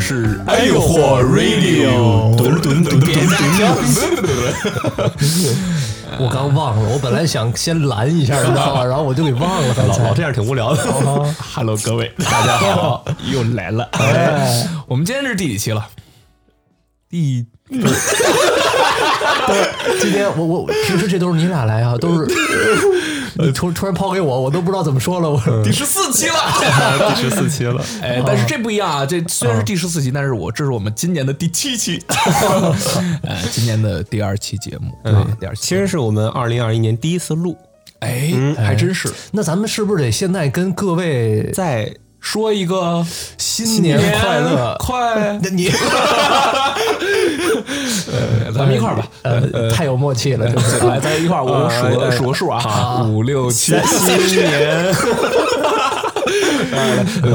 是哎呦嚯 Radio，嘟嘟嘟嘟嘟我刚忘了，我本来想先拦一下，你知道吗？然后我就给忘了，刚老才哦老这样挺无聊的。Hello，各 位，大家好，又来了。哎哎我们今天是第几期了？第今天我我平时这都是你俩来啊，都是你突突然抛给我，我都不知道怎么说了。我第十四期了。第十四期了， 哎，但是这不一样啊，这虽然是第十四期，但是我这是我们今年的第七期， 哎，今年的第二期节目，对，第二期嗯其实嗯是我们二零二一年第一次录，哎，还真是那咱们是不是得现在跟各位在说一个新年快乐？快，那你咱们一块儿吧，呃太有默契了，对不 对？来，咱一块儿，我数呃个数个数啊，五六七，新年，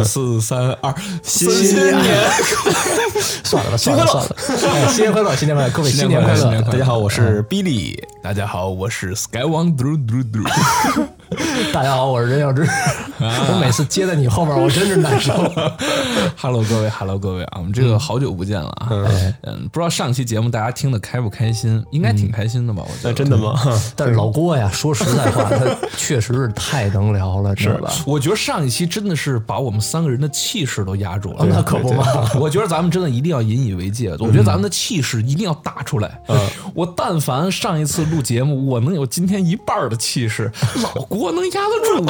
四三二，新年，算了吧，算了算了，哎新年快乐，新年快乐，各位新年快新年乐！嗯快乐大家好，我是 Billy，大家好，我是 Sky Wang Dru Dru Dru，大家好，我是任小志。我每次接在你后面，我真是难受。 Hello 各位，Hello 各位啊，我们这嗯个好久不见了啊，嗯，不知道上期节目大家听的开不开心，应该嗯挺开心的吧？我觉得那真的吗？但是老郭呀，说实在话，他确实是太能聊了，知道吧？我觉得上一期真的是把我们三个人的气势都压住了，啊那可不嘛。 我觉得咱们真的一定要引以为戒，我觉得咱们的气势一定要打出来。嗯 我但凡上一次录节目，我能有今天一半儿的气势， 老郭能压得住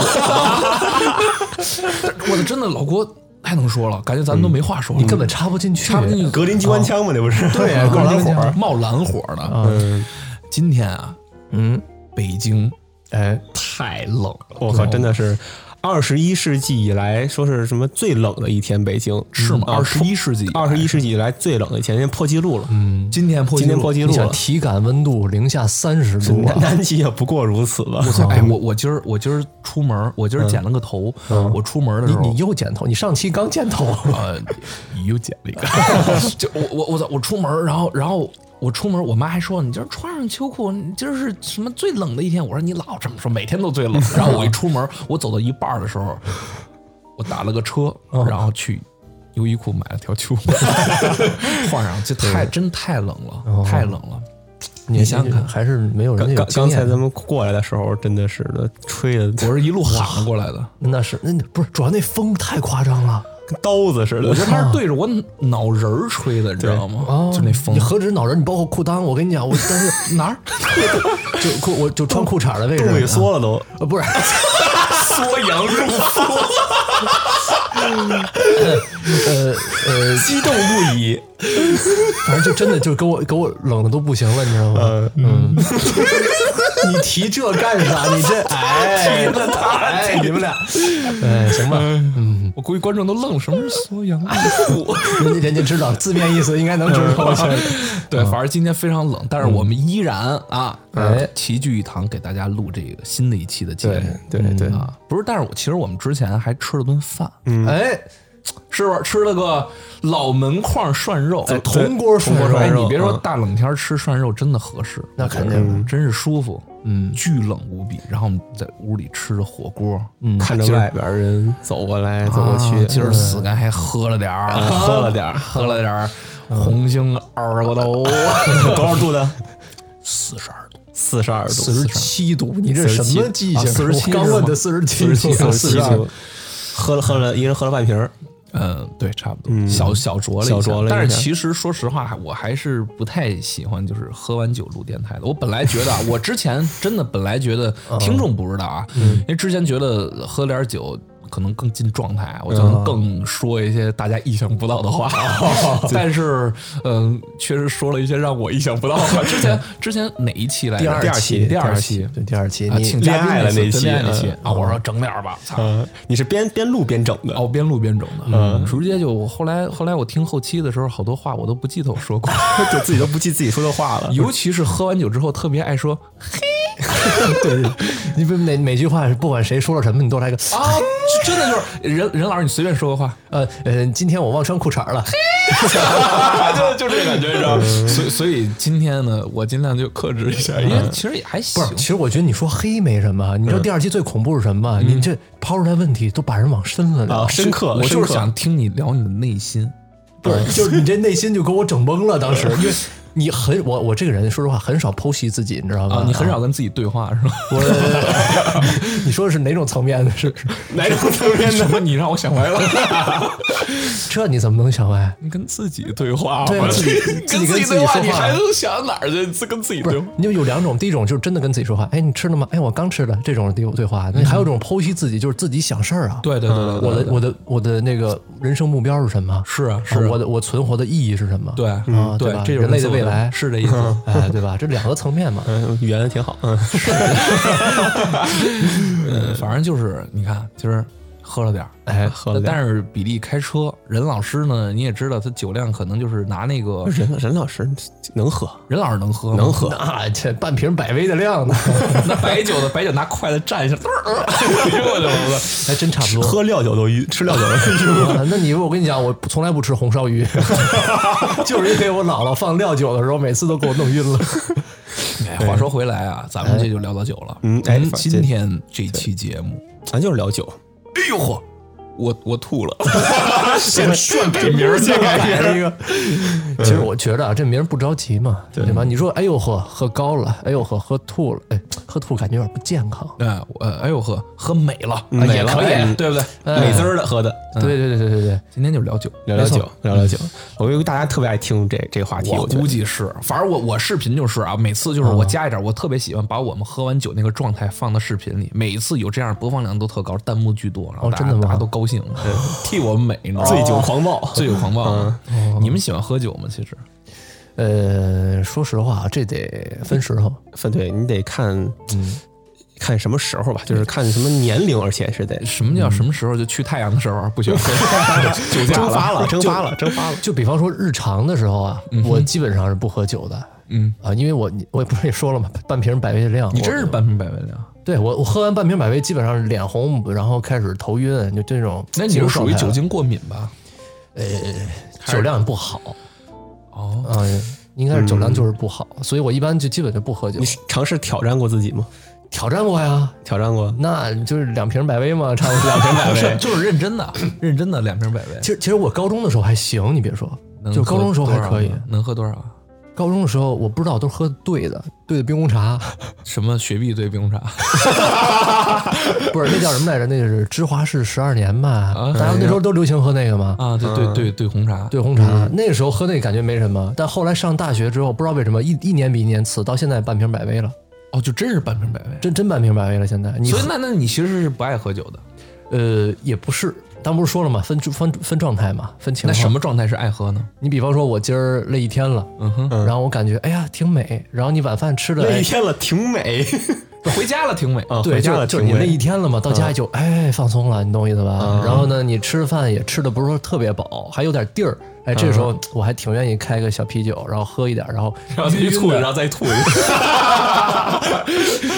我。 我的真的老郭太能说了，感觉咱们都没话说了。嗯你根本插不进去，插不进去 格林机关枪嘛，那不是？哦对啊 呀格林火格林机关儿。冒蓝火呢。嗯，今天啊，嗯，北京哎，哦太冷了，我靠，真的是二十一世纪以来，说是什么最冷的一天，北京嗯是吗？二十一世纪，二十一世纪以来最冷的一天，人家破纪录了。嗯，今天破今天纪录破纪你录啊想了，体感温度零下三十度啊，南极也不过如此吧？哦哎，我我今儿我今儿出门儿，我今儿剪了个头。我出门的时候，嗯你又剪头，你上期刚剪头， 呃，你又剪了一个。 就我我我我出门儿，然后然后我出门儿，我妈还说你今儿穿上秋裤，你今儿是什么最冷的一天？我说你老这么说，每天都最 冷。然后我一出门儿，我走到一半儿的时候，我打了个车，嗯然后去。优衣库买了条 秋裤，换上，这太真太冷哦了，太冷了。你想想看还是没有刚人家有刚经刚才验。咱们过来的时候，真的是的，吹的我是一路喊过来的，那是那不是主要那风太夸张了，跟刀子似的我。觉得他是 对着我脑仁儿吹的，你知道哦哦吗？就那风啊你，何止脑仁，你包括裤裆，我跟你讲，我但是哪儿 就裤我就穿裤衩的位置都萎缩了都，啊，不是缩阳入腹。呃呃，激动不已。反正就真的就给我给我冷的都不行了，你知道吗？嗯呃， 你提这干啥？你这哎，提了他，哎，你们俩，哎，行吧，我估计观众都愣了，什么是缩阳啊 入腹？人家人家知道字面意思，应该能知嗯道。我啊觉得对，反正今天非常冷，但是我们依然啊，哎齐聚一堂给大家录这个新的一期的节目。对对，啊，不是，但是我其实我们之前还吃了顿饭，哎，是不是吃了个老门框涮肉？哎铜锅涮肉，嗯哎，涮肉你别说大冷天吃涮肉真的合适，那肯定真是舒服，嗯，巨冷无比。然后我们在屋里吃着火锅，嗯，看着外边人走过来走过啊今去，嗯儿死干还喝了点儿， 喝了点儿喝了点儿嗯红星二锅头， 多少度的？四十二度，嗯四十二度，四十七度，你这什么记性？ 47我刚问的四十七，四啊十七，四十七42度。喝了喝了，一人喝了半瓶儿，嗯，对，差不多，小小酌了一下，小酌了一下但是其实说实话，我还是不太喜欢就是喝完酒录电台的。我本来觉得 啊，我之前真的本来觉得听众不知道啊，嗯因为之前觉得喝点酒。可能更进状态，啊嗯我就能更说一些大家意想不到的话。哦 但是，嗯，确实说了一些让我意想不到的 话。之前之前哪一期来着？第二期第二期，对，第二期啊，你请嘉宾恋爱了那那次期对恋爱那嗯期啊，我说整点儿吧，操，嗯，你是边边录边整的 哦，边录边整的，嗯，直接就我后来后来我听后期的时候，好多话我都不记得我说过， 就自己都不记自己说的话了。尤其是喝完酒之后特别爱说对，你不每每句话是不管谁说了什么，你都来个啊，真的就是 任任老师，你随便说个话，呃呃，今天我忘穿裤衩了，就就这感觉，你知道吗？ 所以所以今天呢，我尽量就克制一下，因为其实也还行不是，，其实我觉得你说黑没什么，嗯你知道第二期最恐怖是什么吗？你这抛出来问题都把人往深了聊啊，深刻我深就是刻想听你聊你的内心。对，就是你这内心就给我整懵了，当时，因为你很我我这个人说实话很少剖析自己，你知道吗？啊，你 很少跟自己对话是吧？我， 你说的是哪种层面的？是 哪种层 面什么？你让我想歪 了，这你怎么能想歪？你跟自己对话对我自 己自跟己跟自己自己对话，说你话还能想哪儿去？自跟自己不对是话，，你就有两种，第一种就是真的跟自己说话，哎，你吃了吗？哎，我刚吃了，这种有对话。嗯那还有一种剖析自己，就是自己想事儿啊。对对对我的我的我的那个人生目标是什么？是啊是啊我的我存活的意义是什么？对嗯啊，对吧？这种人类的思未路来，是这意 思。哎，对吧？这两个层面嘛。嗯，语言挺好，嗯，嗯，反正就是你看，今儿喝了点儿。哎，喝了点儿。但是比利开车，任老师呢，你也知道，他酒量可能就是拿那个任任老师能喝，任老师能喝吗，能喝，那这半瓶百威的量呢， 那白酒的白酒拿筷子蘸一下， 嘚儿，过去了。还真差不多。喝料酒都晕，吃料酒 都晕。啊那你我跟你讲，我从来不吃红 烧鱼， 就是因为我姥姥放料酒的时候，每次都给我弄 晕了。哎，话说回来啊，咱们这就聊到酒了。嗯哎咱们反今天这期节目，咱就是聊酒，哎呦嚯，我我吐了， 先顺改名 儿，先改名儿。一个。其实我觉得啊，这名儿不着急嘛，对吧？你说，哎呦呵，喝高了，哎呦呵，喝吐了，哎，喝吐感觉有点不健康。哎，我哎呦喝喝美了，嗯哎也美了可以，哎对不对？美滋儿的喝的，嗯对对对对对对，今天就聊酒，聊聊没错酒，聊聊酒。我因为大家特别爱听这这话题，我我觉得估计是，反正我我视频就是啊，每次就是我嗯加一点，我特别喜欢把我们喝完酒那个状态放到视频里，每一次有这样播放量都特高，弹幕巨多，然后哦大家、真的吗大家都高兴，对替我们美，你知道吗？醉酒狂暴， 醉酒狂暴啊，嗯你们喜欢喝酒吗？其实呃，说实话啊，这得分时候。分对你得看，看什么时候吧，就是看什么年龄，而且是得什么嗯叫什么时候就去太阳的时候啊不行， 酒驾蒸发了，蒸发了，了，蒸发了。就比方说日常的时候啊，我基本上是不喝酒的。嗯啊，因为我你我也不是也说了嘛， 半瓶百威的量，你真我是半瓶百威量，对我我喝完半瓶百威，基本上是脸红，然后开始头晕，就这种。那你是这种属于状态酒了精过敏吧？酒量也不好，哦，嗯，应该是酒量就是不好，嗯所以我一般就基本就不喝酒你。尝试挑战过自己吗？挑战过呀，挑战过？那就是两瓶百威嘛，差不多两 瓶百是就是认真的，认真的两瓶百威其，实其实我高中的时候还行，你别说，能就喝高中时候还多少可以呢。能喝多少啊？高中的时候我不知道我都是喝兑的，兑的冰红茶， 什么雪碧兑冰红茶？不是那叫什么来着？那是芝华士十二年吧啊？大家那时候都流行喝那个嘛。啊，嗯对对对对，红茶。兑红茶，那个时候喝那个感觉没什么，但后来上大学之后，不知道为什么一一年比一年次，到现在半瓶百威了，哦，就真是半瓶百威。真真半瓶百威了。现在你所以喝那那你其实是不爱喝酒的。呃也不是，咱不是说了嘛，分分分状态嘛，分情那况。什么状态是爱喝呢？你比方说，我今儿累一天了，嗯哼，然后我感觉哎呀挺美，然后你晚饭吃的那哎一天了，挺 美。回家了挺美。啊对，回家就了就挺是你那一美。天了嘛，到家就哎放松了，你懂我意思嗯吧？然后呢，你吃饭也吃的不是说特别饱，还有点地儿，哎，这时候嗯我还挺愿意开个小啤酒，然后喝一点， 然后然后一吐，然后再吐 一个。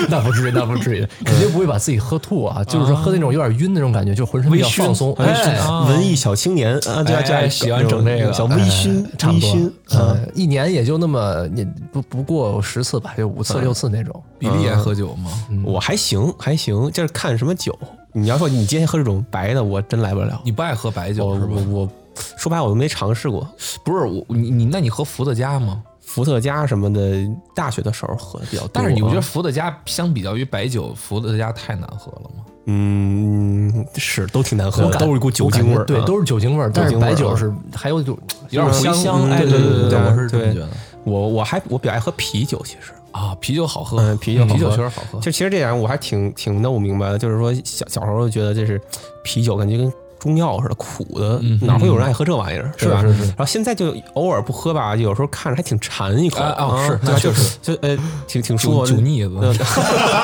那不至于，那不至于，嗯 肯定不会把自己喝吐啊，就是说喝那种有点晕那种感觉，就浑身比较微醺放松，微醺哎，啊文艺小青年啊，对啊，对哎啊，喜欢整这个小微醺，哎差不多微醺，嗯呃，一年也就那么也不不过十次吧，就五嗯次六次那种。比利爱喝酒吗？嗯我还行，还行，就是看什么酒。你要说你今天喝这种白的，我真来不了。你不爱喝白酒哦我是吧我？我，说白了我都没尝试过。不是我你你那你喝伏特加吗？伏特加什么的，大学的时候喝的比较多。但是你不觉得啊伏特加相比较于白酒，伏特加太难喝了吗？嗯，是都挺难喝我的，感都是一股酒精味儿啊。对，都是酒精味儿，但是酒精味儿白酒啊是还有一种有点茴香。嗯哎，对对对对对，对我是这么对觉得。我我还我比较爱喝啤酒，其实啊，啤酒好喝，嗯啤酒好喝啤酒确实好喝。就其实这点我还挺挺弄不明白的，就是说小小时候就觉得这是啤酒，感觉跟中药似的，苦的，嗯哪会有人爱喝这玩意儿，吧？是是是然后现在就偶尔不喝吧，有时候看着还挺馋一口啊啊是那对吧就确实就呃挺挺舒酒服，酒腻子，嗯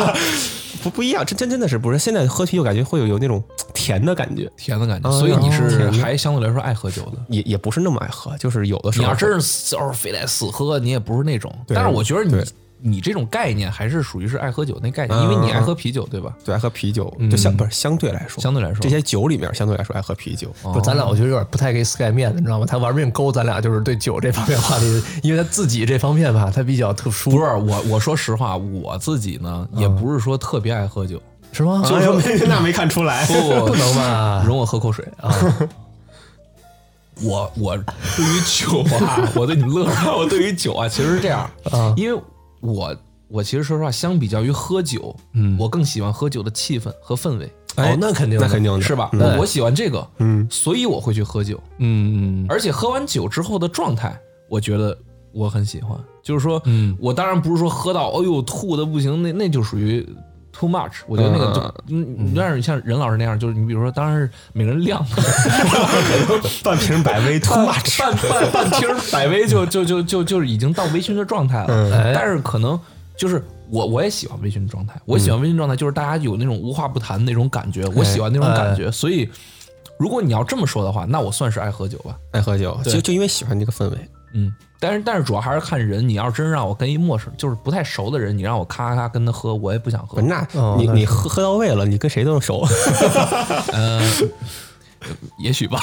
不不一样，这真真的是不是？现在喝啤酒感觉会有有那种甜的感觉，甜的感觉，啊所以你是甜的还相对来说爱喝酒的。也也不是那么爱喝，就是有的时你候要真是要是非得死喝，你也不是那种。但是我觉得你对你这种概念还是属于是爱喝酒那概念，嗯因为你爱喝啤酒，对吧？对爱喝啤酒，就相不是相对来说，嗯相对来说这些酒里面相对来说爱喝啤酒，不，咱俩我觉得有点不太给 Sky 面子，你知道吗？他玩命勾咱俩，就是对酒这方面话题，因为他自己这方面吧，他比较特殊，不是我，我说实话，我自己呢也不是说特别爱喝酒，是吗？哎就是哎 那没看出 来不不能吧？容我喝口水啊。 我我对于酒啊，我对你们乐啊，我对于酒啊，其实是这 样，因为我我其实说实话，相比较于喝酒，嗯，我更喜欢喝酒的气氛和氛围，哦，那肯定的，那肯定的是吧？嗯我我喜欢这个，嗯，所以我会去喝酒，嗯，嗯而且喝完酒之后的状态，我觉得我很喜欢。就是说，嗯，我当然不是说喝到哎呦吐的不行，那那就属于 too much。我觉得那个就，嗯，有点像任老师那样，就是你比如说，当然是每人量， 半瓶百威 too 半半半半瓶百威就就就就就是已经到微醺的状态了。哎但是可能就是我我也喜欢微醺的状态，我喜嗯欢微醺状态就是大家有那种无话不谈的那种感觉，我喜欢那种哎感觉。所以，如果你要这么说的话，那我算是爱喝酒吧。爱喝酒，对就就因为喜欢这个氛围。嗯，但是但是主要还是看人。你要真让我跟一陌生，就是不太熟的人，你让我咔咔咔跟他喝，我也不想不喝是，。那哦你那你喝喝到位了，你跟谁都熟。 也许 吧，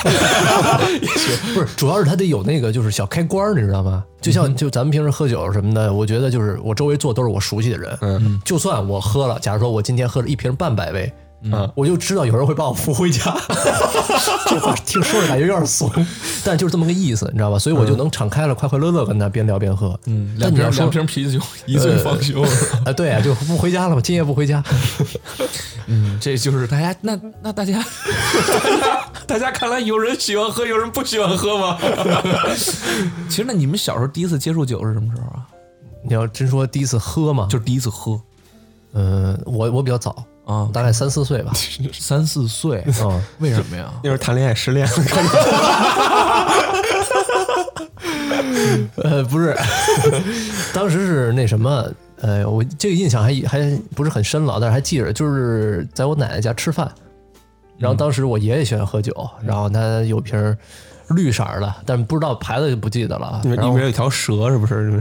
不是，主要是他得有那个就是小开关儿，你知道吗？就像就咱们平时喝酒什么的，我觉得就是我周围坐都是我熟悉的人，嗯，就算我喝了，假如说我今天喝了一瓶半百威。嗯，我就知道有人会把我扶回家， 这话听说着感觉有点怂，但就是这么个意思，你知道吧？所以我就能敞开了，快快乐乐跟他边聊边喝。嗯，但你要说，瓶啤酒，一醉方休。 啊，对啊，就不回家了嘛，今夜不回家。嗯，这就是大家那那大家， 大家看来有人喜欢喝，有人不喜欢喝吗？ 其实那你们小时候第一次接触酒是什么时候啊？你要真说第一次喝嘛，就就是第一次喝嗯、我我比较早，啊，大概三四岁吧。三四岁，嗯，为什么呀？那时候谈恋爱失恋了，呃，不是， 当时是那什么，呃，我这个印象还还不是很深了，但是还记着，就是在我奶奶家吃饭，嗯然后当时我爷爷喜欢喝酒，然后他有瓶儿绿色儿的，但不知道牌子就不记得了，里面然里后面有一条蛇，是不是？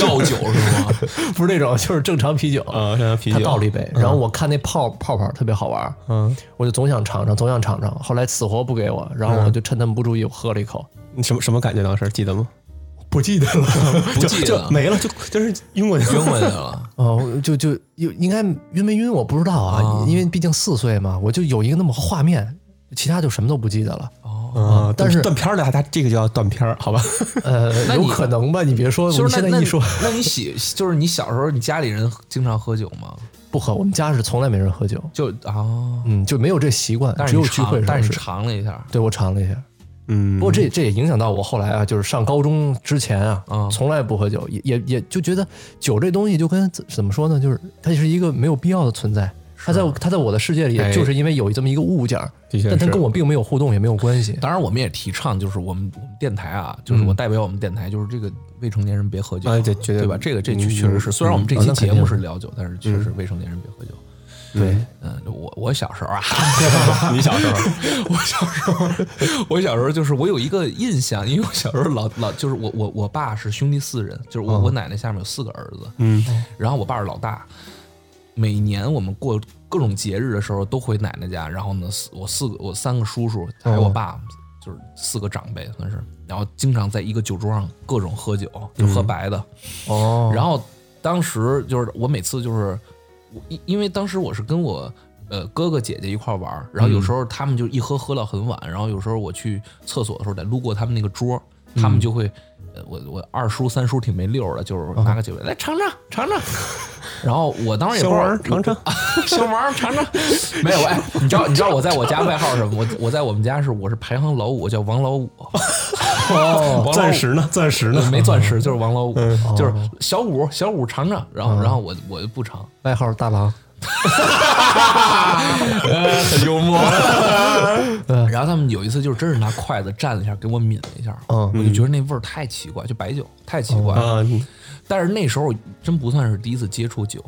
药酒是吗？不是那种，就是正常啤酒。 啊，像啤他酒倒了一杯，然后我看那泡泡泡特别好玩，嗯，我就总想尝尝，总想尝尝。后来死活不给我，然后我就趁他们不注意，我喝了一口，你什么什么感觉？当时记得吗？不记得 了。不记就得了，没了，就就是晕过去晕 了。过去了。哦，就就有应该晕没晕我不知道啊，啊因为毕竟四岁嘛，我就有一个那么个画面，其他就什么都不记得 了。啊，但是断片儿了，他这个叫断片儿，好吧？呃，那你有可能吧？你别说，就 我是现那在那一说那你喜就是你小时候，你家里人经常喝酒吗？不喝，我们家是从来没人喝酒，就啊，嗯，就没有这习惯，但只是有你聚会尝，但时是候你尝了一下，对我尝了一下。 嗯不，过这这也影响到我后来啊，就是上高中之前啊，啊从来不喝酒，也也也就觉得酒这东西就跟怎怎么说呢，就是它是一个没有必要的存在。它在它在我的世界里，哎就是因为有这么一个物件儿，的确但它是跟我并没有互动，也没有关系。当然，我们也提倡，就是我们我们电台啊，就是我代表我们电台，就是这个未成年人别喝酒，嗯啊对绝对对吧？这个这嗯确确实是，嗯虽然我们这啊期那肯节定目是聊酒，但是确实未成年人别喝酒。对，嗯，我我小时候 啊，你小时 候我小时候，我小时候就是我有一个印象，因为我小时候老老就是我我我爸是兄弟四人，就是我、我奶奶下面有四个儿子，嗯，然后我爸是老大。每年我们过各种节日的时候都回奶奶家，然后呢，四我四个我三个叔叔还有我爸，就是四个长辈算是，然后经常在一个酒桌上各种喝酒，就喝白的，哦，然后当时就是我每次就是我因因为当时我是跟我呃哥哥姐姐一块儿玩儿，然后有时候他们就一喝喝到很晚，然后有时候我去厕所的时候得路过他们那个桌，嗯他们就会。呃，我我二叔三叔挺没溜儿的，就是拿个酒杯来尝尝尝尝， 然后我当时也小不知道王尝 尝，小王尝尝，没有哎，你知道你知道我在我家外号是什么？我我在我们家是我是排行老五，我叫王老五，哦 王老五 钻石呢？钻石 呢？没钻石，就是王老五，就是小五，小五尝尝，然后然后我我就不尝，外号大郎，很幽默。然后他们有一次就是真是拿筷子蘸了一下，给我抿了一下，嗯我就觉得那味儿太奇怪，就白酒太奇怪了。啊，你但是那时候真不算是第一次接触酒。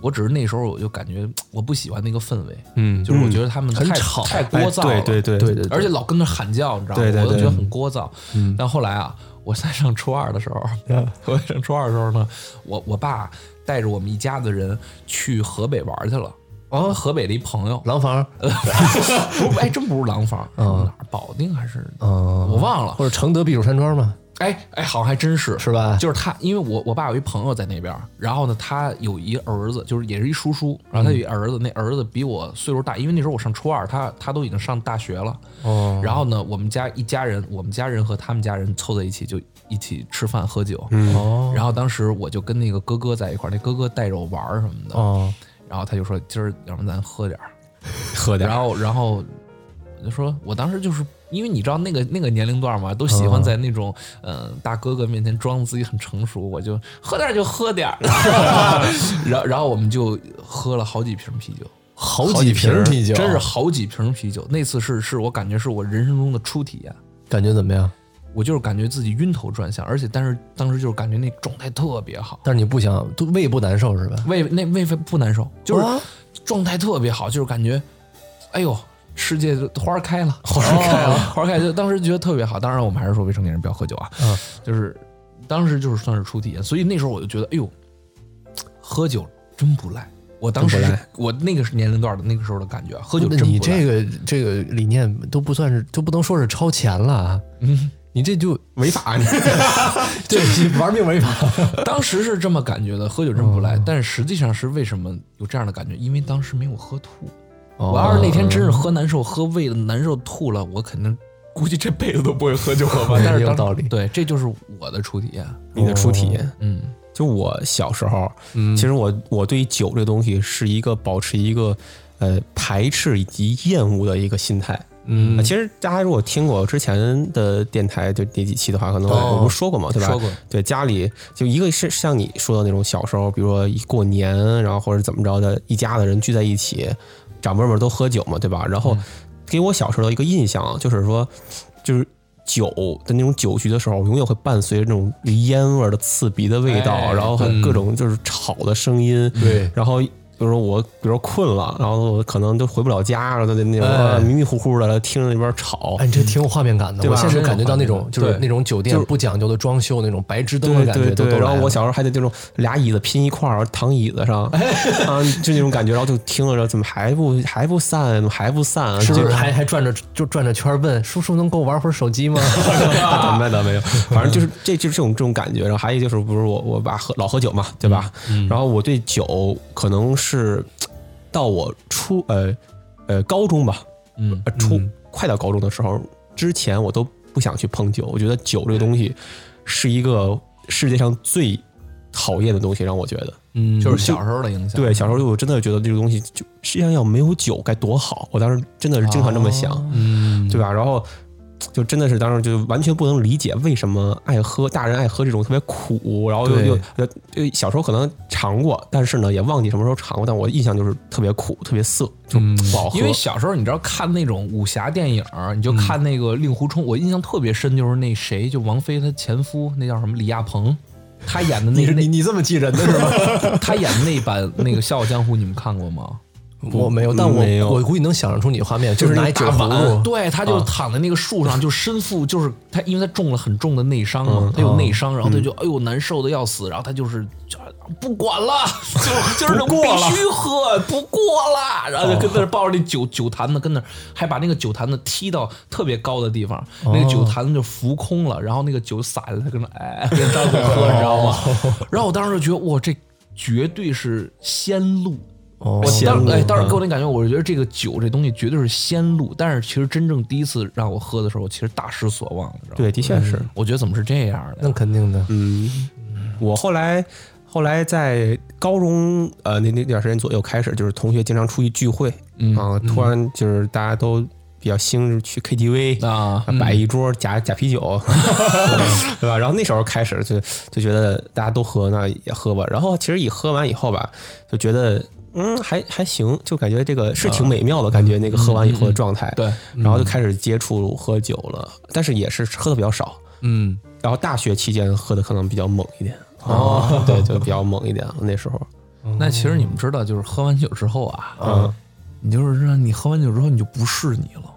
我只是那时候我就感觉我不喜欢那个氛围，嗯，就是我觉得他们太吵太聒噪了，哎对对对对对而且老跟那喊叫，你知道吗？对对我就对嗯觉得很聒噪。但后来啊，我在上初二的时 候， 我在上初二的时候呢，我我爸带着我们一家子人去河北玩去了。哦，河北的一朋友， 廊坊，不哎，真不是廊坊，哪儿保定还是嗯，我忘了，或者承德避暑山庄嘛，哎哎，好像还真是是吧就是他，因为我我爸有一朋友在那边儿，然后呢，他有一儿子，就是也是一叔叔，然后他嗯有一儿子，那儿子比我岁数大，因为那时候我上初二，他他都已经上大学了。哦。然后呢，我们家一家人，我们家人和他们家人凑在一起，就一起吃饭喝酒。嗯哦。然后当时我就跟那个哥哥在一块儿，那哥哥带着我玩儿什么的。哦，然后他就说：“今儿要不咱喝点儿。”喝点儿然后，然后我就说，我当时就是因为你知道那个那个年龄段嘛，都喜欢在那种嗯、呃大哥哥面前装自己很成熟，我就喝点儿就喝点儿， 然后然后我们就喝了好几瓶啤酒，好几瓶啤酒，真是好几瓶啤酒。那次是是我感觉是我人生中的初体验，感觉怎么样？我就是感觉自己晕头转向，而且但是当时就是感觉那状态特别好，但是你不想，都胃不难受是吧？胃那胃不难受，就是啊状态特别好，就是感觉，哎呦，世界的花儿开了，花儿开了，花儿开了，就当时觉得特别好。当然，我们还是说未成年人不要喝酒啊，嗯就是当时就是算是初体验，所以那时候我就觉得，哎呦，喝酒真不赖。我当时真不是赖我那个是年龄段的那个时候的感觉，啊喝酒那真不赖。你这个这个理念都不算是，都不能说是超前了啊。你这 就违法，对玩命违法。 当时是这么感觉的，喝酒真不赖。但是实际上是为什么有这样的感觉？因为当时没有喝吐。我要是那天真是喝难受，喝胃难受吐了，我肯定估计这辈子都不会喝酒 了吧。但是也有当道理对，这就是我的初体验。你的初体验。嗯，就我小时候，其实我我对酒这个东西是一个保持一个呃排斥以及厌恶的一个心态。嗯啊，其实大家如果听过之前的电台就那几期的话，可能哦我们说过嘛，对吧？说过。对，家里就一个是像你说的那种小时候，比如说一过年，然后或者怎么着的，一家子人聚在一起，长辈们都喝酒嘛，对吧？然后嗯给我小时候的一个印象就是说，就是。酒的那种酒局的时候，永远会伴随着那种烟味儿的刺鼻的味道，哎然后还嗯有各种就是吵的声音，对然后比如说我，比如说困了，然后我可能都回不了家，然后就那那种、啊哎迷迷糊糊的，然后听着那边吵，哎，你这挺有画面感的，对我吧现在就感觉到那种真有就画面是那种酒店不讲究的装修，那种白炽灯的对感对觉都对，都然后来了我小时候还得这种俩椅子拼一块儿，然后躺椅子 上，啊，就那种感觉，然后就听着，怎么还不还不散，怎么还不散，啊是就不是 还还转着就转着圈儿问叔叔能给我玩会儿手机吗？ 啊，没的没有，反正就是这就是这种这种感觉。然后还有就是，不是我我爸喝老喝酒嘛，对吧？嗯然后我对酒可能是到我初呃呃高中吧，嗯呃，初快到高中的时候之前，我都不想去碰酒。我觉得酒这个东西是一个世界上最讨厌的东西，让我觉得。嗯，就是小时候的影响。对，小时候就我真的觉得这个东西就世界上要没有酒该多好。我当时真的是经常这么想，哦嗯，对吧？然后就真的是当时就完全不能理解为什么爱喝大人爱喝这种特别苦，然后又对又呃就小时候可能尝过，但是呢也忘记什么时候尝过，但我印象就是特别苦，特别涩，就不好嗯喝。因为小时候你知道看那种武侠电影儿，你就看那个令狐冲，我印象特别深，就是那谁，就王菲她前夫，那叫什么李亚鹏，他演的那那你这么记人的是吧？他演的那版那个《笑傲江湖》，你们看过吗？我没有，但没有我我估计能想象出你的画面，就是拿一酒葫芦，啊对，他就躺在那个树上，就身负就是他，因为他中了很重的内伤嗯嘛，他有内伤，然后他就哎呦难受的要死，然后他就是就不管了， 就就是必须喝，不过了，然后就跟哦那儿抱着那酒酒坛子跟那儿，还把那个酒坛子踢到特别高的地方，那个哦酒坛子就浮空了，然后那个酒洒在他跟那儿哎跟张嘴喝，你知道吗？哦然后我当时就觉得哇，这绝对是仙露。哦我当鲜露哎，当时嗯给我那感觉，我是觉得这个酒这东西绝对是仙露，但是其实真正第一次让我喝的时候，我其实大失所望，你知道吗？对，的确是。我觉得怎么是这样的那呀？肯定的，嗯，我后来后来在高中呃那那段时间左右开始，就是同学经常出去聚会，嗯啊，突然就是大家都比较兴就是去 KTV 啊，摆一桌假假啤 酒，对吧？然后那时候开始就就觉得大家都喝，那也喝吧。然后其实一喝完以后吧，就觉得嗯还还行，就感觉这个是挺美妙的，感觉那个喝完以后的状态。对，然后就开始接触喝酒了，但是也是喝的比较少。嗯，然后大学期间喝的可能比较猛一点。哦，对，就比较猛一点了。那时候，那其实你们知道，就是喝完酒之后啊，嗯，你就是说你喝完酒之后你就不是你了，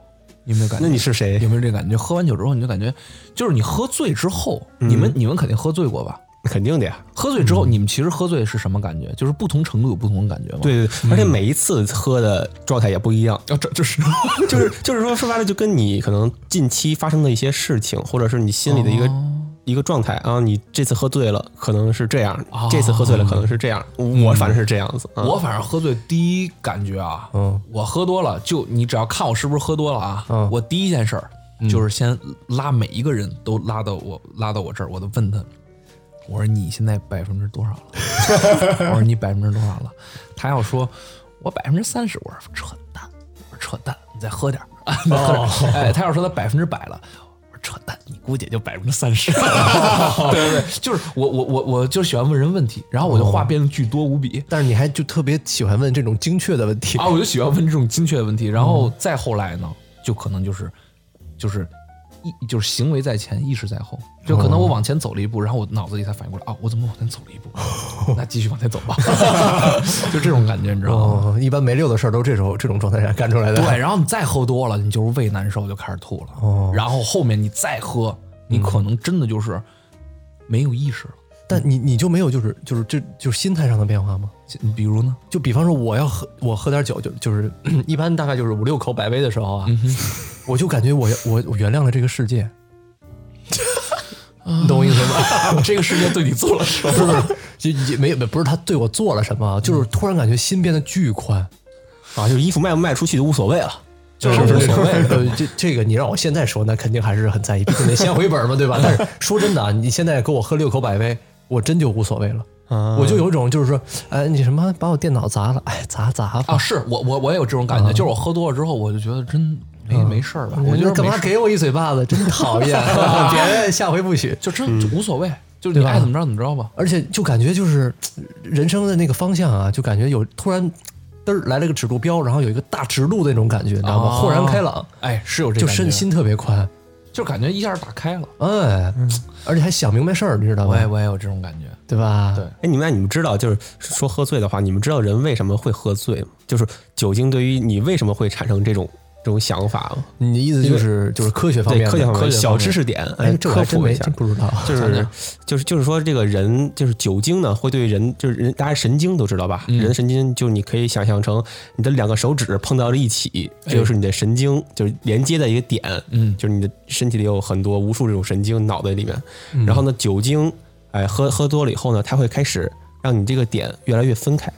有没有感觉？是谁？ 有没有这感觉？喝完酒之后你就感觉，就是你喝醉之后，你们你们肯定喝醉过吧？肯定的呀。喝醉之后，你们其实喝醉是什么感觉？就是不同程度有不同的感觉嘛。，对对，对而且每一次喝的状态也不一样，啊，这这是哦就是就是说说白了，就跟你可能近期发生的一些事情，或者是你心里的一个一个状态啊，你这次喝醉了可能是这样，哦这次喝醉了可能是这样，嗯我反正是这样子。啊我反正喝醉第一感觉啊，嗯，我喝多了就你只要看我是不是喝多了啊，嗯我第一件事儿就是先拉每一个人都拉到我拉到我这儿，我都问他，我说你现在百分之多少了？ 我说你百分之多少了？他要说我百分之三十，我说扯淡，我说扯淡，你再喝点儿，再喝点儿。 哎，他要说他百分之百了。我说扯淡，你估计也就百分之三 十。对对对，哦就是我我我我就喜欢问人问题，然后我就话变得巨多无比。但是你还就特别喜欢问这种精确的问题啊，我就喜欢问这种精确的问题。然后再后来呢，就可能就是就是意就是行为在前，意识在后。就可能我往前走了一步，然后我脑子里才反应过来，啊，我怎么往前走了一步？那继续往前走吧，就这种感觉，你知道吗？哦，一般没溜的事儿都这时候这种状态下干出来的。对，然后你再喝多了，你就是胃难受，就开始吐了。哦然后后面你再喝，你可能真的就是没有意识了。但你你就没有就是就是这就是心态上的变化吗？你比如呢？就比方说我要喝我喝点酒，就就是 一般大概就是五六口百威的时候嗯啊，我就感觉我我我原谅了这个 世界，你懂我意思吗？ 这个世界对你做了什么？不是 也也没有不是他对我做了什么啊，就是突然感觉心变得巨宽，啊，就是衣服卖不卖出去就无所谓了。就是无所谓。呃这这个你让我现在说，那肯定还是很在意，毕竟得先回本嘛，对吧？但是说真的啊，你现在给我喝六口百威，我真就无所谓了。啊我就有一种就是说，哎，你什么把我电脑砸了？哎，砸砸吧啊，。是我我我也有这种感觉，就是我喝多了之后，我就觉得真没没事儿吧，我你觉们得干没嘛事给我一嘴 巴子？真讨厌！别下回不许。就真就无所谓，就是你爱怎么着怎么着嗯吧。而且就感觉就是人生的那个方向啊，就感觉有突然嘚儿来了个指路标，然后有一个大直路的那种感觉，你知道吗？哦豁然开朗，哎，是有这就感觉身，心特别宽，就感觉一下打开了。哎，而且还想明白事儿，你知道嗯我吗哎也？我也有这种感觉，对吧？对哎，你们那你们知道，就是说喝醉的话，你们知道人为什么会喝醉吗？就是酒精对于你为什么会产生这种这种想法吗？你的意思就是就是科学方对面的，科学方面科小知识点，哎哎，，这我科还真普一没下真。不知道。 就是就是就是说，这个人就是酒精呢，会对人就是人，大家神经都知道嗯吧？人的神经就是你可以想象成你的两个手指碰到了一起，哎这就是你的神经，就是连接的一个点。嗯就是你的身体里有很多无数这种神经，脑袋里面。嗯然后呢，酒精，哎，喝喝多了以后呢，它会开始让你这个点越来越分开。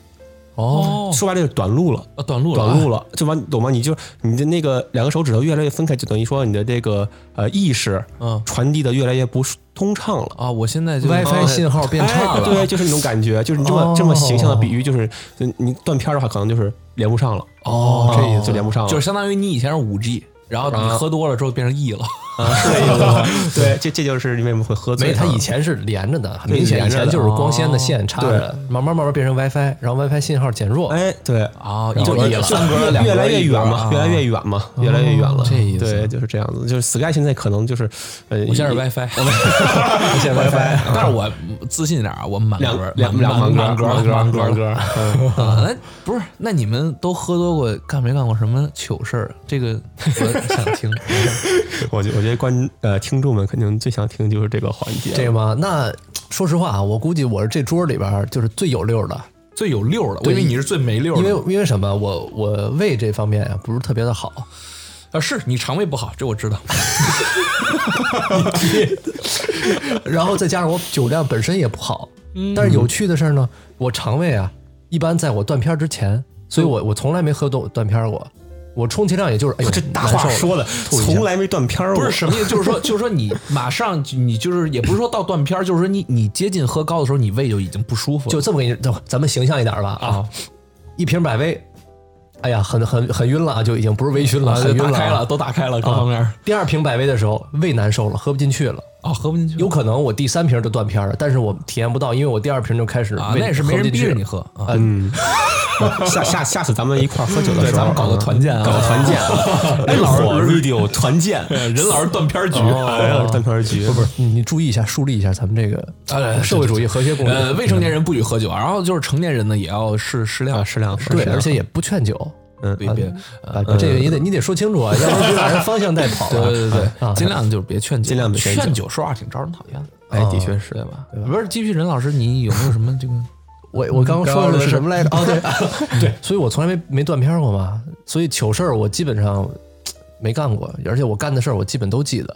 哦，说白了就是短路了。啊短路了，短路了，就完，懂吗？你就你的那个两个手指头越来越分开，就等于说你的这个呃意识，嗯传递的越来越不通畅了。啊！我现在就 WiFi 啊信号变差哎了，对，就是那种感觉，就是你这么、哦这么形象的比喻，就是嗯你断片儿的话，可能就是连不上了，哦，这意思就连不上了，就是相当于你以前是五 G，然后你喝多了之后变成 E 了，啊，是这意思吧？ 对，这这就是你为什么会喝醉没，啊。它以前是连着的，很明对显连以着的哦前就是光纤的线插对着，慢慢慢慢变成 WiFi，然后 WiFi 信号减弱。哎，对。啊，就一是格就三格两格越来越一格远嘛，啊越来越远嘛，越来越远了。这意思对，就是这样子。就是 Sky 现在可能就是，呃，我现在是一 WiFi，我 现在 WiFi，但是我自信一点啊，我满两格两两满盲格格，满盲格盲了。格，嗯啊，那不是？那你们都喝多过，干没干过什么糗事儿？这个我想听。我觉我觉得观呃听众们肯定最想听就是这个环节，这个吗？那说实话啊，我估计我是这桌里边儿就是最有溜儿的，最有溜儿的，我对以为你是最没溜儿因的。为因为什么？我我胃这方面啊不是特别的好，啊，是你肠胃不好，这我知道。然后再加上我酒量本身也不好。嗯但是有趣的事儿呢，我肠胃啊，一般在我断片儿之前，所以我嗯我从来没喝断断片儿过，我充其量也就是哦哎呦，这大难话受了说的，吐一下从来没断片儿过， 不是什么意思，就是 说，就是说你马上就你就是也不是说到断片儿，就是说你你接近喝高的时候，你胃就已经不舒服了。就这么给你，咱咱们形象一点儿吧啊，啊，一瓶百威，哎呀，很很很晕了啊，就已经不是微醺了，啊很晕打了开啊了，。都打开了，各方面儿第二瓶百威的时候，胃难受了，喝不进去了。啊，喝不进去。有可能我第三瓶就断片了，但是我体验不到，因为我第二瓶就开始啊，胃那也是没喝人不进逼去着了你。喝啊。嗯， 下下下次咱们一块儿喝酒的对，时候，嗯咱们搞个团建啊，搞个团 建，哎，老 火 radio 团 建，人老是断片儿局。哎呀，断片儿局，不是，嗯你你注意一下，树立一下咱们这哎个社会主义和谐共呃，识。未成年人不许喝酒，啊然后就是成年人呢，也要适适量，啊适量，嗯对，而且也不劝酒，别别，啊，这个你得你得说清楚啊，要不然别把人方向带跑对了。对对对，啊尽量就是别劝酒，尽量别劝酒劝酒，说话挺招人讨厌的，啊哎，的确是对。吧？不是，继续，任老师，你有没有什么这个？我我刚刚说的是什么来着？哦， 对对，所以我从来没没断片过嘛，所以糗事儿我基本上没干过，而且我干的事儿我基本都记得。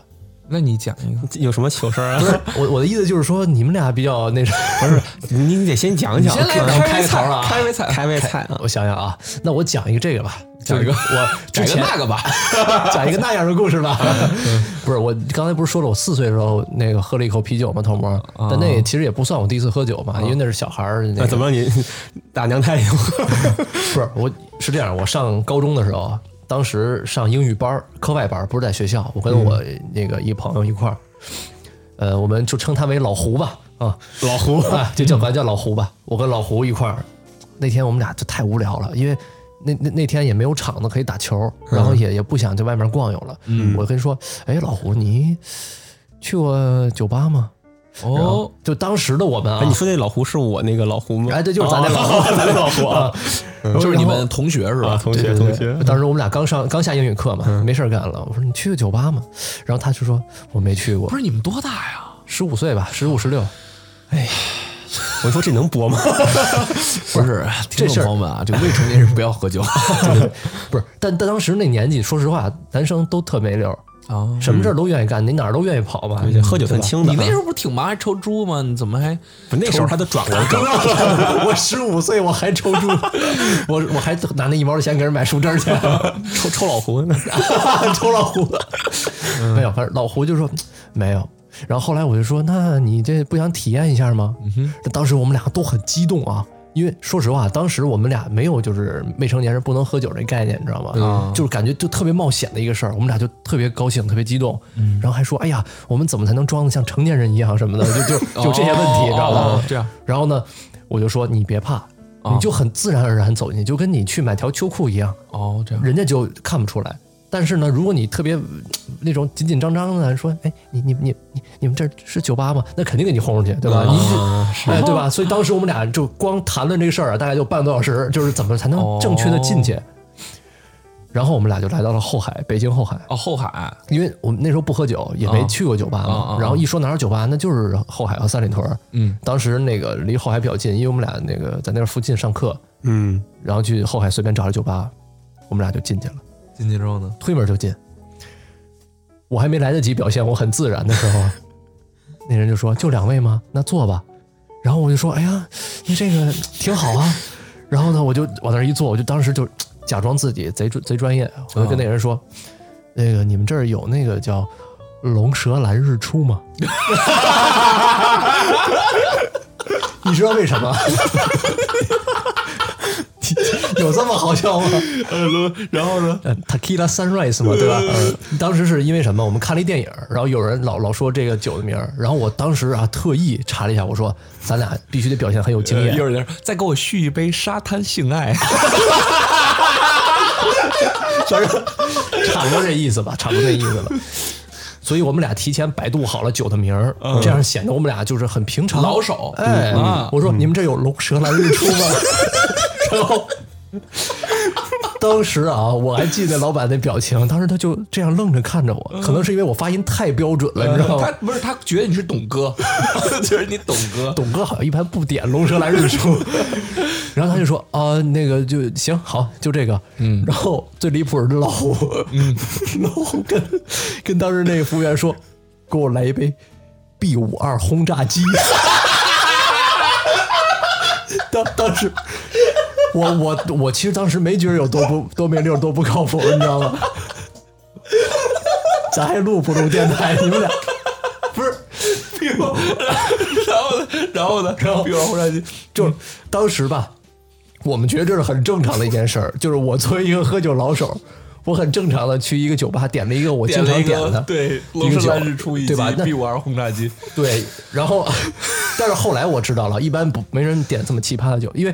那你讲一个，有什么糗事儿啊？我我的意思就是说，你们俩比较那什么。你你得先讲讲，先来嗯开胃菜开头啊开胃菜，开胃菜啊。我想想啊，那我讲一个这个吧，讲一个我之改个前那个吧。 讲一个那样的故事吧。不是，我刚才不是说了，我四岁的时候那个喝了一口啤酒嘛，头摸，但那也其实也不算我第一次喝酒嘛，因为那是小孩儿。那那个怎么着你大娘胎 不是，我是这样，我上高中的时候，啊当时上英语班儿课外班儿，不是在学校，我跟我那个一朋友一块儿，呃，我们就称他为老胡吧，啊，老胡啊，就叫管他叫老胡吧。我跟老胡一块儿，那天我们俩就太无聊了，因为。那那那天也没有场子可以打球，然后也也不想在外面逛悠了。我跟说，哎，老胡，你去过酒吧吗？然后哦，就当时的我们啊哎，，你说这老胡是我那个老胡吗？哎，对，就是咱那老 胡，咱那老胡啊，嗯就是你然后们同学是啊，吧？同对学对同对学，当时我们俩刚上刚下英语课嘛，没事儿干了。我说你去个酒吧嘛，然后他就说我没去过不，是你们多大呀？十五岁吧，十五十六。 我说这能播 吗？不是，听这事众儿朋友们啊，这未成年人不要喝 酒不是，但但当时那年纪，说实话，男生都特没溜儿， 啊。什么事儿都愿意干，你哪儿都愿意跑嘛。嗯喝酒算轻的你那时啊，候不是挺忙还抽猪吗？你怎么还不那时候他都转过来了， 我十五岁我还抽猪， 我我还拿那一毛的钱给人买树枝儿去。抽抽老胡呢。抽老胡，嗯 没有，反正老胡就说没有。然后后来我就说，那你这不想体验一下吗？嗯当时我们俩都很激动啊，因为说实话，当时我们俩没有就是未成年人不能喝酒这概念，你知道吗？嗯就是感觉就特别冒险的一个事儿，我们俩就特别高兴，特别激动，嗯然后还说，哎呀，我们怎么才能装的像成年人一样什么的，就就就这些问题，你知哦道哦吗哦？这样然后呢，我就说你别怕，你就很自然而然走进去，就跟你去买条秋裤一样，哦这样人家就看不出来。但是呢，如果你特别呃那种紧紧张张的说，哎，你你你你你们这是酒吧吗？那肯定给你轰出去，对吧？你就哎，对吧？所以当时我们俩就光谈论这个事儿啊，大概就半个多小时，就是怎么才能正确的进去。然后我们俩就来到了后海，北京后海，哦后海因为我们那时候不喝酒，也没去过酒吧嘛。啊啊啊然后一说哪儿有酒吧，那就是后海和啊三里屯。嗯，当时那个离后海比较近，因为我们俩那个在那附近上课， 嗯，然后去后海随便找了酒吧，我们俩就进去了。进去之后呢？推门就进。我还没来得及表现我很自然的时候，那人就说：“就两位吗？那坐吧。”然后我就说：“哎呀，你这个挺好啊。”然后呢，我就往那儿一坐，我就当时就假装自己贼专贼专业，我就跟那人说：“那个你们这儿有那个叫龙舌兰日出吗？” 你知道为什么？ 有这么好笑吗？然后呢？呃，Tequila Sunrise 嘛，对吧？呃当时是因为什么？我们看了一电影，然后有人老老说这个酒的名儿，然后我当时啊特意查了一下，我说咱俩必须得表现很有经验一。会儿呃在这儿再给我续一杯沙滩性 爱，反正差不多这意思吧，差不多这意思吧。所以我们俩提前百度好了酒的名儿，这样显得我们俩就是很平常嗯老手哎，嗯啊我说你们这有龙蛇来日出吗？然 后。当时啊，我还记得老板那表情，当时他就这样愣着看着我，可能是因为我发音太标准了，你知道吗嗯他？不是他觉得你是董哥， 觉得你董哥。董哥好像一般不点龙舌兰日出， 然后他就说啊、那个就行，好，就这个，嗯，然后最离谱的是老胡，嗯， 老胡跟跟当时那个服务员说，给我来一杯 B 五二轰炸机，当当时。我我我其实当时没觉得有多不多没溜多不靠谱，你知道吗？ 咱还录不录电台？你们俩不是 然后呢？然后呢？然后比如后来就就是当时吧，我们觉得这是很正常的一件事儿。 就是我作为一个喝酒老手，我很正常的去一个酒吧点了一个我经点了常一点的个，对一龙个舌酒兰日出以及对吧？那 B 五二轰炸机。对，然后， 但是后来我知道了，一般不没人点这么奇葩的酒，因为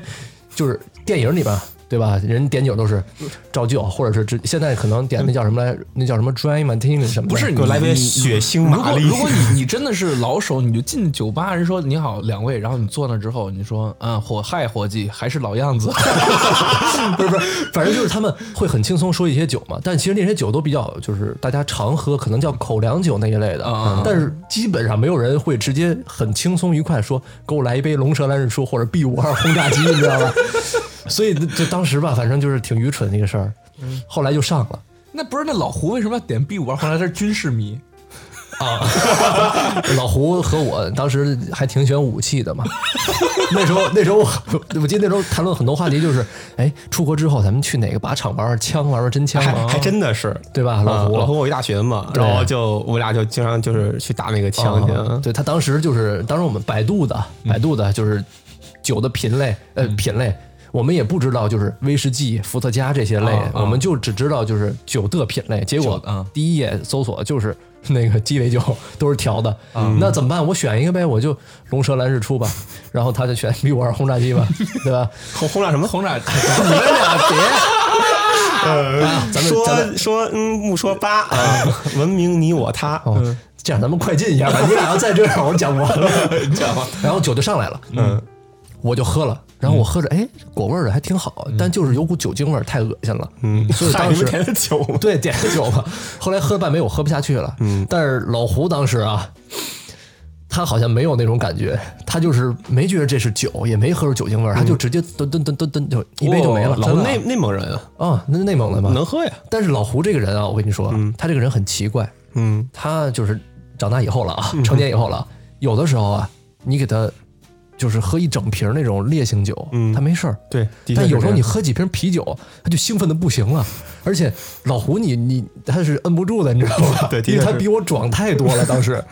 就是电影里边。对吧？人点酒都是照旧，或者是直现在可能点那叫什么来？那叫什么 dry martini 什么的？不是给我你来杯你血腥如玛果丽如。果你你真的是老手，你就进酒吧，人说你好两位，然后你坐那之后，你说嗯伙嗨伙计还是老样子， 不是不是，反正就是他们会很轻松说一些酒嘛，但其实那些酒都比较就是大家常喝，可能叫口粮酒那一类的，啊但是基本上没有人会直接很轻松愉快说给我来一杯龙舌兰日出或者 B 五二轰炸机，你知道吧？ 所以就当时吧，反正就是挺愚蠢的一个事嗯儿，后来就上了。那不是那老胡为什么要点 B 五二？后来他是军事迷，老胡和我当时还挺喜欢武器的嘛，那时候那时候我我记得那时候谈论很多话题，就是哎，出国之后咱们去哪个靶场玩玩枪，玩玩真枪还啊，还真的是，对吧老嗯胡老胡我一大学嘛，对然后就我俩就经常就是去打那个枪去，啊对他当时就是，当时我们百度的，嗯百度的就是酒的品类，呃，品类。我们也不知道，就是威士忌、伏特加这些类，我们就只知道就是酒的品类。结果啊酒啊第一页搜索就是那个鸡尾酒， 都是调的。啊嗯那怎么办？我选一个呗，我就龙舌兰日出吧。然后他就选 B 五二轰炸机吧， 对吧？ 轰轰炸什么？轰 炸你们俩别，呃啊咱们咱说们说嗯，不说八啊， 文明你我他，哦，这样咱们快进一下 吧，你俩要再这样，我讲完了，讲完，然后酒就上来了，嗯，我就喝了，然后我喝着，哎，果味儿的还挺好，但就是有股酒精味儿，太恶心了，嗯，所以嗯嗨当你时们填的酒 吗对点个酒吧，后来喝了半杯我喝不下去了，嗯，但是老胡当时啊。他好像没有那种感觉，他就是没觉得这是酒，也没喝出酒精味儿，他就直接噔噔噔噔噔就一杯就没了。嗯哦老真胡的内内蒙人啊，啊，那是内蒙的吗？能喝呀，但是老胡这个人啊，我跟你说，他这个人很奇怪，嗯，他就是长大以后了啊，成年以后了，有的时候啊，你给他就是喝一整瓶那种烈性酒，嗯他没事儿。对，的确但是有时这候样你喝几瓶啤酒，他就兴奋的不行了。而且老胡你，你他是摁不住的，你知道吧？ 对的确因为他是比我壮太多了，当时。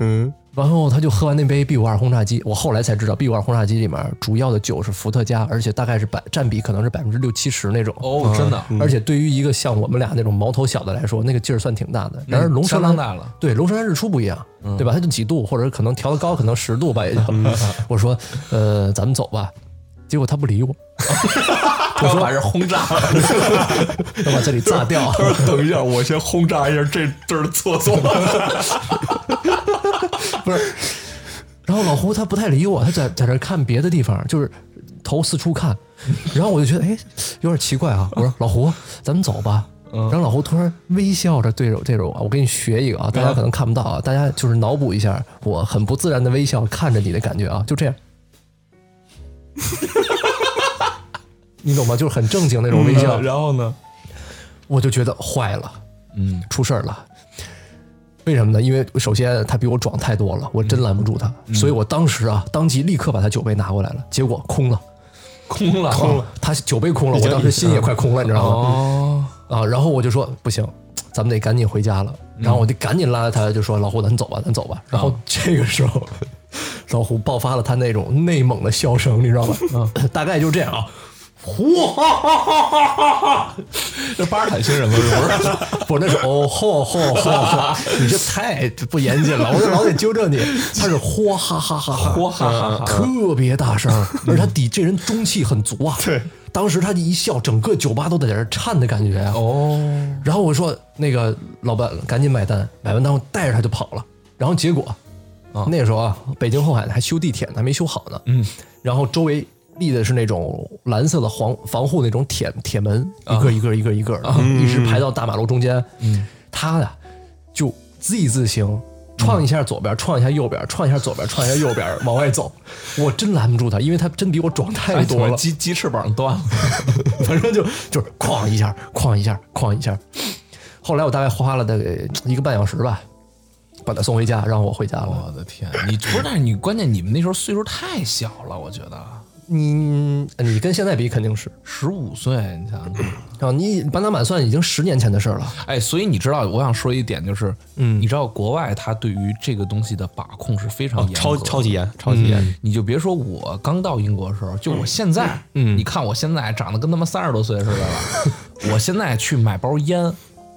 嗯然后他就喝完那杯 B 五二轰炸机，我后来才知道 B 五二轰炸机里面主要的酒是伏特加，而且大概是百占比可能是百分之六七十那种。嗯哦，真的，而且对于一个像我们俩那种毛头小的来说，那个劲儿算挺大的。然而龙舌兰嗯相当大了，嗯对龙舌兰日出不一样，对吧？它就几度，或者可能调的高，可能十度吧，也就。我说，呃，咱们走吧。结果他不理我，他要把人轰炸了。要把这里炸掉。他说：“等一下，我先轰炸一下这这儿的厕 所。然后老胡他不太理我，他在在这儿看别的地方，就是头四处看。然后我就觉得，哎，有点奇怪啊。我说老胡，咱们走吧。然后老胡突然微笑着对着对着我，我给你学一个啊，大家可能看不到啊，大家就是脑补一下我很不自然的微笑看着你的感觉啊，就这样，你懂吗？就是很正经那种微笑。然后呢？我就觉得坏了，嗯，出事儿了。为什么呢？因为首先他比我壮太多了，我真拦不住他，所以我当时啊，当即立刻把他酒杯拿过来了，结果空了，啊空了，空了，他酒杯空了，我当时心也快空了，你知道吗？哦，啊，然后我就说不行，咱们得赶紧回家了，然后我就赶紧拉着他就说老胡，咱走吧，咱走吧。然后这个时候， 老胡爆发了他那种内蒙的笑声，你知道吗？大概就这样啊。这巴尔坦星人吗？是不是？ 不，那是哦吼吼吼吼，你这太不严谨了，我这老得纠正你。他是嚯哈哈哈哈，嚯哈哈嗯哈特别大声，而且他底这人中气很足啊。对，当时他一笑，整个酒吧都在这儿颤的感觉啊。哦，然后我说那个老板赶紧买单，买完单我带着他就跑了。然后结果，那个时候啊，北京后海还修地铁呢，还没修好呢。嗯，然后周围立的是那种蓝色的防防护那种铁铁门，一个一个一个一个的，一直排到大马路中间。啊嗯，他呢就 Z 字形。撞一下左边，撞一下右边，撞一下左边，撞一下右边，往外走。我真拦不住他，因为他真比我壮太多了。哎鸡鸡翅膀断了。反正就就是哐一下，哐一下，哐一下。后来我大概花了大概一个半小时吧，把他送回家，让我回家了。我的天，你不是？但是你关键你们那时候岁数太小了，我觉得你你跟现在比肯定是十五岁，你想想看。啊，你满打满算已经十年前的事儿了。哎，所以你知道，我想说一点就是，嗯，你知道国外他对于这个东西的把控是非常严格的、哦嗯超超级严，超级严，你就别说我刚到英国的时候，就我现在，嗯，你看我现在长得跟他妈三十多岁似的 了，我现在去买包烟，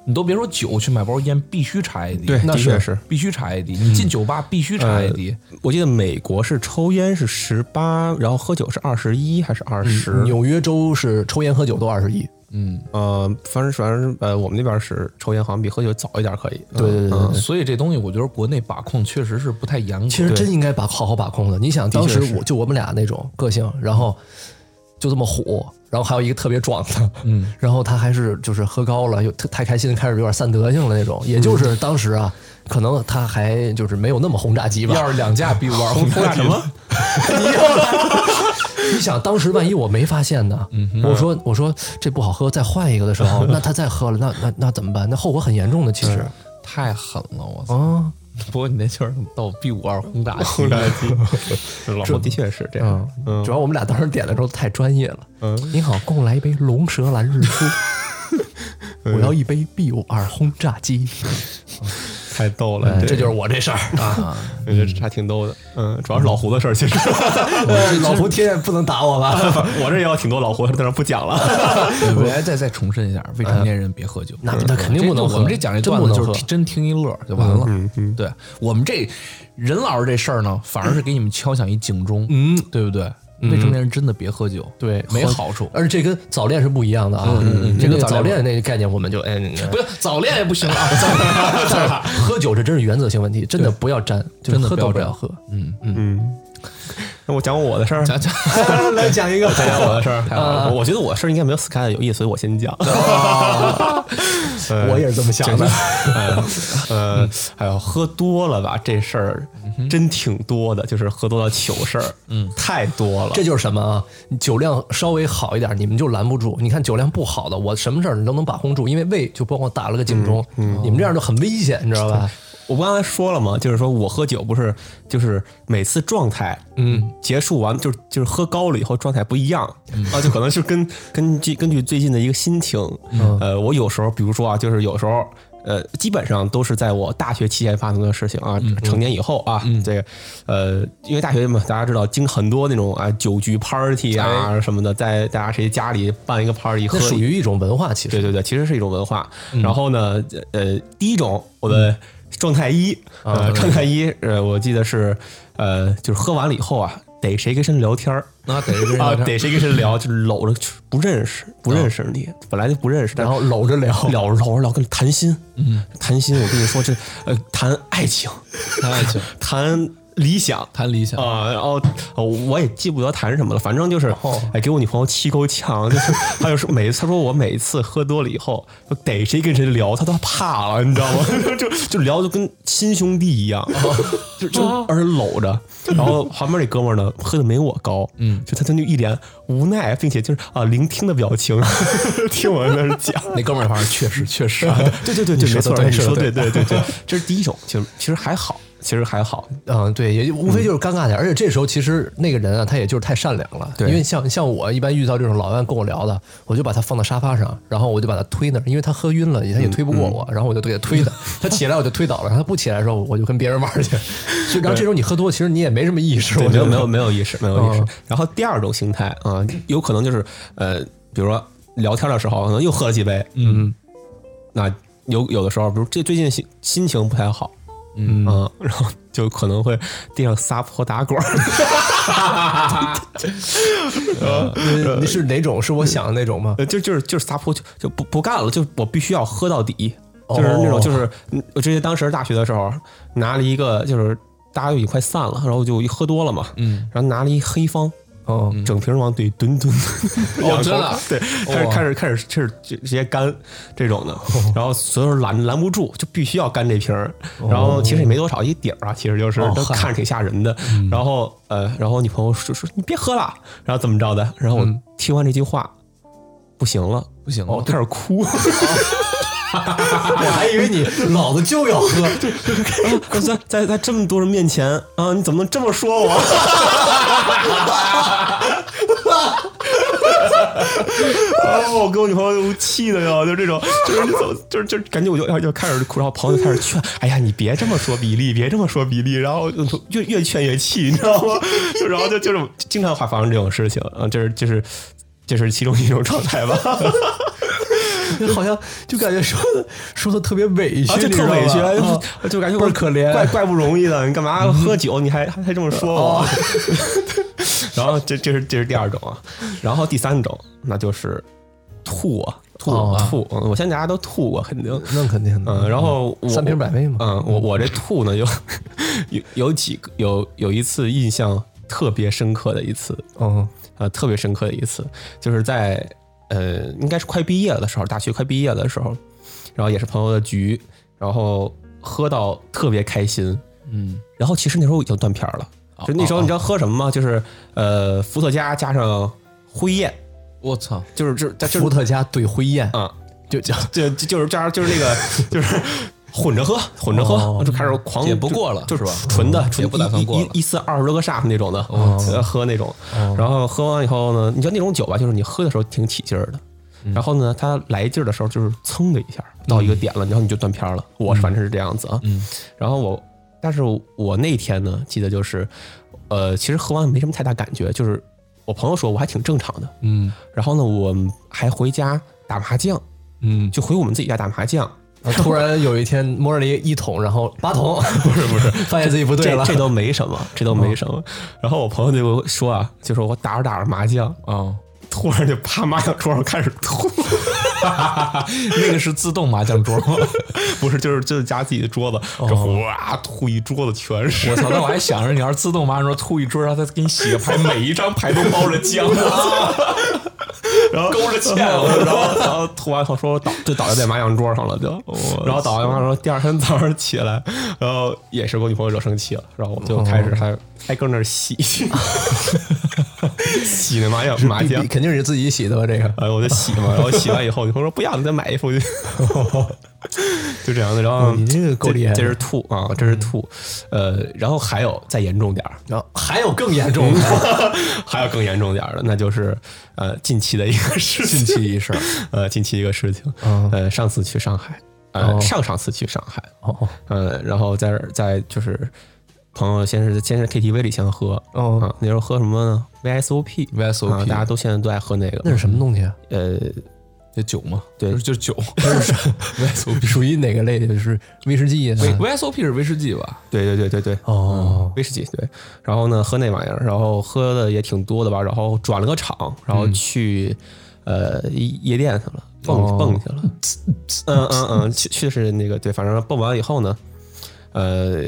你都别说酒，去买包烟必须查 ID，对，那的确是是。嗯必须查 ID，你进酒吧必须查 ID，我记得美国是抽烟是十八，然后喝酒是二十一还是二十？纽约州是抽烟喝酒都二十一，嗯，呃，反正反正呃，我们那边是抽烟好像比喝酒早一点可以。对对对对嗯所以这东西我觉得国内把控确实是不太严格，其实真应该把好好把控的。你想，当的时确是我就我们俩那种个性，然后就这么虎，然后还有一个特别壮的，嗯， 然后他还是就是喝高了，又特太开心，开始有点散德性了那种。也就是当时啊，可能他还就是没有那么轰炸机 吧。要是两架 B 五二轰炸什么？你想，当时万一我没发现呢？我说我说这不好喝，再换一个的时候，那他再喝了，那那那怎么办？那后果很严重的。其实，太狠了，我操！啊，不过你那就是很逗，B 五二轰炸机，轰炸机， 老婆的确是这样。嗯主要我们俩当时点的时候太专业了。嗯，您好，共来一杯龙舌兰日 出。嗯我要一杯 B 五二轰炸机，太逗了，这就是我这事儿 啊！我觉得还挺逗的。嗯，主要是老胡的事儿，其实老胡天天不能打我吧？ 我这也有挺多老胡的，但是不讲了。 我来再再重申一下，未成年人别喝酒。那那肯定不能这喝嗯我们这讲这段子真不就能喝是真听一乐就完了。对我们这任老师这事儿呢，反而是给你们敲响一警钟，嗯，对不对？未成年人真的别喝酒， 对，没喝好处。而且这跟早恋是不一样的啊！这个早恋那个概念，我们就 哎，不是早恋也不行啊， 早恋早恋喝酒这真是原则性问题，真的不要沾，就真的喝不要都不要沾喝。嗯，那我讲我的事儿，讲讲， 来讲一个，讲讲我的事 儿。嗯我我觉得我事儿应该没有 Sky 的有意思，所以我先讲。我也是这么想的。 呃，还有喝多了吧，这事儿嗯真挺多的，就是喝多到糗事儿，嗯，太多了。这就是什么啊？你酒量稍微好一点，你们就拦不住。你看酒量不好的，我什么事儿你都能把控住，因为胃就帮我打了个警钟。嗯你们这样就很危险，你知道吧？我不刚才说了吗？就是说我喝酒不是，就是每次状态，嗯，结束完就是就是喝高了以后状态不一样、啊，就可能是跟根据根据最近的一个心情，呃，我有时候比如说啊，就是有时候。呃，基本上都是在我大学期间发生的事情啊，成年以后啊，这个呃，因为大学嘛，大家知道经很多那种啊酒局 party 啊什么的，在大家谁家里办一个 party 喝那一属于一种文化，其对实对对，其实是嗯一种文化。然后呢，呃，第一种我的状态一，呃，状态一，呃，我记得是，呃，就是喝完了以后啊，逮谁跟谁聊天儿。那得是啊，逮谁跟谁 聊，就是搂着不认识，不认识你，本来就不认识，啊然后搂着聊，聊着搂着聊，跟你谈心，嗯，谈心，我跟你说，这呃，谈爱情，谈爱情， 谈理想，谈理想，啊，然后呃我也记不得谈什么了，反正就是，哎，给我女朋友气够呛，就是 她就说每次她说我每次喝多了以后，就逮谁跟谁聊，她都怕了，你知道吗？ 就就聊就跟亲兄弟一样， 就就而且搂着，然后旁边那哥们儿呢，喝的没我高，嗯，就他他就一脸无奈，并且就是啊聆听的表情， 听我在那儿讲。那哥们儿反正确实确 实，对对对你对，没说错，得你对是的说得对对对对对，这是第一种，其实其实还好，其实还好，嗯，对，也就无非就是尴尬点。而且这时候其实那个人啊，他也就是太善良了，嗯因对为像像我一般遇到这种老外跟我聊的，我就把他放到沙发上，然后我就把他推那儿，因为他喝晕了，他也推不过嗯我，然后我就给 他推的。他起来我就推倒了，他不起来的时候我就跟别人玩去。就然后这时候你喝多，其实你也没什么意识，我对，没觉有得没有没有意识，没有意识嗯。然后第二种形态啊，有可能就是呃，比如说聊天的时候，可能又喝了几杯，嗯，那有有的时候，比如这最近心心情不太好，嗯然后就可能会地上撒泼打滚儿， 呃是哪种是我想的那种吗？ 呃，就就是就是撒泼就就不不干了，就我必须要喝到底，就是那种哦就是嗯我之前当时大学的时候拿了一个就是大家就已经快散了，然后就一喝多了嘛，嗯，然后拿了一黑方。哦，整瓶往嘴蹲蹲，哦真啊的 对，开始开始开始开始直接干这 种的，然后所有人拦拦不住，就必须要干这瓶儿，然后其实也没多少一底儿啊，其实就是哦都嗨嗯看着挺吓人的，然后呃，然后女朋友说说你别喝了，然后怎么着的，然后我嗯听完这句话不行了，不行了啊我开始哭，哦 我还以为你老子就要喝，在在在这么多人面前啊，你怎么能这么说我？ 然哦后我跟我女朋友气的呀，就这种，就是你怎么，就是就是感觉我就要要开始哭，然后朋友就开始劝，哎呀，你别这么说比利，别这么说比利，然后就越越劝越气，你知道吗？就然后就这种经常会发生这种事情，啊，这是这是这是其中一种状态吧，好像就感觉说的说的特别委屈，啊，就你知特道吧委屈，啊就就感觉倍我儿可怜嗯怪怪不容易的，你干嘛喝酒？你还还还这么说我？哦 然后这这是这是第二种啊，然后第三种那就是吐啊吐啊哦吐，嗯我相信大家都吐过，肯定。那肯定的。嗯，然后我三瓶百威嘛嗯，我我这吐呢有 有有几个有有一次印象特别深刻的一次，嗯呃，特别深刻的一次，就是在呃，应该是快毕业了的时候，大学快毕业了的时候，然后也是朋友的局，然后喝到特别开心，嗯，然后其实那时候已经断片儿了，哦就那时候你知道喝什么吗？就是呃，伏特加加上灰焰，我操，就是就是就是伏特加对灰焰啊，就叫就就就是加上就是那个就是。混着喝，混着喝，就开始狂哦也不过了就是吧纯的，纯哦也不打算一过了哦一一次二十多个 shot 那种的， 呃喝那种。然后喝完以后呢，你知道那种酒吧，就是你喝的时候挺起劲儿的，嗯然后呢，它来劲儿的时候就是噌的一下到一个点了，然后你就断片儿了。我嗯反正是这样子啊。然后我，但是我那天呢，记得就是，呃，其实喝完没什么太大感觉，就是我朋友说我还挺正常的。嗯然后呢，我们还回家打麻将，嗯，就回我们自己家打麻将。然后突然有一天摸着了一一桶，然后 八桶，不是不是，发哎现自己不对这了，嗯这都没什么，这都没什么。然后我朋友就跟我说啊，就说我打着打着麻将，哦，突然就趴麻将桌上开始吐， 那个是自动麻将桌吗？不是，就是就是夹自己的桌子，哦就哗吐一桌子全是我。操！那我还想着你要是自动麻将桌吐一桌，然后他给你洗个牌，每一张牌都包着 浆，然后勾着芡，然后然后吐完以后说我倒就倒在在麻将桌上了就，哦然后倒完麻将桌，第二天早上起来，然后也是给我女朋友惹生气了，然后我们就哦开始还还跟那儿洗 洗那麻将麻 必将必，肯定是自己洗的吧？这个哎，我就洗嘛，然后洗完以后，女朋友说不要，你再买一 副去，就这样的。然后哦你这个够厉害的嗯这是吐啊，这是吐，呃，然后还有再严重点儿，嗯然后还有更严重的， 还有更严重点儿的，那就是呃近期的一个事情，近期一事，呃，近期一个事情，嗯呃，上次去上海，呃，上上次去上海，哦呃，然后在在就是朋友先是先是 KTV 里先喝，哦啊，那时候喝什么呢？VSOP。 ，VSOP，、啊，大家都现在都爱喝那个，那是什么东西啊？呃，这酒嘛，对就是就是酒。 属于哪个类的？就是威士忌啊？ VSOP 是威士忌吧？对对对对对，哦，威士忌对，然后呢喝那玩意儿，然后喝的也挺多的吧，然后转了个场，然嗯后去、呃夜店去了，蹦、哦蹦去了，嗯嗯嗯，去去的是那个对，反正蹦完以后呢，呃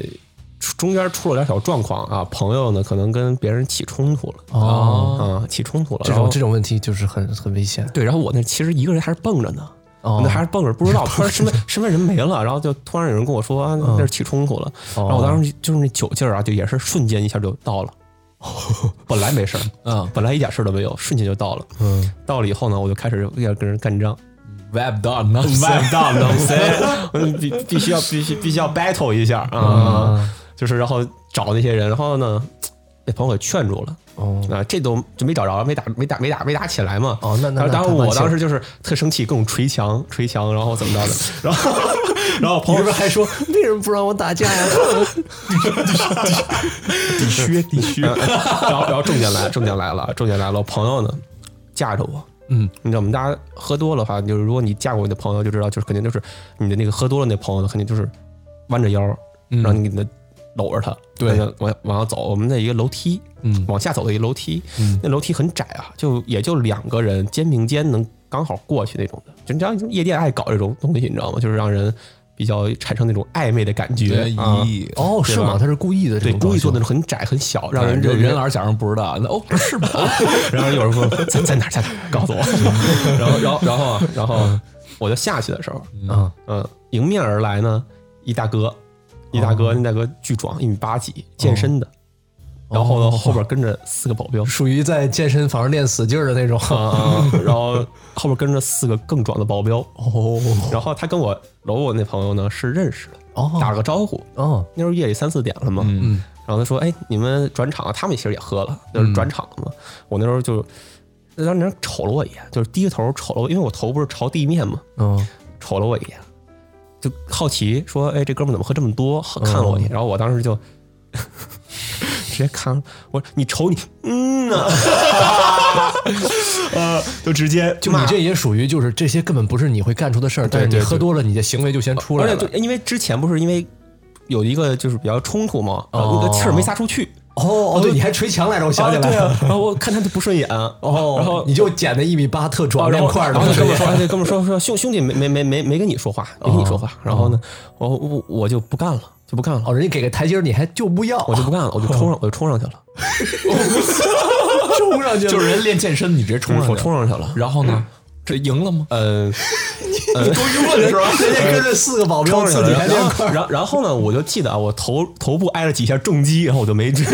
出中间出了点小状况啊，朋友呢可能跟别人起冲突了，哦啊起冲突了，这然种后这种问题就是很很危险对，然后我那其实一个人还是蹦着呢。哦那还是蹦着，不 知道，突然身边身边人没了，然后就突然有人跟我说啊，那是起冲突了。然后我当时就是那酒劲儿啊，就也是瞬间一下就到 了，本来没事儿，嗯本来一点事儿都没有，瞬间就到了。嗯，到了以后呢，我就开始有点跟人干仗， ，Web Done 呢？万当能谁？ 嗯必必须要必须必须要 battle 一下嗯啊！就是然后找那些人，然后呢，被朋友给劝住了。哦啊，这都就没找着，没打，没打，没打，没打起来嘛。哦那那那当他时蛮我幸当时就是特生气，各种捶墙，捶墙，然后怎么 着的，然后然后朋友还说 为什么不让我打架 呀？地靴地靴， 然后然后重点来了，重点来了，重点来了，我朋友呢架着我。嗯，你知道我们大家喝多了的话，就是如果你架过你的朋友，就知道就是肯定就是你的那个喝多了那朋友呢，肯定就是弯着腰，然后你给他搂着他，嗯对然后往往下走。我们在一个楼梯，嗯往下走的一个楼梯，那楼梯很窄啊，就也就两个人肩并肩能刚好过去那种的。就你知道夜店爱搞这种东西，你知道吗？就是让人比较产生那种暧昧的感觉啊。咦、哦，是吗？他是故意的，对，故意做那的。种很窄很小，让人人就人老是假装不知道，那哦是吧？然后有 人说在在哪儿在哪儿，告诉我。然后然后然后啊然后我就下去的时候，啊，嗯，迎面而来呢一大哥，一大哦哥，那大哥巨壮，一米八几，健身的，然后呢哦后边跟着四个保镖。属于在健身房练死劲儿的那种。啊、然 后后面跟着四个更壮的保镖，哦然后他跟我搂我那朋友呢是认识的，打哦了个招呼，哦，那时候夜里三四点了嘛，嗯然后他说：“哎，你们转场啊，他们其实也喝了，就是转场了嘛。我那时候就，那当时瞅了我一眼，就是低着头瞅了我，因为我头不是朝地面嘛，嗯，瞅了我一眼，就好奇说：“哎，这哥们怎么喝这么多？”看了我一眼，然后我当时就 直接看了，我说：“你瞅你，嗯呐、呃，就直接就骂你这也属于就是这些根本不是你会干出的事儿，但是你对对哦喝多了，你的行为就先出来而且了就。因为之前不是因为有一个就是比较冲突嘛，呃那个气儿没撒出去，哦哦，对，你还捶墙来着，我想起啊来对了。啊，然后我看他就不顺眼，哦，然后啊你就捡那一米八特壮然面后块儿的然后那哥东西们儿说，哎哦那哥们儿说说兄兄弟没没没没没跟你说话，没跟你说话。然后呢，我我我就不干了，就不干了，哦，人家给个台阶儿，你还就不要，我就不干了，我就冲上我就冲上去了， 冲上去了。就是人练健身，你直接冲上去，我哦 冲上去了。然后呢？这赢了吗？呃，人 家跟着四个保镖冲自上去己了，还然练后块儿。然后然后呢，我就记得啊，我头头部挨了几下重击，然后我就没知觉。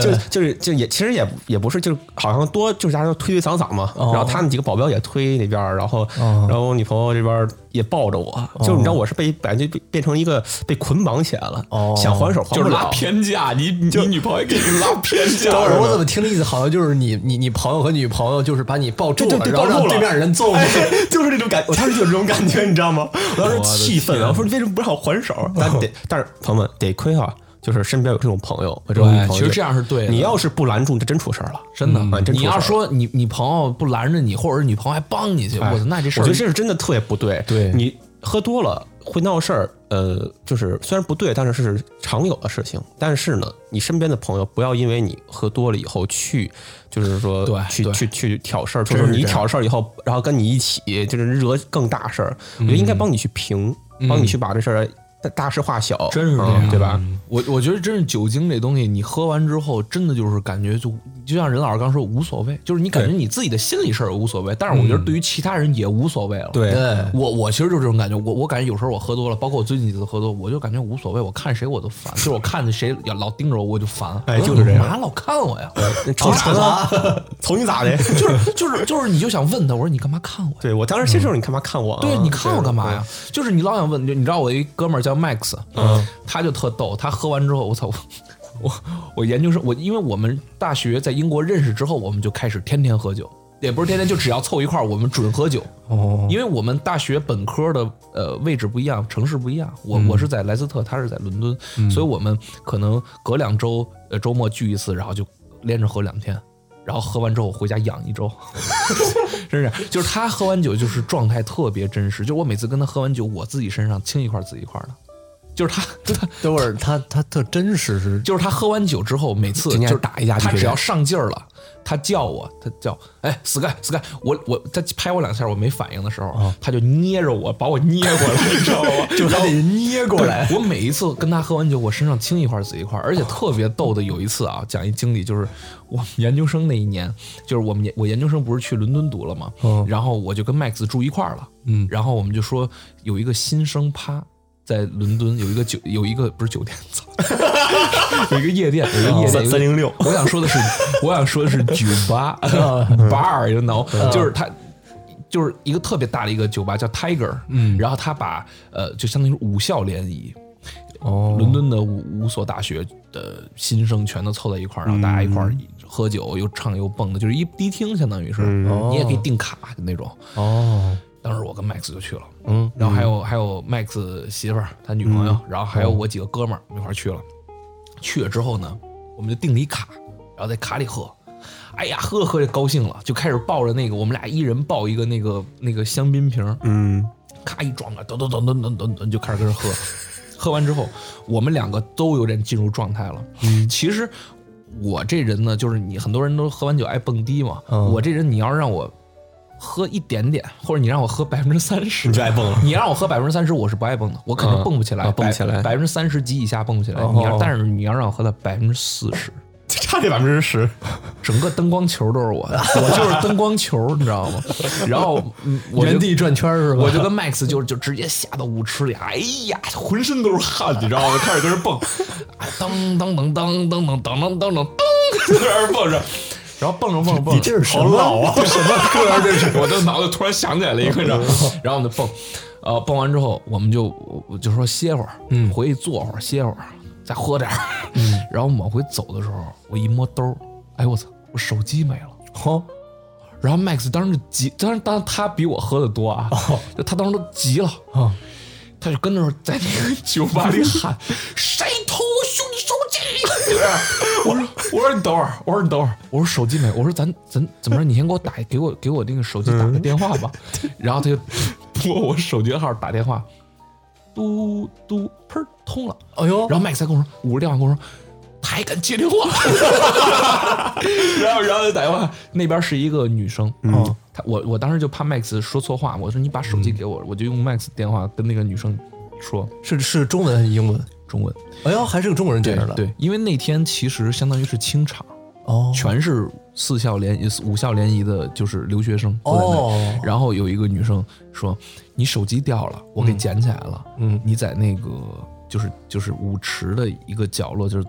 就就是就也其实也也不是，就是好像多就是大家都推推搡搡嘛。然后他们几个保镖也推那边儿，然后然后我女朋友这边儿也抱着我，就是你知道我是被感觉变变成一个被捆绑起来了，想还手还就不是拉了。偏架，你你女朋友给你拉偏架，等会 儿我怎么听着意思好像就是你你你朋友和女朋友就是把你抱住对了，对对然后抱住让了哎对面人揍你。 就是那种感，我当时就是这种感觉，你知道 吗？我当时气愤啊，我说你为什么不让我还手？但得，但是朋友们得亏哈、就是身边有这种朋友，我这种女朋友其实这样是对的你要是不拦住，你这真出事儿了，真的嗯、真出你事儿要了说你你朋友不拦着你，或者是女朋友还帮你去，我操，那这事哎我儿觉得这是真的特别不对。对你喝多了会闹事儿，呃，就是虽然不对，但是是常有的事情。但是呢，你身边的朋友不要因为你喝多了以后去，就是说对去对去去挑事儿，就是是你这样挑事儿以后，然后跟你一起就是惹更大事儿。我觉得应该帮你去平，帮你去把这事儿大大事化小，真是这嗯样，对吧？？我我觉得真是酒精这东西，你喝完之后，真的就是感觉就就像任老师刚说，无所谓，就是你感觉你自己的心理事儿无所谓，但是我觉得对于其他人也无所谓了。对我我其实就是这种感觉，我我感觉有时候我喝多了，包括我最近几次喝多，我就感觉无所谓，我看谁我都烦，就是我看见谁要老盯着我，我就烦。哎，就是这样，嘛老看我呀？瞅啥呢？瞅你咋 的？就是就是就是，你就想问他，我说你干嘛看我呀？对我当时其实就是你干嘛看我啊？对，你看我干嘛呀？就是你老想问，就你知道我一哥们儿叫 Max，嗯，他就特逗，他喝完之后，我操，我我我研究生，我因为我们大学在英国认识之后，我们就开始天天喝酒，也不是天天，就只要凑一块儿，我们准喝酒。哦，因为我们大学本科的呃位置不一样，城市不一样，我我是在莱斯特，他是在伦敦，所以我们可能隔两周呃周末聚一次，然后就连着喝两天。然后喝完之后回家养一周，真是，就是他喝完酒就是状态特别真实，就我每次跟他喝完酒，我自己身上青一块儿紫一块儿的，就是他 他等会儿他他特真实是就是他喝完酒之后，每次今天就是打一架就他这只样要上劲儿了，他叫我，他叫哎 Sky Sky，我我他拍我两下，我没反应的时候，嗯他就捏着我，把我捏过来，你知道吗？ 就还得捏过来。我每一次跟他喝完酒，我身上青一块紫一块，而且特别逗的。有一次啊，讲一经历，就是我们研究生那一年，就是我们研我研究生不是去伦敦读了嘛，嗯然后我就跟 Max 住一块儿了，嗯，然后我们就说有一个新生趴。在伦敦有一个酒，有一个不是酒店，操 有一个夜店，有一个夜店，有一个哦三零六，我想说的是，我想说的是酒吧嗯 bar，you know，就是他。就是一个特别大的一个酒吧叫 Tiger，嗯，然后他把呃，就相当于是五校联谊，哦，伦敦的五五所大学的新生全都凑在一块儿，然后大家一块嗯儿喝酒，又唱又蹦的，就是一迪厅，相当于是，嗯你也可以订卡的那种。哦，当时我跟 Max 就去了，嗯，嗯然后还有还有 Max 媳妇儿，他女朋友，然后还有我几个哥们儿，我们一块儿去了。去了之后呢，我们就订了一卡，然后在卡里喝。哎呀，喝着喝着高兴了，就开始抱着那个，我们俩一人抱一个那个那个香槟瓶，嗯，咔一装啊，噔噔噔噔噔噔噔就开始跟人喝。喝完之后，我们两个都有点进入状态了。嗯其实我这人呢，就是你很多人都喝完酒爱蹦迪嘛，嗯我这人你要让我喝一点点，或者你让我喝百分之三十，你就爱蹦了。你让我喝百分之三十，我是不爱蹦的，我肯定蹦不起来，啊蹦不起来哦百分之三十及以下蹦不起来。你要，但是你要让我喝到百分之四十， 差这百分之十，整个灯光球都是我的，我就是灯光球，你知道吗？然后嗯我就原地转圈儿是吧？我就跟 Max 就就直接吓到舞池里，哎呀，浑身都是汗，你知 道吗？开始跟人蹦，啊噔噔噔噔噔噔噔噔噔噔，噔，在那儿蹦着，然后蹦着蹦着蹦着，这是什么？ 这什么歌啊？这是？我的脑子突然想起来了一个，你知道吗？然后我们就蹦，呃，蹦完之后，我们就我我就说歇会儿，嗯，回去坐会儿，歇会儿，再喝点儿。嗯，然后我们往回走的时候，我一摸兜儿，哎我操，我手机没了。哦然后 Max 当时就急，当时当时他比我喝的多啊，就他当时都急了啊他就跟那儿在那个酒吧里喊：“ 谁偷我兄弟手机？” 我说：“我说你等会儿，我说你等会儿，我说手机没，我说咱咱怎么着？你先给我打，给我给我那个手机打个电 话吧。然后他就拨我手机号打电话，嘟嘟，砰儿通了。哎呦，然后 Max 还跟我说，捂着电话跟我说，他还敢接电话， 然后然后就打电话，那边是一个女生，嗯，她我我当时就怕 Max 说错话，我说你把手嗯机给我，我就用 Max 电话跟那个女生说是是中文还是英文？中文，哎呦，还是个中国人在这儿了。对，因为那天其实相当于是清场，哦全是四校联谊、五校联谊的，就是留学生坐在那儿哦然后有一个女生说：“你手机掉了，我嗯给嗯捡起来了。嗯，你在那个就是就是舞池的一个角落，就是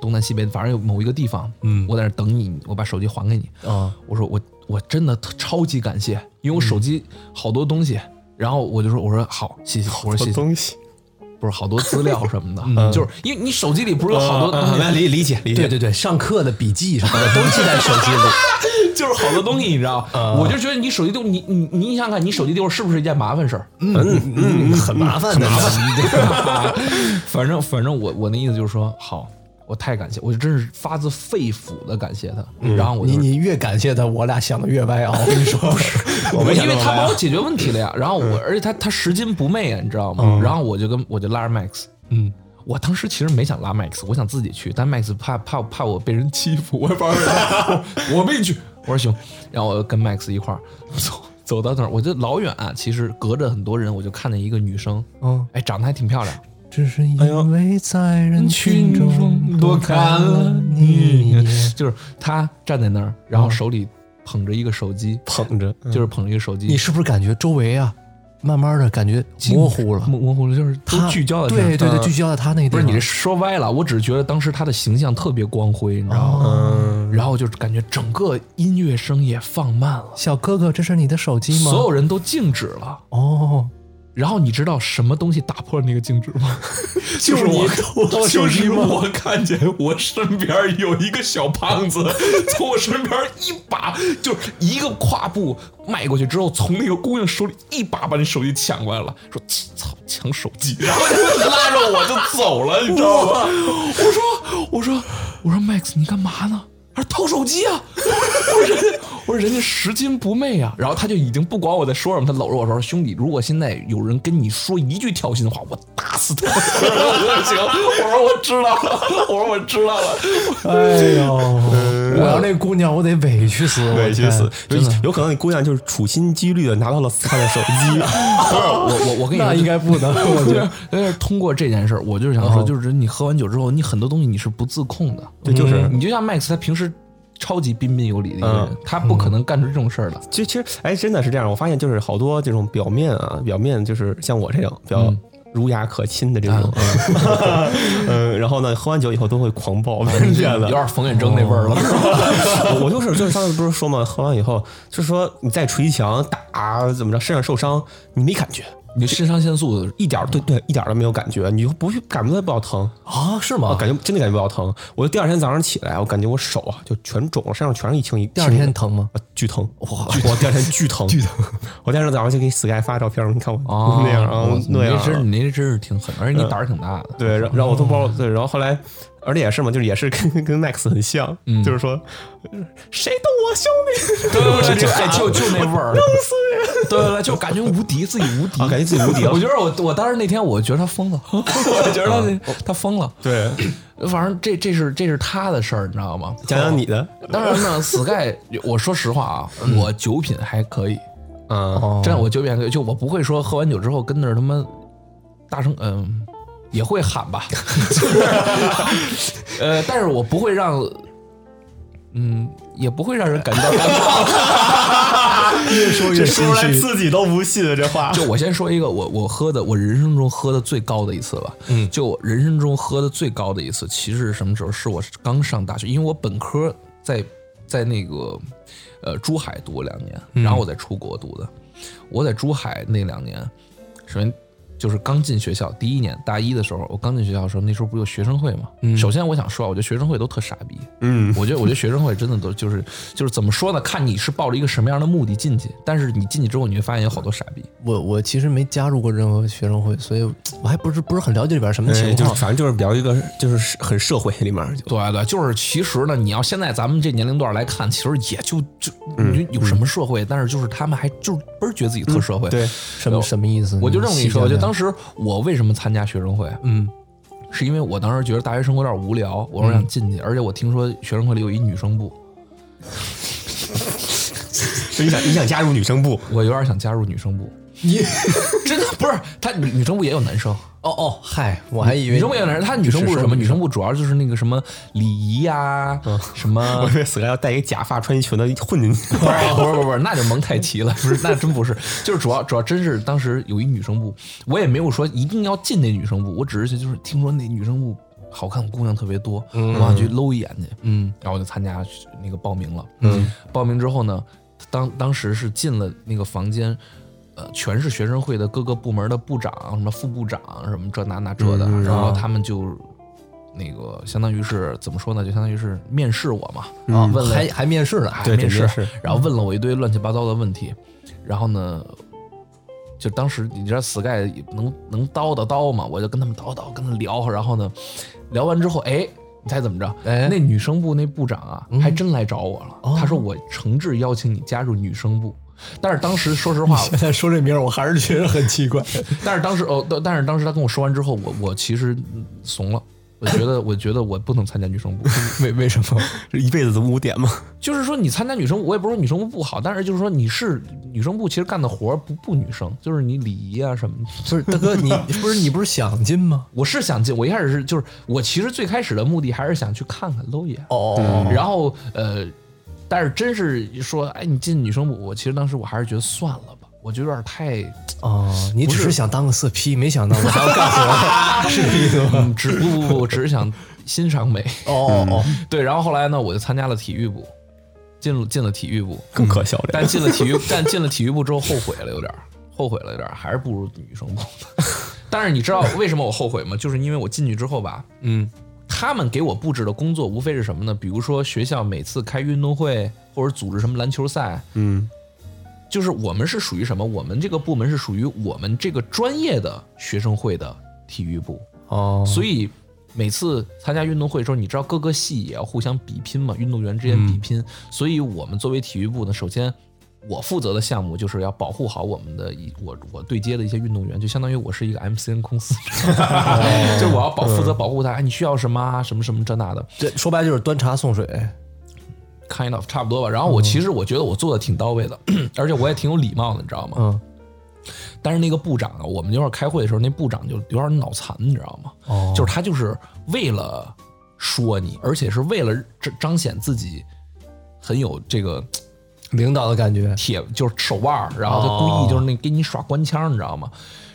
东南西北，反正有某一个地方，嗯，我在那儿等你，我把手机还给你。啊，我说我我真的特超级感谢，因为我手机好多东西，然后我就说我说好，谢谢，我说谢谢，东西，不是好多资料什么的，就是因为你手机里不是有好嗯多东西，呃理理解理对，对对，上课的笔记什么的都记在手机 里，就是好多东西，你知道？我就觉得你手机丢，你你你想想看，你手机丢是不是一件麻烦事儿？嗯，很麻烦的。 反正反正我我那意思就是说，好，我太感谢，我真是发自肺腑的感谢他。然后我就嗯你你越感谢他，我俩想的越歪啊！我跟你说， 不是，我因为他帮我解决问题了呀。然后嗯我，而且他他拾金不昧啊，你知道吗？然后我就跟我就拉着 Max，嗯，我当时其实没想拉 Max，我想自己去，但 Max 怕怕怕我被人欺负，我也不知道为啥 我我没去。我说行，然后我跟 Max 一块儿走走到那儿，我就老远啊，其实隔着很多人，我就看见一个女生，嗯，哎，长得还挺漂亮，只是因为在人群中多多看看了了你一眼。就是她站在那儿，然后手里捧着一个手机，捧着嗯就是捧着一个手机，你是不是感觉周围啊，慢慢的感觉模糊了？模模糊了，就是都他聚焦在这儿对对对，聚焦在他那个地不方。是你这说歪了，我只是觉得当时他的形象特别光辉，你知道吗？哦嗯，然后就是感觉整个音乐声也放慢了，小哥哥，这是你的手机吗？所有人都静止了。哦，然后你知道什么东西打破了那个静止 吗？就是我我，就是我看见我身边有一个小胖 子从我身边一把，就是一个跨步迈过去之后，从那个姑娘手里一把把你手机抢过来了，说切操抢手机， 然后就拉着我就走了，你知道吗？我说我说我说 Max 你干嘛呢？他说偷手机啊！我说人家，我说人家拾金不昧啊！然后他就已经不管我在说什么，他搂着我说：“兄弟，如果现在有人跟你说一句挑衅的话，我打死他！”我说：“行，我说我知道了，我说我知道了。哎呦， 我要那姑娘，我得委屈死，委屈死我，有有可能你姑娘就是处心积虑的拿到了他的手机， 我”我我跟你说，天。那应该不能，我就觉是得。就是通过这件事儿，我就是想说，哦就是你喝完酒之后，你很多东西你是不自控的。对，就是你就像 Max，他平时超级彬彬有礼的一个人嗯，他不可能干出这种事儿的。其其实，哎，真的是这样。我发现就是好多这种表面啊，表面就是像我这样比较儒雅可亲的这种，嗯， 嗯然后呢，喝完酒以后都会狂暴，真有的。点冯远征那味儿了，我就是就是上次不是说嘛，喝完以后就是说你再捶墙打怎么着，身上受伤你没感觉，你肾上腺素一点儿对对一点儿都没有感觉，你就不去感觉不到疼，啊，是啊，吗？感觉真的感觉不到疼。我第二天早上起来，我感觉我手啊就全肿了，身上全是一青一。第二天疼吗？啊，巨疼！哇，我第二天巨疼， 巨疼！我第二天早上就给 Sky 发照片，你看我那样啊哦我，那样你这嗯真是啊。你这真是挺狠，而且你胆儿挺大的。对， 然然后我都包对，然后后来，而且也是嘛，就是也是跟跟 Max 很像，就是说谁动我兄弟， 对对对，哎就就那味儿，弄死人！ 对对对，就感觉无敌，自己无敌啊，，感觉自己无敌 我了。觉得我我当时那天，我觉得他疯了， 我觉得啊他他疯了。对，反正这这是这是他的事儿，你知道吗？讲讲你嗯的当然呢，Sky，我说实话啊，我酒品还可以，啊，真的我酒品还可以，就我不会说喝完酒之后跟那儿他妈大声嗯。也会喊吧，就是呃，但是我不会让，嗯，也不会让人感觉到尴尬。越说这说越心出来虚。自己都不信啊这话。就我先说一个，我我喝的，我人生中喝的最高的一次吧。嗯，就我人生中喝的最高的一次，其实是什么时候？是我刚上大学，因为我本科在在那个呃珠海读了两年，然后我在出国读的。我在珠海那两年，首先就是刚进学校第一年，大一的时候，我刚进学校的时候，那时候不有学生会嘛？首先我想说啊，我觉得学生会都特傻逼。嗯，我觉得我觉得学生会真的都就是就是怎么说呢？看你是抱着一个什么样的目的进去，但是你进去之后，你会发现有好多傻逼。我我其实没加入过任何学生会，所以我还不是不是很了解里边什么哎情就是况。反正就是比较一个就是很社会里面就对对，就是其实呢，你要现在咱们这年龄段来看，其实也就就你有什么社会，但是就是他们还就是倍儿觉得自己特社会。对，什么什么意思？我就这么跟你说，就当时时我为什么参加学生会，嗯，是因为我当时觉得大学生活有点无聊，我说想进去，而且我听说学生会里有一女生部，就你想你想加入女生部，我有点想加入女生部。你真的不是，他女女生部也有男生，哦哦，嗨，我还以为女生部也有男生。他女生部是什么？女生部主要就是那个什么礼仪呀、什么 我以为 Sky 要戴一假发穿一裙子混进去。 不是不是不是不是，那就蒙太奇了，不是，那真不是，就是主要主要真是当时有一女生部，我也没有说一定要进那女生部，我只是就是听说那女生部好看的姑娘特别多，我想去搂一眼去。嗯，然后我就参加那个报名了。嗯，报名之后呢，当当时是进了那个房间，呃，全是学生会的各个部门的部长、什么副部长、什么这那那这的，然后他们就。那个相当于是怎么说呢？就相当于是面试我嘛，啊，问了嗯还还面试呢，嗯哎对对面试面试，然后问了我一堆乱七八糟的问题，然后呢，就当时你知道 Sky 能能叨叨叨嘛，我就跟他们叨叨，跟他聊，然后呢，聊完之后，哎，你猜怎么着？哎嗯哦那女生部那部长啊，还真来找我了，他说我诚挚邀请你加入女生部，但是当时说实话，现在说这名儿，我还是觉得很奇怪。但是当时哦，但但是当时他跟我说完之后，我我其实嗯怂了。我觉得，我觉得我不能参加女生部， 为为什么？这一辈子的污点嘛。就是说，你参加女生，我也不是说女生部不好，但是就是说，你是女生部，其实干的活儿不不女生，就是你礼仪啊什么的。 不是大哥，你不是你不是想进吗？我是想进，我一开始是就是我其实最开始的目的还是想去看看搂一眼，哦，然后呃，但是真是说，哎，你进女生部，我其实当时我还是觉得算了吧，我觉得有点 太哦，你只是想当个色批，没想到我还要干 活，是这意思吗？嗯，只不不不，我只是想欣赏美。哦哦， 对，然后后来呢，我就参加了体育部，进入进了体育部，更可笑了。但进了体育，但进了体育部之后后悔了，有点儿后悔了，有点儿还是不如女生部。 但是你知道为什么我后悔吗？就是因为我进去之后吧，嗯，他们给我布置的工作无非是什么呢？比如说学校每次开运动会或者组织什么篮球赛，嗯，就是我们是属于什么？我们这个部门是属于我们这个专业的学生会的体育部，哦，所以每次参加运动会的时候，你知道各个系也要互相比拼嘛，运动员之间比拼。所以我们作为体育部呢，首先我负责的项目就是要保护好我们的一我我对接的一些运动员，就相当于我是一个 MCN 公司，就我要保负责保护他，哎，你需要什么啊什么什么这那的这说白了就是端茶送水。 ，kind of 差不多吧。然嗯后我其实我觉得我做的挺到位的， 而且我也挺有礼貌的，你知道吗？嗯，但是那个部长啊，我们一块儿开会的时候，那部长就有点脑残，你知道吗？哦就是他就是为了说你，而且是为了彰彰显自己很有这个领导的感觉。铁，就是手腕儿，然后他故意就是那给你耍官腔，你知道吗？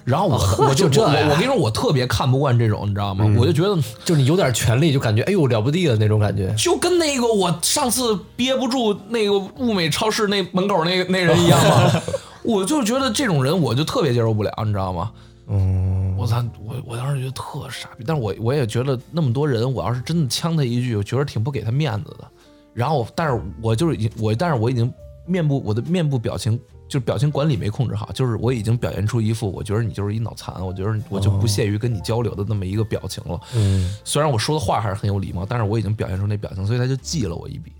然后我、我就就哦这我嗯样我我跟你说，我特别看不惯这种，你知道吗？我就觉得就是你有点权利，就感觉哎呦了不地的那种感觉。就跟那个我上次憋不住那个物美超市那门口那个那人一样嘛，我就觉得这种人我就特别接受不了，你知道吗？嗯，我操，我我当时觉得特傻逼，但是我我也觉得那么多人，我要是真的呛他一句，我觉得挺不给他面子的。然后，但是我就是已经我，但是我已经面部我的面部表情就是表情管理没控制好，就是我已经表现出一副我觉得你就是一脑残，我觉得我就不屑于跟你交流的那么一个表情了。哦嗯，虽然我说的话还是很有礼貌，但是我已经表现出那表情，所以他就记了我一笔，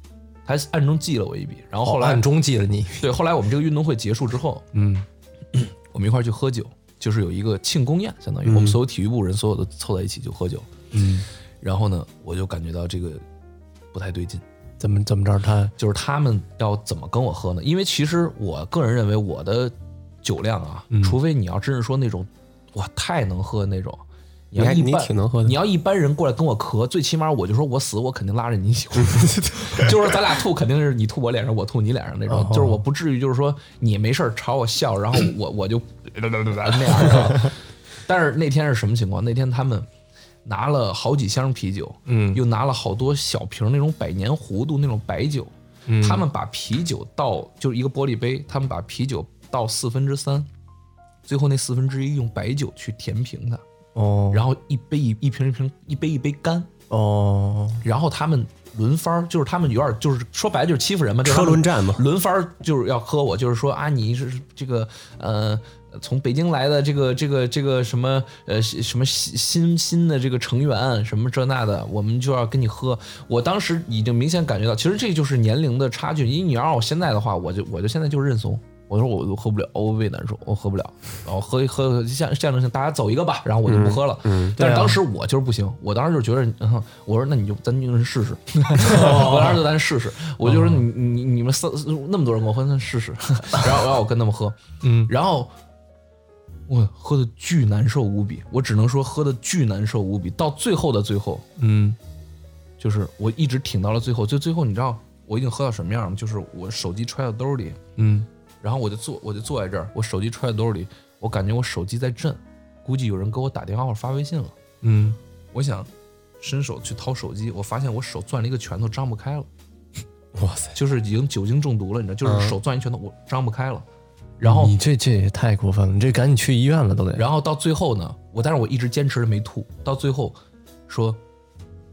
他暗中记了我一笔。然后后后来、哦暗中记了你。对，后来我们这个运动会结束之后，嗯， 我们一块儿去喝酒，就是有一个庆功宴，相当于我们所有体育部人所有的凑在一起就喝酒。嗯，然后呢，我就感觉到这个不太对劲，怎么怎么着？他就是他们要怎么跟我喝呢？因为其实我个人认为我的酒量啊，嗯除非你要真是说那种哇太能喝那种，你你要还一你般挺能喝的你，要一般人过来跟我咳，最起码我就说我死，我肯定拉着你一起 喝，就是咱俩吐肯定是你吐我脸上，我吐你脸上那哦种，就是我不至于就是说你没事儿朝我笑，然后 我我就那样是吧。但是那天是什么情况？那天他们拿了好几箱啤酒，嗯，又拿了好多小瓶那种百年弧度那种白酒，他们把啤酒倒就是一个玻璃杯，他们把啤酒倒四分之三，最后那四分之一用白酒去填平它。哦然后一杯一一瓶一瓶一杯一杯干，哦，然后他们轮番儿，就是他们有点儿就是说白了就是欺负人嘛，就是他们车轮战嘛轮番儿就是要喝我，就是说啊你是这个呃。从北京来的这个这个这个什么呃西什么新新新的这个成员什么这那的，我们就要跟你喝。我当时已经明显感觉到，其实这就是年龄的差距。因为你要让我现在的话，我就我就现在就认怂，我说我都喝不了，我胃难受，我喝不了。然后喝一喝象象征性，大家走一个吧，然后我就不喝了。嗯，但是当时我就是不行，我当时就觉得，嗯、我说那你就咱就是试试，我当时就咱试试，我就说你你你们三那么多人跟我喝，那试 试。然后然后我跟他们喝，嗯，然后我喝的巨难受无比，我只能说喝的巨难受无比。到最后的最后，嗯，就是我一直挺到了最后，就最后你知道我已经喝到什么样了？就是我手机揣到兜里，嗯，然后我就坐我就坐在这儿，我手机揣在兜里，我感觉我手机在震，估计有人给我打电话或者发微信了。嗯，我想伸手去掏手机，我发现我手攥了一个拳头张不开了， 哇塞，嗯就是已经酒精中毒了，你知道，就是手攥一拳头我张不开了，然后你这这也太过分了，你这赶紧去医院了都得。然后到最后呢，我但是我一直坚持着没吐，到最后说，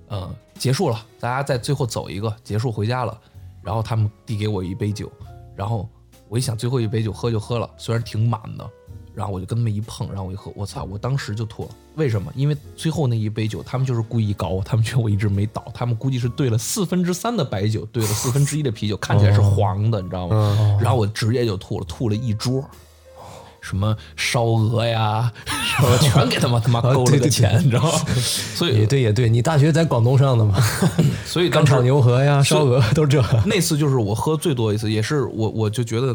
呃，结束了，大家在最后走一个，结束回家了。然后他们递给我一杯酒，然后我一想最后一杯酒喝就喝了，虽然挺满的，然后我就跟他们一碰，然后我一喝，我操，我当时就吐了。为什么？因为最后那一杯酒，他们就是故意搞我，他们觉得我一直没倒，他们估计是兑了四分之三的白酒，兑了四分之一的啤酒，看起来是黄的，你知道吗？然后我直接就吐了，吐了一桌。什么烧鹅 呀，什么全给他妈他妈勾了个钱，你知道吗？所也以对也对，你大学在广东上的嘛，所以干当时炒牛河呀、烧鹅都这。那次就是我喝最多一次，也是我我就觉得，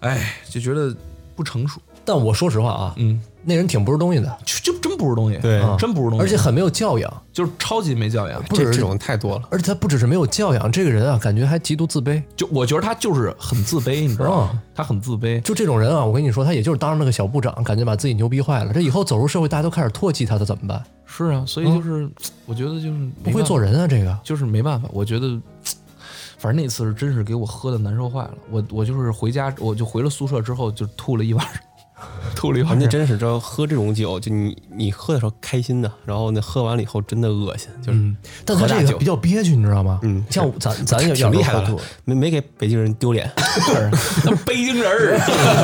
哎，就觉得不成熟，但我说实话啊，嗯，那人挺不是东西的，就就真不是东西，对啊真不是东西，而且很没有教养，就是超级没教养。这是这种太多了。而且他不只是没有教养，这个人啊，感觉还极度自卑。就我觉得他就是很自卑，你知道啊吗？他很自卑，就这种人啊，我跟你说，他也就是当上那个小部长，感觉把自己牛逼坏了。这以后走入社会，大家都开始唾弃他，他怎么办？是啊，所以就是、我觉得就是不不会做人啊，这个。就是没办法，我觉得，反正那次是真是给我喝的难受坏了。我我就是回家，我就回了宿舍之后就吐了一晚上， 吐了一晚啊那 上。真是，这喝这种酒，就你你喝的时候开心的，然后呢喝完了以后真的恶心，就是、但他喝大这个酒比较憋屈，你知道吗？嗯像我咱咱也挺厉害的要是喝了吐，没没给北京人 丢脸，北京人儿，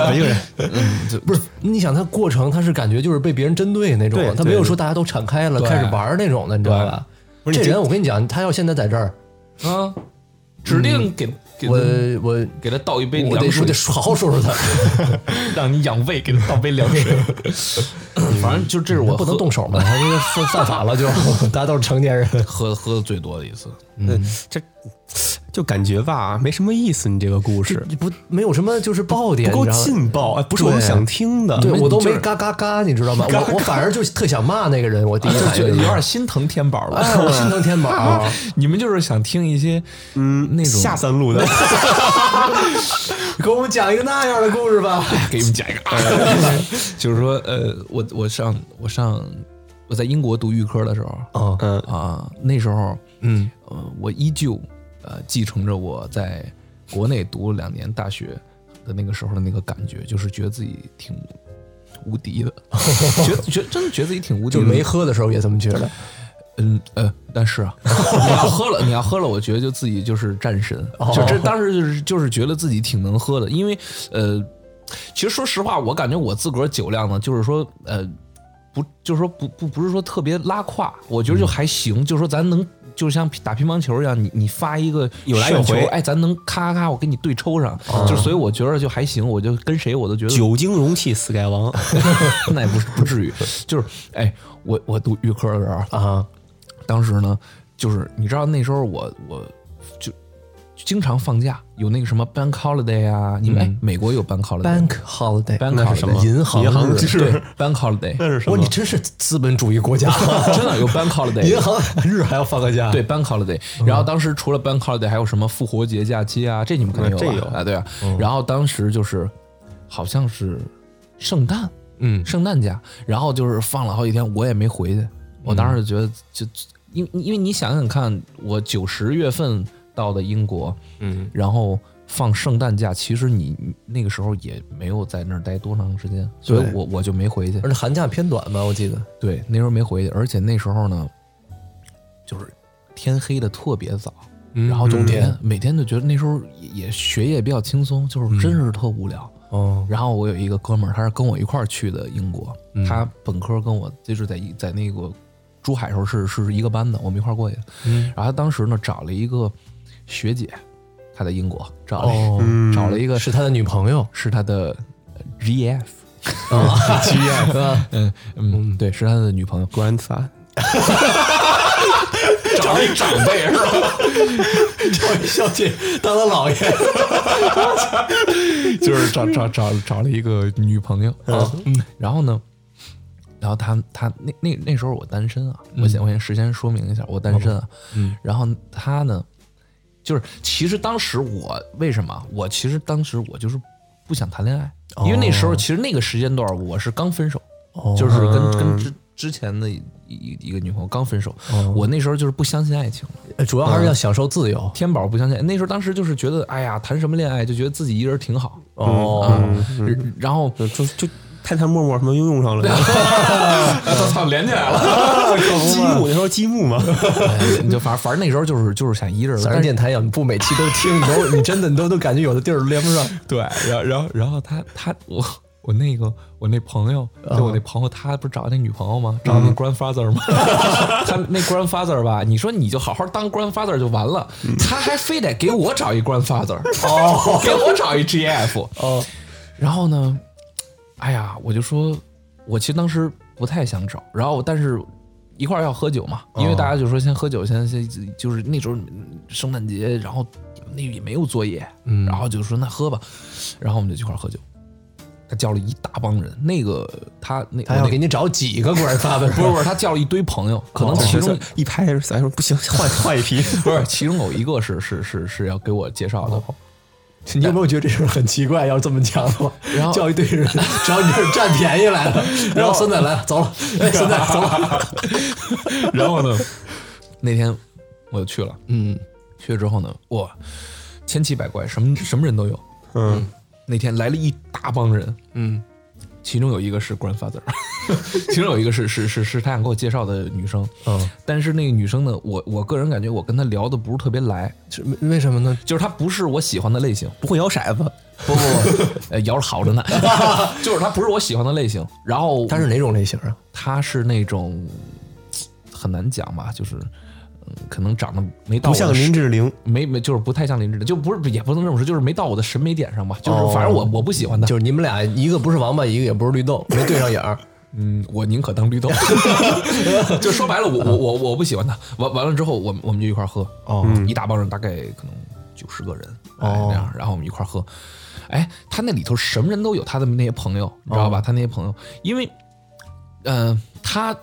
北京人不是？你想他过程，他是感觉就是被别人针对那种对，他没有说大家都敞开了开始玩那种的，你知道吧？不是这你人我跟你讲，他要现在在这儿，啊，指定给、给我他我给他倒一杯我得凉我水得，好好说说他，让你养胃，给他倒杯凉水。 嗯反正就这是我不能喝动手嘛，他这个犯犯法了就，大家都是成年人。喝喝的最多的一次。 嗯，这就感觉吧，没什么意思。你这个故事你不没有什么就是爆点，不够你知道吗劲爆，哎，不是我们对想听的。对没我都就没是嘎嘎嘎，你知道吗？我我反而就特想骂那个人，我第一就反就哎应有就是点心疼天宝了，哎，我心疼天 宝啊，你们就是想听一些嗯那种下三路的，给我们讲一个那样的故事吧。给你们讲一个，啊 就是说，呃，我我上我上我在英国读预科的时候嗯嗯啊，那时候，嗯，呃，我依旧呃继承着我在国内读了两年大学的那个时候的那个感觉，就是觉得自己挺无敌 的，觉得觉得真的觉得自己挺无敌就的，没喝的时候也这么觉得，嗯呃，但是 啊，你要喝了，你要喝了，我觉得就自己就是战神，哦就这当时就是就是觉得自己挺能喝的，因为呃，其实说实话，我感觉我自个儿酒量呢，就是说呃，不就是说不不不是说特别拉胯，我觉得就还行，就是说咱能。就像打乒乓球一样，你你发一个有来有旋球回哦哎，咱能咔咔咔，我给你对抽上，就所以我觉得就还行，我就跟谁我都觉得酒精容器死盖王， 那也不是不至于，就是哎，我我读预科的时候啊，当时呢，就是你知道那时候我我就经常放假，有那个什么 bank holiday 啊，你们、哎美国有 bank holiday。嗯 Bank holiday， bank 那是什么银行银行日就是对 bank holiday，哇，你真是资本主义国家，真的有 bank 银 holiday，行日还要放个假，对 bank holiday。然后当时除了 bank holiday，还有什么复活节假期啊？这你们肯定有吧，嗯这有啊，对啊。然后当时就是好像是圣诞，嗯圣诞假，然后就是放了好几天，我也没回去。我当时就觉得就，因因为你想想看，我九十月份到的英国，嗯，然后放圣诞假，其实你你那个时候也没有在那儿待多长时间，所以对我我就没回去而。且寒假偏短吧，我记得。对，那时候没回去，而且那时候呢，就是天黑的特别早。然后就每天、每天就觉得那时候也也学业比较轻松，就是真是特无聊。哦，然后我有一个哥们儿，他是跟我一块儿去的英国，他本科跟我就是在一在那个珠海时候是是一个班的，我们一块儿过去的。然后他当时呢找了一个学姐，她在英国找了、哦找了一个是他的女朋友是他的呃 GF，啊， 嗯嗯，对，是他的女朋友。 grandson，找一长辈是吧？ 小姐当他姥爷， 就是找找找找了一个呃女朋友啊，嗯，然后呢，然后他他那那那时候我单身啊，我先我先事先说明一下，我单身啊，嗯，然后他呢，就是其实当时我为什么我其实当时我就是哦哦不想谈恋爱，因为那时候其实那个时间段我是刚分手，就是跟跟之之前的一一一个女朋友刚分手，我那时候就是不相信爱情了。呃主要还是要享受自由。天宝不相信，那时候当时就是觉得，哎呀，谈什么恋爱，就觉得自己一人挺好。哦，嗯然后就就就探探陌陌什么又用上了， 我 操，连起来了，积木那时候积木嘛，呃你就反正反正那时候就是就是想一个人，咱但这是电台要你不每期都听，你 都你真的你都都感觉有的地儿连不上。 对，然后然后然后他他我我那个我那朋友，就我那朋友，他不是找那女朋友吗？找那 grandfather 吗？ 他那 grandfather 吧，你说你就好好当 grandfather 就完了，他还非得给我找一 grandfather，哦，给我找一 GF，哦，然后呢，哎呀，我就说，我其实当时不太想找，然后但是。一块儿要喝酒嘛，哦因为大家就说先喝酒，先先就是那时候嗯圣诞节，然后那也没有作业，嗯，然后就说那喝吧，然后我们就一块儿喝酒。他叫了一大帮人，那个他那他我要那给你哦找几个官发的， 不 是不是，他叫了一堆朋友，可能其中、一拍咱说 不行，换换一批，不是其中有一个是是是是要给我介绍的，哦你有没有觉得这事儿很奇怪？要是这么讲的话，然后叫一堆人，只要你是占便宜来了，然后孙仔来了走了，哎，孙仔走了， 然后呢，那天我就去了，嗯，去了之后呢，哇，千奇百怪，什么什么人都有。嗯，那天来了一大帮人，嗯，其中有一个是 grandfather，其中有一个是是是是他想给我介绍的女生，嗯，但是那个女生呢，我我个人感觉我跟她聊的不是特别来，这 为什么呢？就是她不是我喜欢的类型，不会摇骰子，不不不，呃摇着好着呢，就是她不是我喜欢的类型，然后他是哪种类型啊？她是那种很难讲吧，就是。嗯可能长得没到不我的像林志玲，没没就是不太像林志玲，就不是也不能这么说，就是没到我的审美点上吧。哦就是反正我我不喜欢他，就是你们俩一个不是王八，一个也不是绿豆，没对上眼儿。嗯，我宁可当绿豆。 嗯就说白了，我我我我不喜欢他。完完了之后，我们我们就一块儿喝，哦，一大帮人，大概可能九十个人，哦哎，那样，然后我们一块儿喝。哎，他那里头什么人都有，他的那些朋友，你知道吧？他那些朋友，因为，嗯、他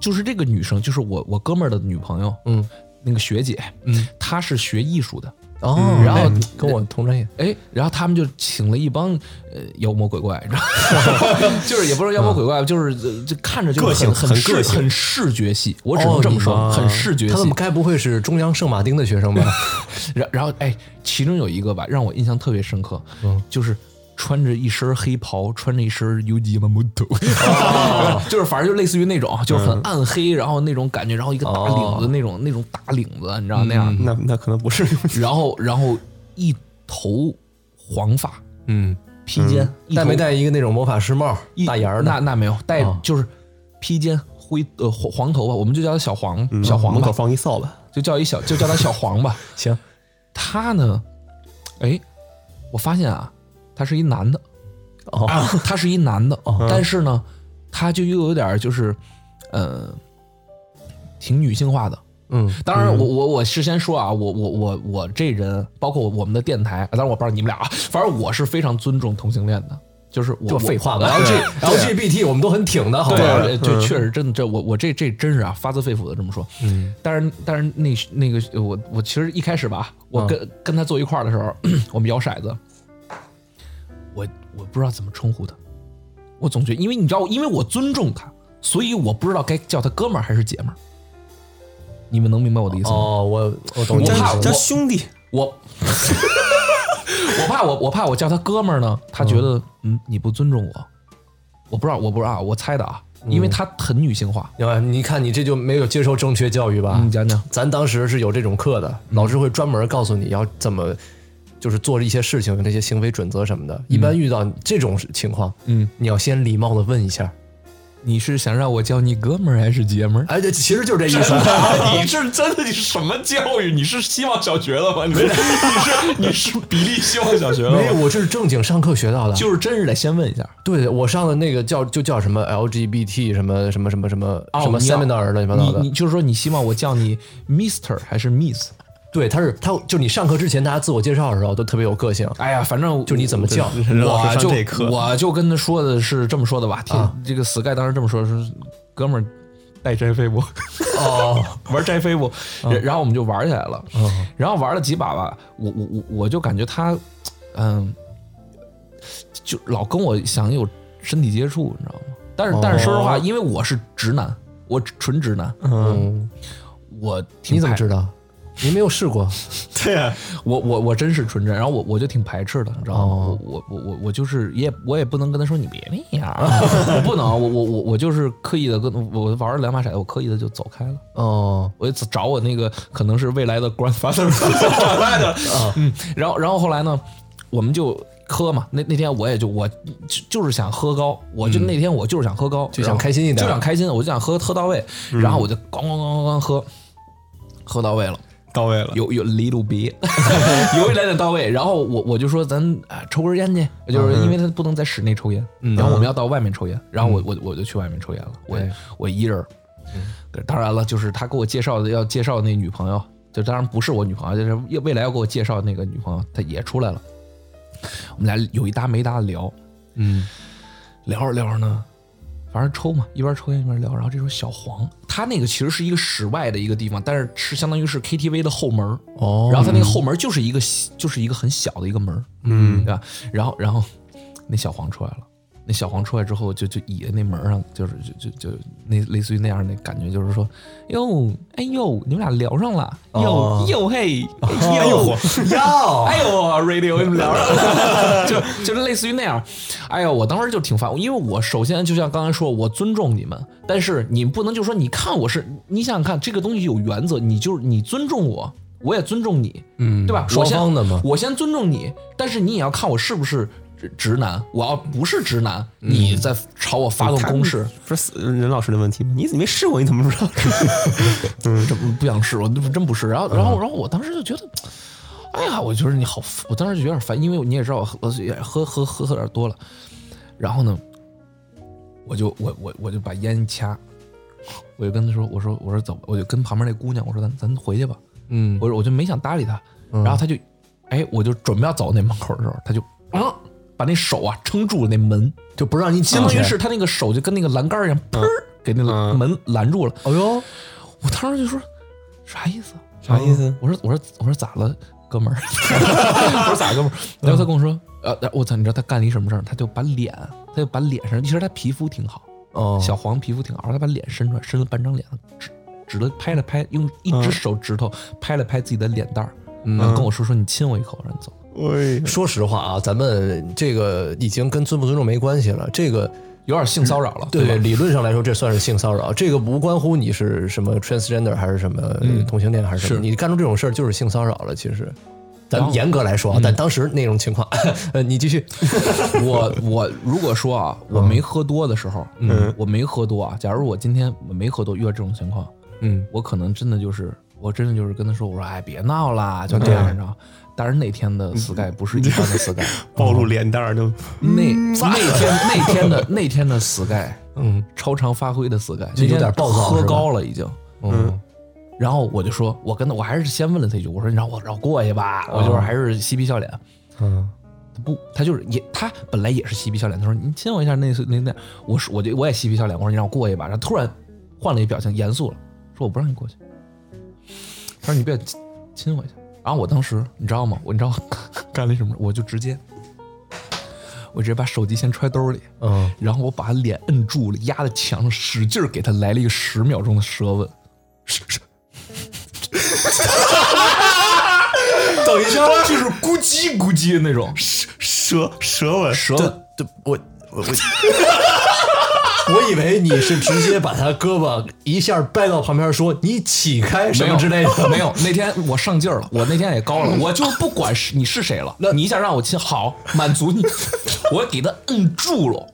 就是这个女生，就是我我哥们儿的女朋友，嗯，那个学姐，嗯，她是学艺术的，哦，然后哎跟我同专业，哎，然后他们就请了一帮呃妖魔鬼怪，然后就是也不是妖魔鬼怪，就是呃就看着就个性很很视个性很视觉系，我只能这么说，哦很视觉他系们。该不会是中央圣马丁的学 生吧？然然后哎，其中有一个吧，让我印象特别深刻，嗯就是。穿着一身黑袍，穿着一身尤吉玛木土， 就是反正就类似于那种，啊就是嗯很暗黑，然后那种感觉，然后一个大领哦子，那种那种大领子，你知道那样，嗯那那可能不是， 然后然后一头黄发，嗯，披肩，一戴没头戴一个那种魔法师帽一，大檐儿那的？那没有，戴啊就是披肩灰呃黄黄头发，我们就叫他小黄、嗯小黄门口吧，放一扫把，就叫一小就叫他小黄吧。行，他呢，哎，我发现啊，他是一男的，哦嗯啊，他是一男的，但是呢，他就又有点就是，呃，挺女性化的。嗯，当然我，我我事先说啊，我我我我这人，包括我我们的电台，啊当然我不知道你们俩啊，反正我是非常尊重同性恋的，就是我就废话嘛我，L G L G B T 我们都很挺的，好对吧？呃，就确实真的，这我我这这真是啊，发自肺腑的这么说。嗯，但是但是那那个我我其实一开始吧，我跟、跟他坐一块儿的时候， 我们摇骰子，我我不知道怎么称呼他，我总觉得，因为你知道，因为我尊重他，所以我不知道该叫他哥们儿还是姐们儿。你们能明白我的意思吗？哦，我我懂我你意叫思怕了。叫兄弟，我 我怕我我怕我叫他哥们儿呢，他觉得嗯你不尊重我，我不知道我不知道我猜的啊，因为他很女性化。明白？你看你这就没有接受正确教育吧？你讲讲，咱当时是有这种课的，老师会专门告诉你要怎么，就是做一些事情，这些行为准则什么的。一般遇到这种情况，嗯，你要先礼貌的问一下。你是想让我叫你哥们儿还是姐们儿？哎，这其实就是这意思。啊你是真的？你是什么教育？你是希望小学的吗？你是你是比利希望小学 没有，我这是正经上课学到的。就是真是得先问一下。对，我上的那个叫就叫什么 LGBT 什么什么什么什么哦什么你要 seminar 乱七八糟你的你。就是说，你希望我叫你 Mister 还是 Miss？对，他是他就你上课之前大家自我介绍的时候都特别有个性。哎呀，反正就你怎么叫我老师上这就课我就跟他说的是这么说的吧。听啊这个 Sky 当时这么说，说哥们儿带摘飞不？哦， 玩摘飞不？嗯然然后我们就玩起来了。然后玩了几把吧，我我我我就感觉他，嗯，就老跟我想有身体接触，你知道吗？但哦是但是说实话，因为我是直男，我纯直男，嗯，我挺你怎么排知道？你没有试过？对啊呀，我我我真是纯真，然后我我就挺排斥的，你知道吗？哦我我我我我就是也我也不能跟他说你别那 样，我不能，我我我我就是刻意的跟我玩了两把骰子，我刻意的就走开了，哦，我就找我那个可能是未来的 grandfather 找来的，嗯，然后然后后来呢，我们就喝嘛，那那天我也就我就就是想喝高，我就那天我就是想喝高，嗯就想然后开心一点嗯就想开心，我就想喝喝到位，然后我就咣咣咣咣咣喝，喝到位了。到位了。有有 little bit，有一点点到位。然后我我就说咱啊抽根烟去，就是因为他不能在室内抽烟，然后我们要到外面抽烟。然后我我我就去外面抽烟了，我对我一人儿。对当然了，就是他给我介绍的要介绍那女朋友，就当然不是我女朋友，就是未来要给我介绍那个女朋友，她也出来了。我们俩有一搭没一搭的聊，嗯，聊着聊着呢，反正抽嘛，一边抽烟一边聊。然后这时候小黄，他那个其实是一个室外的一个地方，但是是相当于是 KTV 的后门儿哦然后他那个后门就是一个就是一个很小的一个门儿嗯对吧？然后然后那小黄出来了。那小黄出来之后就，就倚在那门上，就是就就就那类似于那样的感觉，就是说，哟，哎呦，你们俩聊上了，哟、哟嘿，哎呦要哎呦，radio 你们聊上 了，就就是类似于那样。哎呦，我当时就挺烦，因为我首先就像刚才说，我尊重你们，但是你不能就说你看我是，你想想看，这个东西有原则，你就是你尊重我，我也尊重你，嗯，对吧？我双先方的嘛我先尊重你，但是你也要看我是不是直直男，我要不是直男，你再朝我发动攻势，不是任老师的问题吗？你你没试过，你怎么知道？ 这不不想试，我真不试。然后，然嗯后，然后我当时就觉得，哎呀，我觉得你好烦，我当时就有点烦，因为你也知道我喝我也喝喝喝喝点多了。然后呢，我就我我我就把烟一掐，我就跟他说，我说我说走吧，我就跟旁边那姑娘我说咱咱回去吧。嗯，我说我就没想搭理他，然后他就，哎，我就准备要走那门口的时候，他就嗯。把那手啊撑住了那门，就不让你进相当去嗯于。是他那个手就跟那个栏杆一样，砰、给那个门拦住了。哦呦，我当时就说，啥意思啊？啥意思？我说我说我说咋了，哥们儿？ 我说咋了哥们儿？然后他跟我说，呃，然后我操，你知道他干了一什么事儿？他就把脸，他就把脸上，其实他皮肤挺好，哦，小黄皮肤挺好，然后他把脸伸出来，伸了半张脸，指指了拍了拍，用一嗯只手指头拍了拍自己的脸蛋儿，然后跟我说说你亲我一口，让你走。喂，哦说实话啊，咱们这个已经跟尊不尊重没关系了。这个有点性骚扰了，对吧？理论上来说，这算是性骚扰，这个无关乎你是什么 transgender 还是什么呃同性恋还是什是么，你干出这种事儿就是性骚扰了。其实，咱们严格来说啊，但当时那种情况， 呃，你继续， 我我如果说啊，我没喝多的时候，嗯，我没喝多啊。假如我今天我没喝多，遇到这种情况，嗯，我可能真的就是，我真的就是跟他说，我说哎，别闹啦，就这样，你知道。但是那天的 Sky 不是一般的 Sky，暴露脸蛋儿就那那天那天的那天的 Sky，嗯，超常发挥的 Sky，就有点暴躁喝是吧高了已经，嗯，然后我就说，我跟他，我还是先问了他一句，我说你让我让我过去吧，我就是还是嬉皮笑脸。嗯，他不，他就是也他本来也是嬉皮笑脸，他说你亲我一下，那那那，我说我就我也嬉皮笑脸，我说你让我过去吧，然后突然换了一表情，严肃了，说我不让你过去。他说你别亲亲我一下，然后我当时你知道吗？ 我你知道我干了一什么事？我就直接，我直接把手机先揣兜里，嗯，然后我把脸摁住了，压在墙上，使劲儿给他来了一个十秒钟的舌吻。等一 下，就是咕叽咕叽的那种，舌舌吻，舌这吻，这我我我，我以为你是直接把他胳膊一下掰到旁边说你起开什没么有之类的，没有，那天我上劲儿了，我那天也 高了，我就不管是你是谁了，你一下让我亲，好满足你， 我给他摁住了。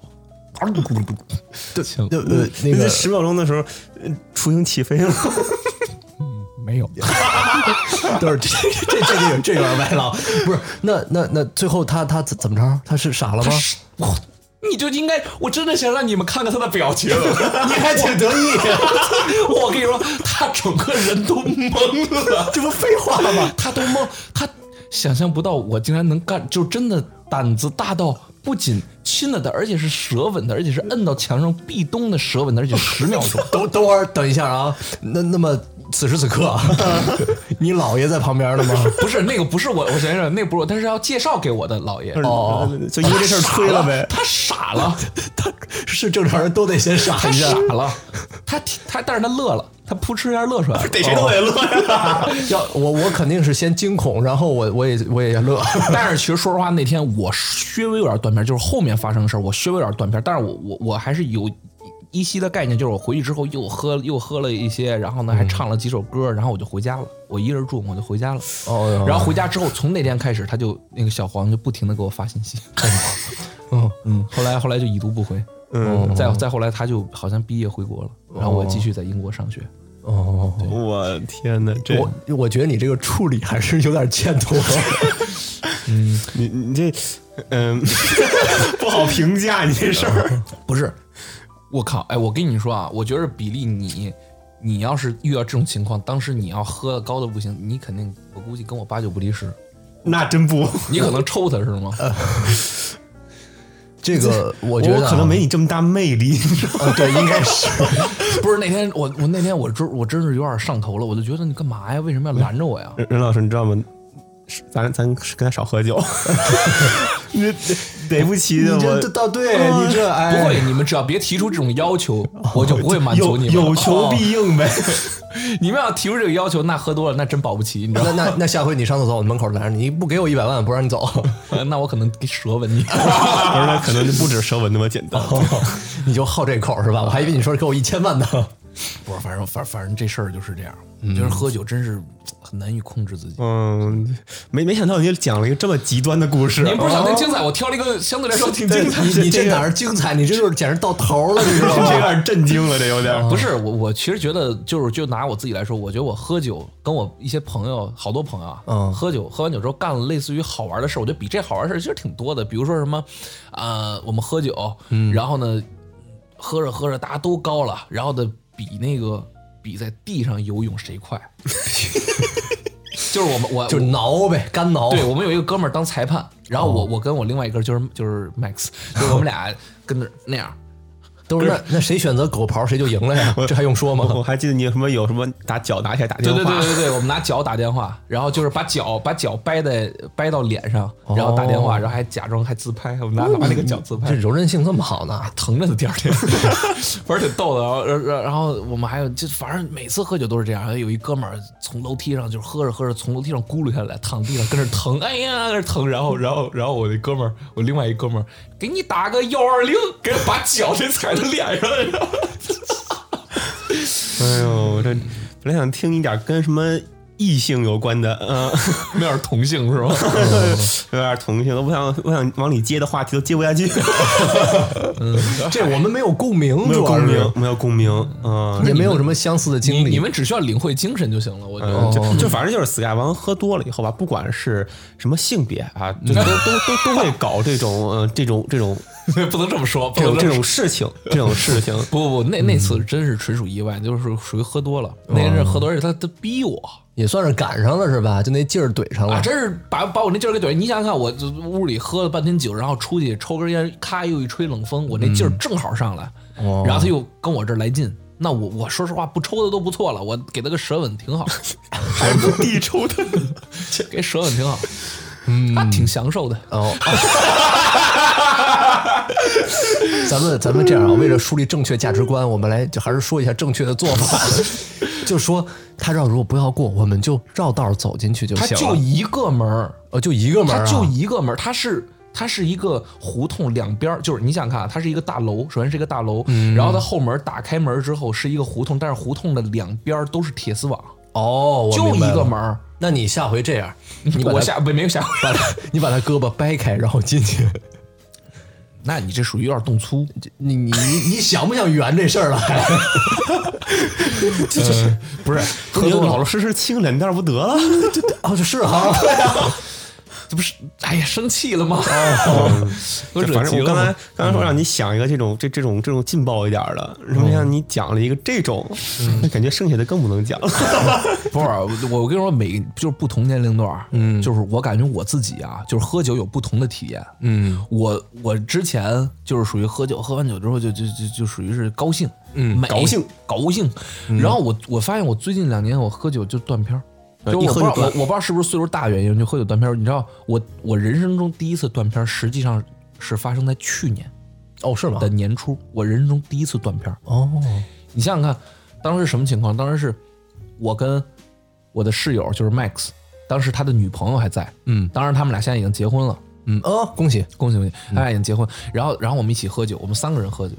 亲 呃呃那那个十秒钟的时候，呃雏鹰起飞了。没有，都是这这这这有这有点歪了，不是？那那那最后他他怎怎么着？他是傻了吗？我你就应该，我真的想让你们看看他的表 情。你还挺得 意， 我跟你说，他整个人都懵了，这不废话吗？ 他都懵，他想象不到我竟然能干，就真的胆子大到不仅亲了他，而且是舌吻他，而且 是摁到墙上壁咚的舌吻他，而且十秒钟。等等会儿，等一下啊。那那么此时此刻，你姥爷在旁边了吗？不是那个，不是我，我想想，那个不是我，但是要介绍给我的 姥爷。哦， 就因为这事儿吹了呗。他傻了，他 是正常人都得先傻他一下傻。了，他他，但是他乐了，他扑哧一下乐出来了。逮谁 都得乐呀！ 要我，我肯定是先惊恐，然后我我也我也乐。 但是其实说实话，那天我稍微有点断片，就是后面发生的事儿，我稍微有点断片。但是我我我还是有依稀的概念，就是我回去之后又喝又喝了一些，然后呢还唱了几首歌，然后我就回家了。我一个人住，我就回家了。哦哟然后回家之后，从那天开始，他就那个小黄就不停的给我发信息。嗯 嗯，后来后来就已读不回。嗯，再再后来他就好像毕业回国了，然后我继续在英国上学。 哦，我天哪，这我我觉得你这个处理还是有点欠妥。 你你这嗯， 不好评价你这事嗯儿。不 是，我靠！哎，我跟你说啊，我觉得比利你，你要是遇到这种情况，当时你要喝的高的不行，你肯定，我估计跟我八九不离 十，那真不，你可能抽他是吗？ 这个我我觉得啊嗯可能没你这么大魅力，你知道吗？对，应该是。不是那天我我那天我真我真是有点上头了，我就觉得你干嘛呀？为什么要拦着我呀？任任老师，你知道吗？是咱咱跟他少喝 酒，你这得不起你的这这我，倒对你 这不哎，会，你们只要别提出这种要求，我就不会满足有你们。有求哦必应呗。你们要提出这个要求，那喝多了那真保不齐，你知道那那那下回你上厕所，我门口拦着你，你不给我一百万，不让你走。吗？ 那我可能给舌吻你。哦 不是，那可能就不止舌吻那么简单。 你就好这口是吧？我还以为你说给我一千万呢。 不是，反正反反正这事儿就是这样，就是喝酒真是很难以控制自己。嗯，没没想到你讲了一个这么极端的故事。您不是想哦听精彩？我挑了一个相哦对来说 挺精彩你的。你这哪儿精彩？你这就是简直到头了，你知道这有吗？ 点震惊了，这有嗯点。不是我，我其实觉得就是就拿我自己来说，我觉得我喝酒跟我一些朋友，好多朋友啊，嗯喝酒喝完酒之后干了类似于好玩的事儿，我觉得比这好玩的事儿其实挺多的。比如说什么，呃，我们喝酒，嗯然后呢，喝着喝着大家都高了，然后呢，比那个比在地上游泳谁 快，就是我们我就挠呗，干挠。对我们有一个哥们儿当裁判，然后我、哦我跟我另外一个就是就是 Max，就是我们俩跟着那样，都是那那谁选择狗刨谁就赢了呀，这还用说我吗？还记得你有什么有什么打脚打起来打对电话，对对对对，我们拿脚打电 话，然后就是把脚把脚掰在掰到脸上，然后打电话，然后还假装还自拍，我们拿把那个脚自哦这拍，柔韧性这么好呢？疼着的第二 天，反正挺逗的。然后然后然后我们还有就反正每次喝酒都是这样，有一哥们儿从楼梯上就是喝着喝着从楼梯上咕噜下来，躺地上跟着疼，哎呀跟着疼，然后然后然后我那哥们儿，我另外一哥们儿给你打个幺二零，给他把脚给踩到脸上，然后 哎呦，我这本来想听一点跟什么异性有关的，嗯、那点同性是吧？有点同性，我不想我想往里接的话题都接不下 去，这我们没有共鸣，没有主要共是鸣，没有共鸣，嗯。也没有什么相似的你经历。你们只需要领会精神就行了，我觉得。嗯，就就反正就是 Sky 王喝多了以后吧，不管是什么性别 啊，就都都都都会搞这种呃这种这种 不能这么说，不这能种这这么说种事情，这种事情，不不不，那那次真是纯属意外，就是属于喝多了。那天是喝多，而且他他逼我也算是赶上了是吧？就那劲儿怼上了。啊，真是把把我那劲儿给怼。你想想看，我这屋里喝了半天酒，然后出去抽根烟，咔又一吹冷风，我那劲儿正好上来，然后他又跟我这儿来劲。那我我说实话，不抽的都不错了，我给他个舌吻挺好，还不地抽他， 给舌吻挺好，嗯，他挺享受的。哦， 咱们咱们这样啊，为了树立正确价值观，我们来就还是说一下正确的做法， 就说他绕路不要过，我们就绕道走进去就他行就了。一个门儿，哦，就一个门、它啊，就一个门儿，它是它是一个胡同两边儿，就是你想看啊，它是一个大楼，首先是一个大楼，然后它后门打开门之后是一个胡同，但是胡同的两边儿都是铁丝网，哦，我就一明白了个门。儿。那你下回这样，你把我他下没没有下过，把他你把他胳膊掰开，然后进 去。那你这属于有点动 粗。你你你你想不想圆这事儿 了？呃不是，你就老老实实亲个脸蛋儿不得了？哦，就是哈、这不是哎呀生气了吗？我就惹反正急我了刚才吗。刚才说让你想一个这种这这种这种劲爆一点儿的，然后让你讲了一个这种，那感觉剩下的更不能讲了。不是，我我跟你说，每就是不同年龄段，嗯，就是我感觉我自己啊，就是喝酒有不同的体验，嗯，我我之前就是属于喝酒，喝完酒之后就就就就属于是高兴，嗯，美高兴高兴，然后我我发现我最近两年我喝酒就断片儿。呃就一我不知喝道，就我断我不知道是不是岁数大原因，就喝酒断片儿。你知道，我我人生中第一次断片儿，实际上是发生在去年哦，是吗的？年初，我人生中第一次断片儿。哦，你想想看，当时是什么情况？当时是我跟我的室友，就是 Max，当时他的女朋友还在，嗯当时他们俩现在已经结婚了，嗯啊，恭喜，恭喜恭喜，他俩已经结婚。然后，然后我们一起喝酒，我们三个人喝酒，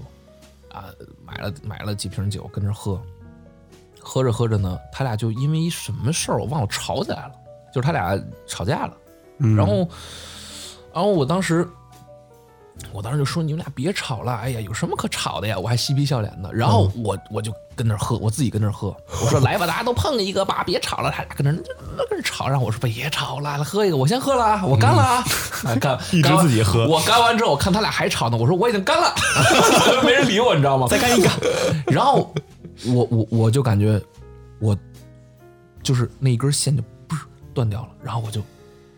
啊，买了买了几瓶酒跟着喝，喝着喝着呢，他俩就因为一什么事儿我忘了吵起来了，就是他俩吵架了。嗯然后，然后我当时，我当时就说你们俩别吵了，哎呀，有什么可吵的呀？我还嬉皮笑脸的。然嗯后我我就跟那儿喝，我自己跟那儿喝，我说来吧，大家都碰一个吧，别吵了。他俩跟那儿那跟那儿吵，然后我说别吵了，喝一个，我先喝了啊，我干了啊， 哎干嗯 一直干完自己喝我干完之后，我看他俩还吵呢，我说我已经干了， 没人理我，你知道吗？再干一个。 然后我我我就感觉我就是那一根线就不是断掉了，然后我就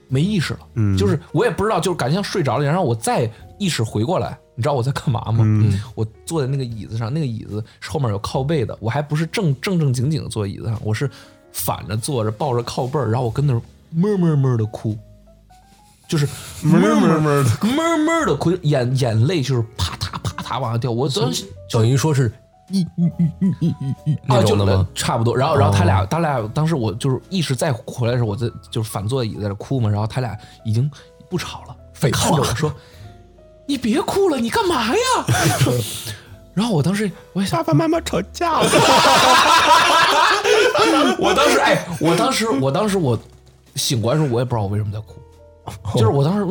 没意识了，嗯，就是我也不知道，就是感觉像睡着了一样，让我再意识回过来。你知道我在干嘛吗？嗯，我坐在那个椅子上，那个椅子后面有靠背的，我还不是正正正经经的坐椅子上，我是反着坐着，抱着靠背儿，然后我跟那儿哞哞哞的哭，就是哞哞哞哞哞的哭，眼眼泪就是啪嗒啪嗒往下掉。我当时等于说是啊， 就那呃种的吗差不多。然后，然后他俩，他俩当时我就是意识再回来的时候，我在就是反坐在椅子在那哭嘛。然后他俩已经不吵了，废话看着我说：“你别哭了，你干嘛呀？” 然后我当时我也想，爸爸妈妈吵架了，我当时哎，我当时 我当时我醒过来的时候，我也不知道我为什么在哭，就是我当时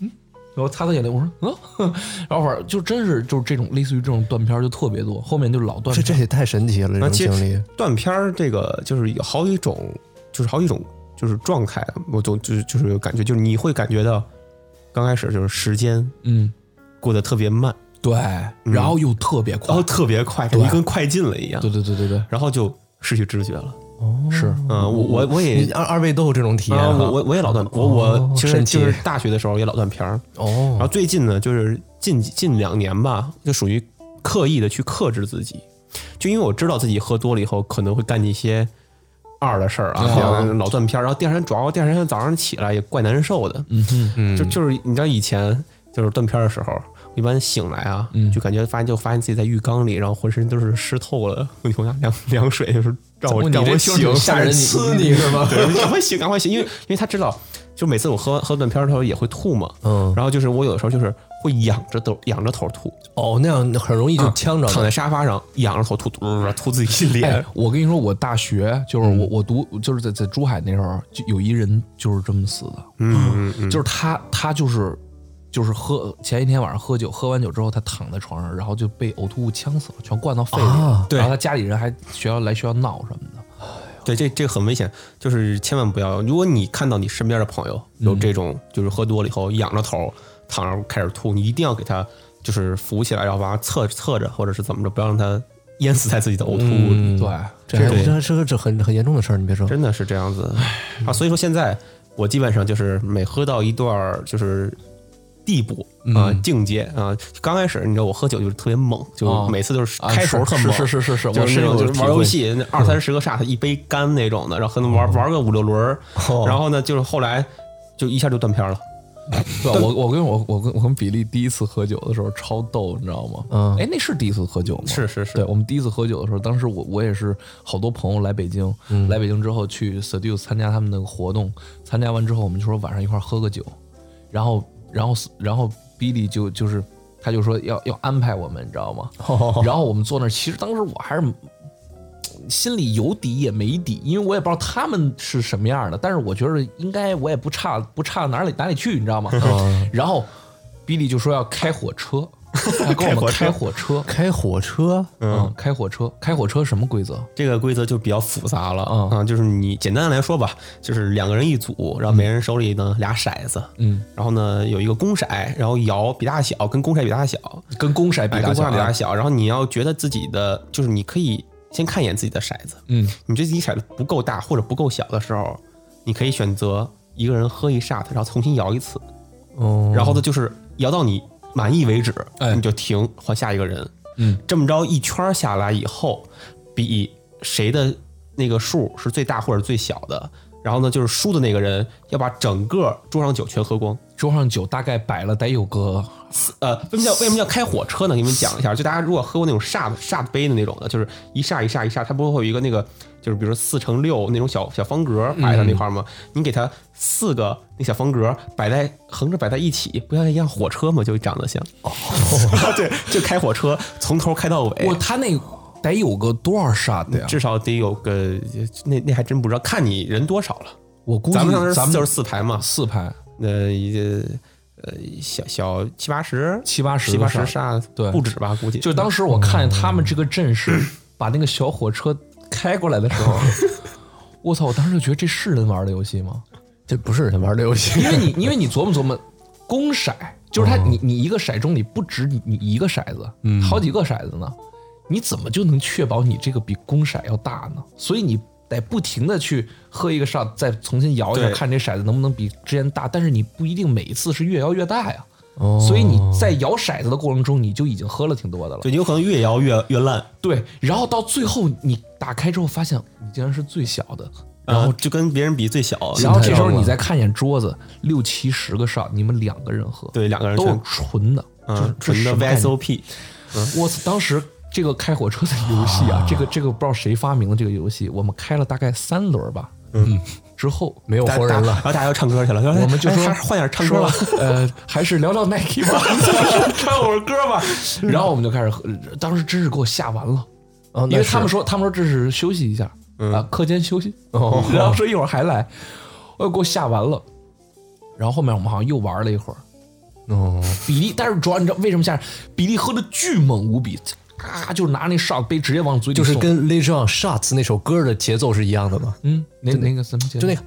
嗯。然后擦擦眼泪，我说嗯， 然后反正就真是就是这种类似于这种断片儿就特别多，后面就老断这片。这也太神奇了，这那种其经实历。断片儿这个就是有好几种，就是好几种就是状态，我总就是就是有感觉，就是你会感觉到刚开始就是时间嗯，过得特别慢，对，然后又特别然快后，特别快，感觉跟快进了一样对，对对对对，然后就失去知觉了。是，嗯，我我我也你二二位都有这种体验啊，哈我我我也老断，我我其实神奇就是大学的时候也老断片儿，然哦后最近呢，就是近近两年吧，就属于刻意的去克制自己，就因为我知道自己喝多了以后可能会干一些二的事儿啊，像老断片儿，然后第二天主要第二天早上起来也怪难受的，嗯嗯，就就是你知道以前就是断片儿的时候。我一般醒来啊，就感觉发现就发现自己在浴缸里，然后浑身都是湿透了，我就想凉凉水，就是让我怎么你让我这听着醒，吓人你呲你是吗？ 对赶快醒，赶快醒，因为因为他知道，就每次我喝喝断片儿的时候也会吐嘛，嗯然后就是我有的时候就是会仰着头仰着头吐，哦，那样很容易就呛着躺在了。沙发上仰着头吐，吐吐吐自己一哎脸。，我跟你说，我大学就是嗯我我读就是在在珠海那时候，就有一人就是这么死的，嗯，嗯就是他他就是就是喝前一天晚上喝酒，喝完酒之后他躺在床上，然后就被呕吐物呛死了，全灌到肺里啊了，然后他家里人还学校来学校闹什么的。对，这这个很危险，就是千万不要。如果你看到你身边的朋友嗯有这种，就是喝多了以后仰着头躺着开始吐，你一定要给他就是扶起来，然后把他侧侧着，或者是怎么着，不要让他淹死在自己的呕吐物嗯里。对，这还对这还是个这很很严重的事儿，你别说。真的是这样子啊。所以说现在我基本上就是每喝到一段儿就是地步啊、境界啊，刚开始你知道我喝酒就是特别猛，嗯就哦每次都是啊开是头特猛，是是是是就我是深那有种就体是玩游会嗯戏那二三十个 shot 一杯干那种的，然后可能哦玩玩个五六轮儿，然后呢就是后来就一下就断片儿了。对，我我跟我我跟我跟比利第一次喝酒的时候超逗，你知道吗？嗯哎，那是第一次喝酒吗？是是是对我们第一次喝酒的时候，当时我我也是好多朋友来北京，嗯来北京之后去 Seduce 参加他们那个活动，参加完之后我们就说晚上一块儿喝个酒，然后然后然后 Billy 就就是他就说要要安排我们，你知道吗？然后我们坐那儿，其实当时我还是心里有底也没底，因为我也不知道他们是什么样的，但是我觉得应该我也不差不差哪里哪里去，你知道吗？然后比利就说要开火车，他跟我们开火车，开火车，嗯，开火车，开火车什么规则？这个规则就比较复杂了啊啊，就是你简单来说吧，就是两个人一组，然后每人手里呢俩骰子，嗯，然后呢有一个公骰，然后摇比大小，跟公骰比大小，跟公骰哎比跟大公小差比啊大小，然后你要觉得自己的就是你可以先看一眼自己的骰子，嗯，你这自己骰子不够大或者不够小的时候，你可以选择一个人喝一 shot，然后重新摇一次，哦，然后呢就是摇到你满意为止，哎你就停，换下一个人。嗯，这么着一圈儿下来以后，比谁的那个数是最大或者最小的，然后呢就是输的那个人要把整个桌上酒全喝光。桌上酒大概摆了得有个呃，为什么叫为什么叫开火车呢？给你们讲一下，就大家如果喝过那种煞煞杯的那种的，就是一煞一煞一煞，它不是会有一个那个，就是比如说四乘六那种小小方格摆在那块儿吗？嗯你给它四个那小方格摆在横着摆在一起，不像一辆火车吗？就长得像，哦、 对，就开火车从头开到尾我，他那得有个多少 shot 的呀？至少得有个那那还真不知道，看你人多少了。我估计咱们当时咱们就是四排嘛，四排那一个呃小小七八十，七八十七八十个煞，对不止吧？估计就当时我看见他们这个阵势， 把那个小火车开过来的时 候，我操！我当时就觉得这是人玩的游戏吗？这不是人玩的游戏，因为你因为你琢磨琢磨，公骰就是嗯它，你你一个骰盅里不止你你一个骰子，好几个骰子呢，你怎么就能确保你这个比公骰要大呢？所以你得不停的去喝一个 shot，再重新摇一下，对看这骰子能不能比之前大。但是你不一定每一次是越摇越大呀。哦所以你在摇骰子的过程中，你就已经喝了挺多的了。对，你有可能越摇越越烂，对，然后到最后你打开之后，发现你竟然是最小的，然嗯后就跟别人比最小，然后这时候你再看一眼桌子，六七十个 shot，你们两个人喝，对两个人都是全纯的，嗯，就是纯的这是什么 VSOP，概念我操，当时这个开火车的游戏啊，这个这个不知道谁发明的这个游戏，我们开了大概三轮吧，嗯，之后没有大家活人大了然。后大家要唱歌去了，我我们就说哎换点唱歌吧，说 呃，还是聊聊 Nike 吧， 唱会儿歌吧。嗯 然后我们就开始喝，当时真是给我吓完了，哦因那为是他们说他们说这是休息一下嗯啊，课间休息，哦然后说一会儿还来，我给我吓完了。然后后面我们好像又玩了一会儿，哦，比利，但是主要你知道为什么吓人？比利喝的巨猛无比，啊，就是拿那 shot 杯直接往嘴里就是送跟 Le j o n Shots 那首歌的节奏是一样的吗？嗯那那个什么节奏就那个。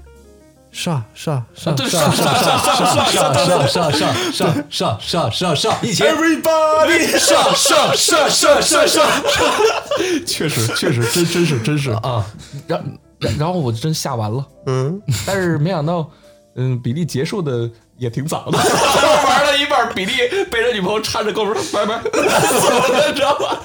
上上上对上上上上上上上上上上上上，一起 everybody 上上上上上上确 实确实真真是真是啊！然然然后我真吓完了，嗯，但是没想到，嗯，比利结束的也挺早的， 玩到一半，比利被他女朋友搀着胳膊说拜拜， 走了，知道吧？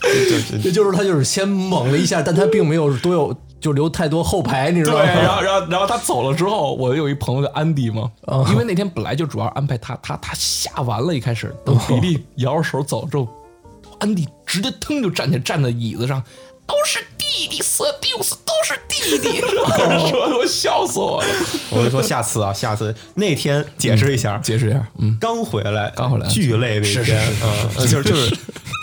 这就是他就是先猛了一下，但他并没有多有就留太多后排，你知道对，然吗？后然后然后他走了之后，我有一朋友叫安迪嘛，因为那天本来就主要安排他，他他吓完了，一开始等比利摇着手走之后，安迪直接腾就站起来，站在椅子上，都是弟弟 s a b u s 都是弟 弟，说我笑死我了。我就说下次啊，下次那天解释一下，解释一下，嗯，刚回来，刚回来巨累那天，嗯，就是就是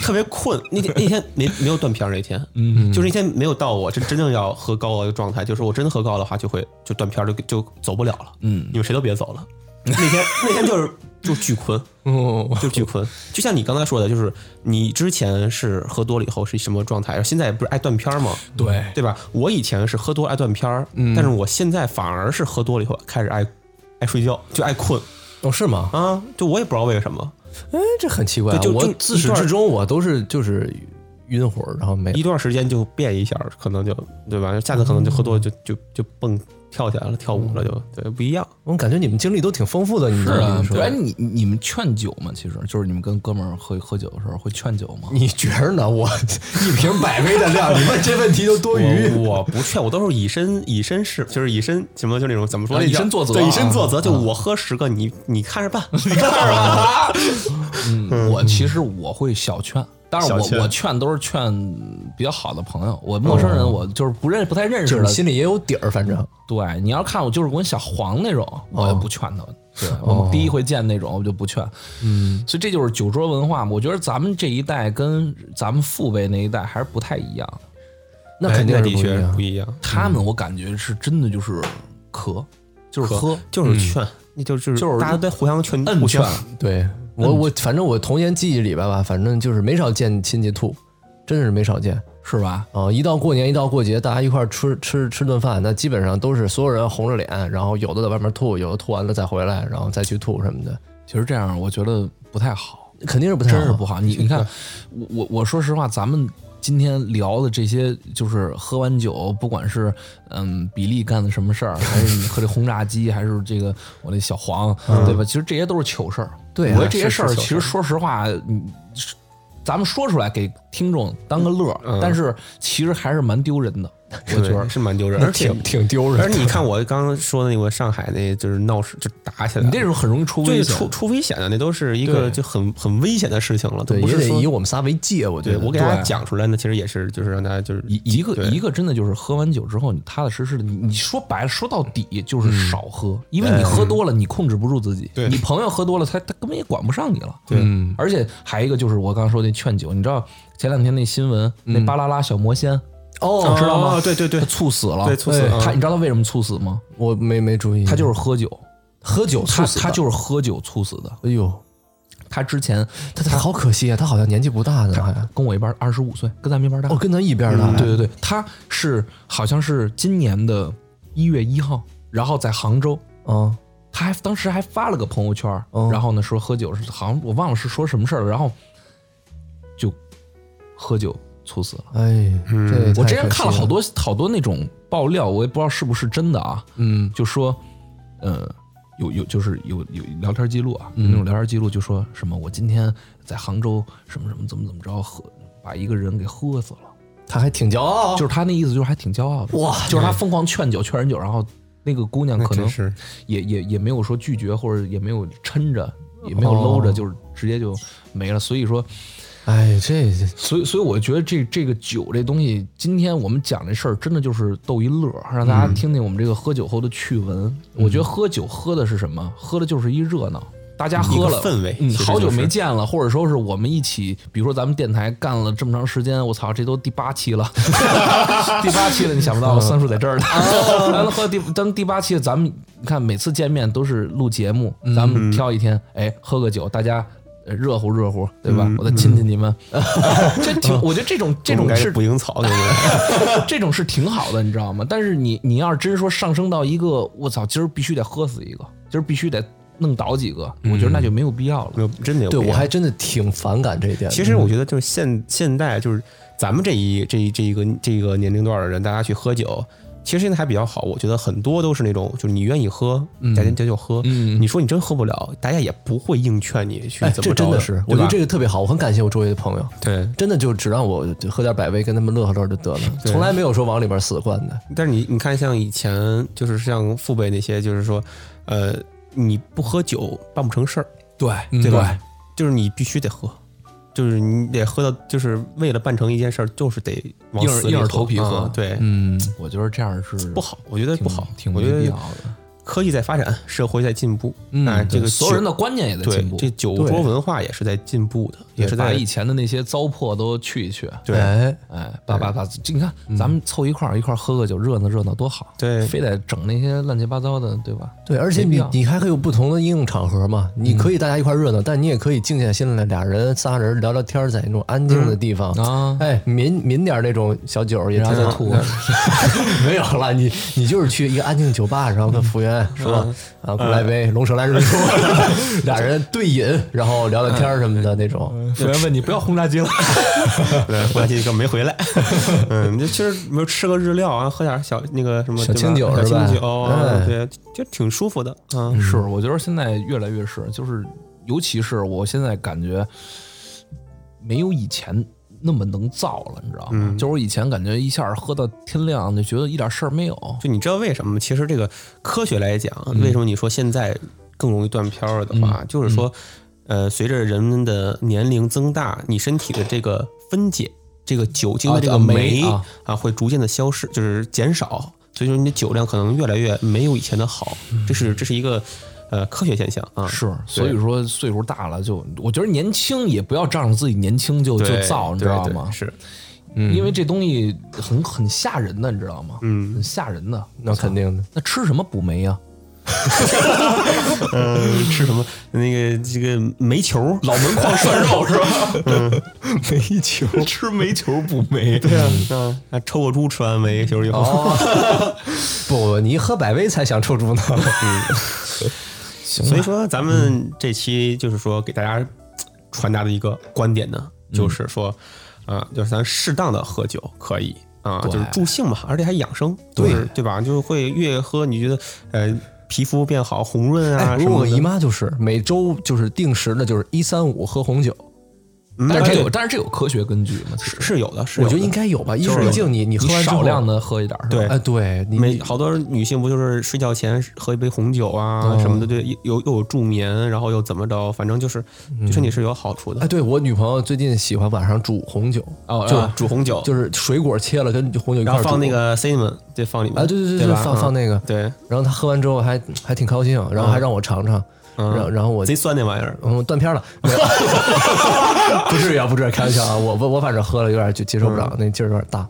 特别困，那天那天没没有断片儿那天，嗯，就是那天没有到我真真正要喝高了的状态，就是我真的喝高的话就会就断片儿就就走不了了，嗯，你们谁都别走了，那天那天就是就巨困，嗯，就巨困，就像你刚才说的，就是你之前是喝多了以后是什么状态，现在不是爱断片儿吗？对对吧？我以前是喝多爱断片儿，但是我现在反而是喝多了以后开始爱爱睡觉，就爱困哦是吗？啊，就我也不知道为什么。哎，这很奇怪啊，对就我就自始至终我都是就是晕火，然后没一段时间就变一下，可能就对吧？下次可能就喝多了就就就蹦跳起来了，跳舞了就对不一样。我感觉你们经历都挺丰富的，你是这么啊一，说哎，你你们劝酒吗？其实就是你们跟哥们儿喝喝酒的时候会劝酒吗？你觉着呢？我一瓶百威的量，你问这问题都多余。我我不劝，我都是以身 以身试，就是以身什么，就那种怎么说啊那叫以身作则对，啊以身作则。就我喝十个，你你看着办，嗯，我其实我会小劝，但是小劝我我劝都是劝比较好的朋友，我陌生人我哦就是不认不太认识就是的你。心里也有底儿，反正对，你要看我就是跟小黄那种，哦我也不劝 他。对我们第一回见那种，我就不劝。嗯，所以这就是酒桌文化。我觉得咱们这一代跟咱们父辈那一代还是不太一样。那肯定哎是的不一确样不。一样，他们我感觉是真的就是咳，就是喝，就是劝，那就是就是大家都互相劝，摁互劝相。对嗯我我反正我童年记忆里边吧，反正就是没少见亲戚吐，真是没少见是吧？啊！一到过年，一到过节，大家一块儿吃吃吃顿饭，那基本上都是所有人红着脸，然后有的在外面吐，有的吐完了再回来，然后再去吐什么的。其实这样我觉得不太好。肯定是不太好，真是不好。你你看，我我我说实话，咱们今天聊的这些，就是喝完酒，不管是嗯比利干的什么事儿，还是你喝这轰炸机，还是这个我那小黄，对吧？其实这些都是糗事儿。对啊我觉得这些事儿是是糗其实说实话，嗯是咱们说出来给听众当个乐嗯儿，但是其实还是蛮丢人的。我觉得对，是蛮丢人，而且挺挺丢人而。你看我刚刚说的那个上海那，就是闹事就打起来了，你这种很容易出最危险出。出危险的那都是一个对就很很危险的事情了，都对，不也是得说以我们仨为界，我觉对得。我给大家对讲出来呢，其实也是就是让大家就是一一个对一个真的就是喝完酒之后，你踏踏实实的，你你说白了，说到底就是少喝，因为你喝多了，你控制不住自己。对你朋友喝多了，他他根本也管不上你了。对，而且还有一个就是我刚刚说那劝酒，你知道前两天那新闻，那巴啦啦小魔仙哦，知道吗？对对对他猝死了，对猝死了哎他你知道他为什么猝死吗？我没没注意，他就是喝酒，嗯喝酒他猝死的他就是喝酒猝死的。哎呦，他之前他他好可惜啊，他好像年纪不大呢，还跟我一班，二十五岁，跟咱们一班大。哦，跟咱一边的，嗯对对对，他是好像是今年的一月一号，然后在杭州，啊，他还当时还发了个朋友圈儿，哦然后呢说喝酒是好像我忘了是说什么事儿了，然后就喝酒猝死了。哎，这我太之前可惜看了好，多好多那种爆料，我也不知道是不是真的啊，嗯，就说，呃，有有就是有有聊天记录啊，嗯有那种聊天记录就说什么我今天在杭州什么什么怎么怎么着喝把一个人给喝死了。他还挺骄傲，就是他那意思，就是还挺骄傲的。哇就是他疯狂劝酒，劝人酒，然后那个姑娘可能真是也也也没有说拒绝，或者也没有抻着，也没有哦搂着，就是直接就没了。所以说，哎，这这所以所以我觉得这这个酒这东西，今天我们讲这事儿，真的就是逗一乐儿，让大嗯家听听我们这个喝酒后的趣闻。我觉得喝酒喝的是什么？喝的就是一热闹。大家喝了一个氛围嗯，其实好久就是没见了，或者说是我们一起，比如说咱们电台干了这么长时间，我操，这都第八期了， 第八期了，你想不到，我算数在这儿呢。 咱们喝第，咱们第八期，咱们你看每次见面都是录节目，咱嗯们挑一天，哎，喝个酒，大家。呃热乎热乎，对吧？我的亲戚你们， 这挺， 我觉得这种这嗯应种该是是捕蝇草，对不 对？ 这种是挺好的，你知道吗？但是你你要是真说上升到一个，我操，今儿必须得喝死一个，今儿必须得弄倒几个，我嗯觉得那就没有必要了。没有真的有对必要我还真的挺反感这一点的。其实我觉得就是现现代就是咱们这一这一这一个这个年龄段的人，大家去喝酒。其实现在还比较好，我觉得很多都是那种，就是你愿意喝，嗯大家就就喝。你说你真喝不了，大家也不会硬劝你去哎，怎这么着真的是，我觉得这个个特别好，我很感谢我周围的朋友，对。真的就只让我就喝点百威，跟他们乐呵乐就得了，从来没有说往里边死灌的。但是你你看，像以前就是像父辈那些，就是说，呃，你不喝酒办不成事儿，嗯对对吧？就是你必须得喝，就是你得喝到，就是为了办成一件事儿，就是得往硬死里硬着喝头皮喝啊对，嗯，我觉得这样是不好，我觉得挺不好，挺啊我没觉必要得的。科技在发展，社会在进步，哎，这个嗯所有人酒的观念也在对进步，这酒对桌文化也是在进步的，也是把在以前的那些糟粕都去一去。对哎，哎，把把把，这你看，咱们凑一块儿一块儿喝个酒，热闹热闹多好。对非得整那些乱七八糟的，对 吧？对，而没且必你要你还会有不同的应用场合嘛，你可以大家一块热闹，但你也可以静下心来，俩人仨人聊聊天，在那种安静的地方啊哎，抿抿点那种小酒也挺然后好。再吐， 没有了，你你就是去一个安静酒吧，然后跟服务员说啊，过来杯龙舌兰日出， 俩人对饮，然后聊聊天儿什么的那种。服务员问你不要轰炸机了， 对，回来这个没回来。 嗯，就其实没有吃个日料啊，喝点小那个什么小对吧清酒小是吧清酒啊嗯哎，对，就挺舒服的啊。是，我觉得现在越来越是，就是尤其是我现在感觉没有以前那么能造了，你知道吗？就是我以前感觉一下喝到天亮就觉得一点事儿没有，就你知道为什么吗？其实这个科学来讲，嗯为什么你说现在更容易断片儿的话，就嗯是说，呃，随着人们的年龄增大，你身体的这个分解，这个酒精的这啊个啊酶酶啊啊，会逐渐的消失，就是减少，所以说你的酒量可能越来越没有以前的好，这是这是一个呃科学现象啊。嗯是，所以说岁数大了就，我觉得年轻也不要仗着自己年轻就对就造，你知对道对吗？是，因为这东西很很吓人的，你知道吗？嗯，很吓人的。那肯定的，那吃什么补酶啊呀、嗯，吃什么那个这个煤球儿，老门框涮肉是吧？煤球，吃煤球补煤， 对啊，嗯，还抽个猪吃完煤球哦以后，哦 不，你一喝百威才想抽猪呢。嗯嗯所以说咱们这期就是说给大家。传达的一个观点呢，嗯就是说，啊、就是咱适当的喝酒可以啊、就是助兴嘛，而且还养生，就是对吧？就是会越喝你觉得呃皮肤变好、红润啊、哎，什如果么我姨的。妈就是每周就是定时的，就是一三五喝红酒，但 是这有，但是这有科学根据吗？其实嗯是有的，是我有觉得的应该有吧。一是毕竟你你喝完之少后，量的喝一点儿，是吧对哎，对你每好多女性不就是睡觉前喝一杯红酒啊哦什么的，对，又又有助眠，然后又怎么着，反正就是嗯对身体是有好处哎，的。对我女朋友最近喜欢晚上煮红酒，哦呃就煮红酒，就是水果切了跟红酒一块然儿后放煮那个 cinnamon，对，放里面啊，对对对，就吧？放放嗯那个，对，然后她喝完之后还还挺高兴，然后还让我尝尝，然后然后我嗯贼酸那玩意儿。嗯断片了， 没有 不至于啊，不至于，开玩笑啊，我我我反正喝了有点就接受不嗯了，那劲儿有点大，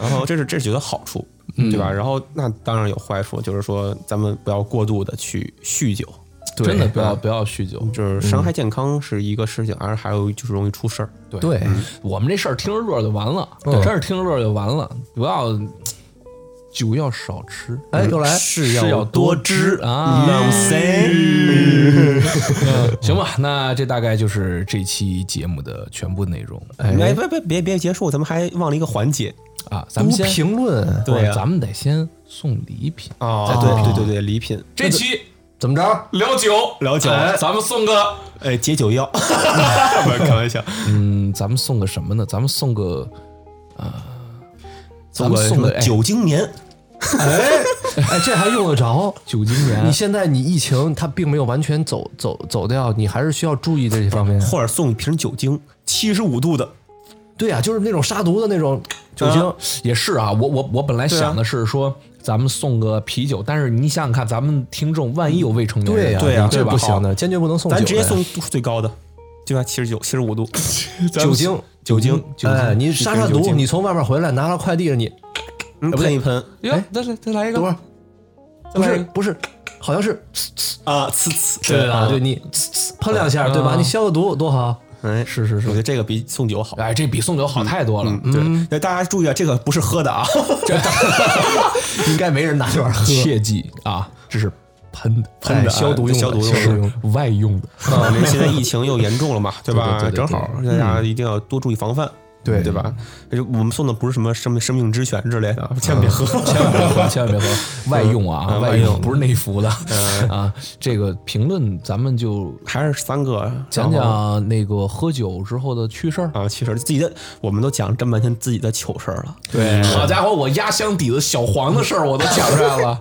然后这是这是觉得好处，嗯对吧？然后那当然有坏处，就是说咱们不要过度的去酗酒，对嗯真的不要不要酗酒。就是伤害健康是一个事情，而还有就是容易出事儿。对，嗯我们这事儿听着乐儿就完了，嗯真是听着乐儿就完了，不要酒要少吃。哎，又来是要多知啊！嗯行吧，那这大概就是这期节目的全部内容哎，别别别别结束，咱们还忘了一个环节啊。咱读们先，评论，对不是啊咱们得先送礼品。哦啊！哎对对对对，礼品，这期怎么着？聊酒，聊酒哎咱们送个哎，解酒 药，不是开玩笑，嗯，咱们送个什么呢？咱们送个咱送们个什送么个哎酒精棉，哎，这还用得着？酒精棉你现在你疫情它并没有完全走走走掉，你还是需要注意这方面。或者送一瓶酒精，七十五度的，对呀、就是那种杀毒的那种酒酒精，精也是啊，我我我本来想的是说咱们送个啤酒，但是你想想看，咱们听众万一有未成年人，哎呀、对呀这对吧不行的，坚决不能送酒的。哎咱直接送度数最高哦的，对吧？七十九、七十五 度，酒精，酒精，哎，你杀杀一瓶酒毒，精你从外面回来拿了快递，你嗯喷一喷哟，再来再来一个，哎等来会儿，不是一个不是，好像是啊，呲呲，啊，对你喷两下，对吧？你消个毒多好。哎，是是是，我觉得这个比送酒好。哎，这比送酒好太多了。嗯对，那大家注意啊，这个不是喝的啊，应该没人拿这玩意 儿喝，切记啊，这是喷的，喷的啊消毒用的消毒用消毒用的。的是外用的。 啊，那现在疫情又严重了嘛，对吧？对对对对正好大家一定要多注意防范，对对吧？这就我们送的不是什么生生命之泉之类的，千万别喝。千万别喝，千万别喝， 外用啊，嗯外外用不是内服的啊。这个评论咱们就还是三个讲然后讲那个喝酒之后的趣事儿。啊，其实自己的我们都讲这么半天自己的糗事儿了。对，好家伙，我压箱底子小黄的事儿我都讲出来了。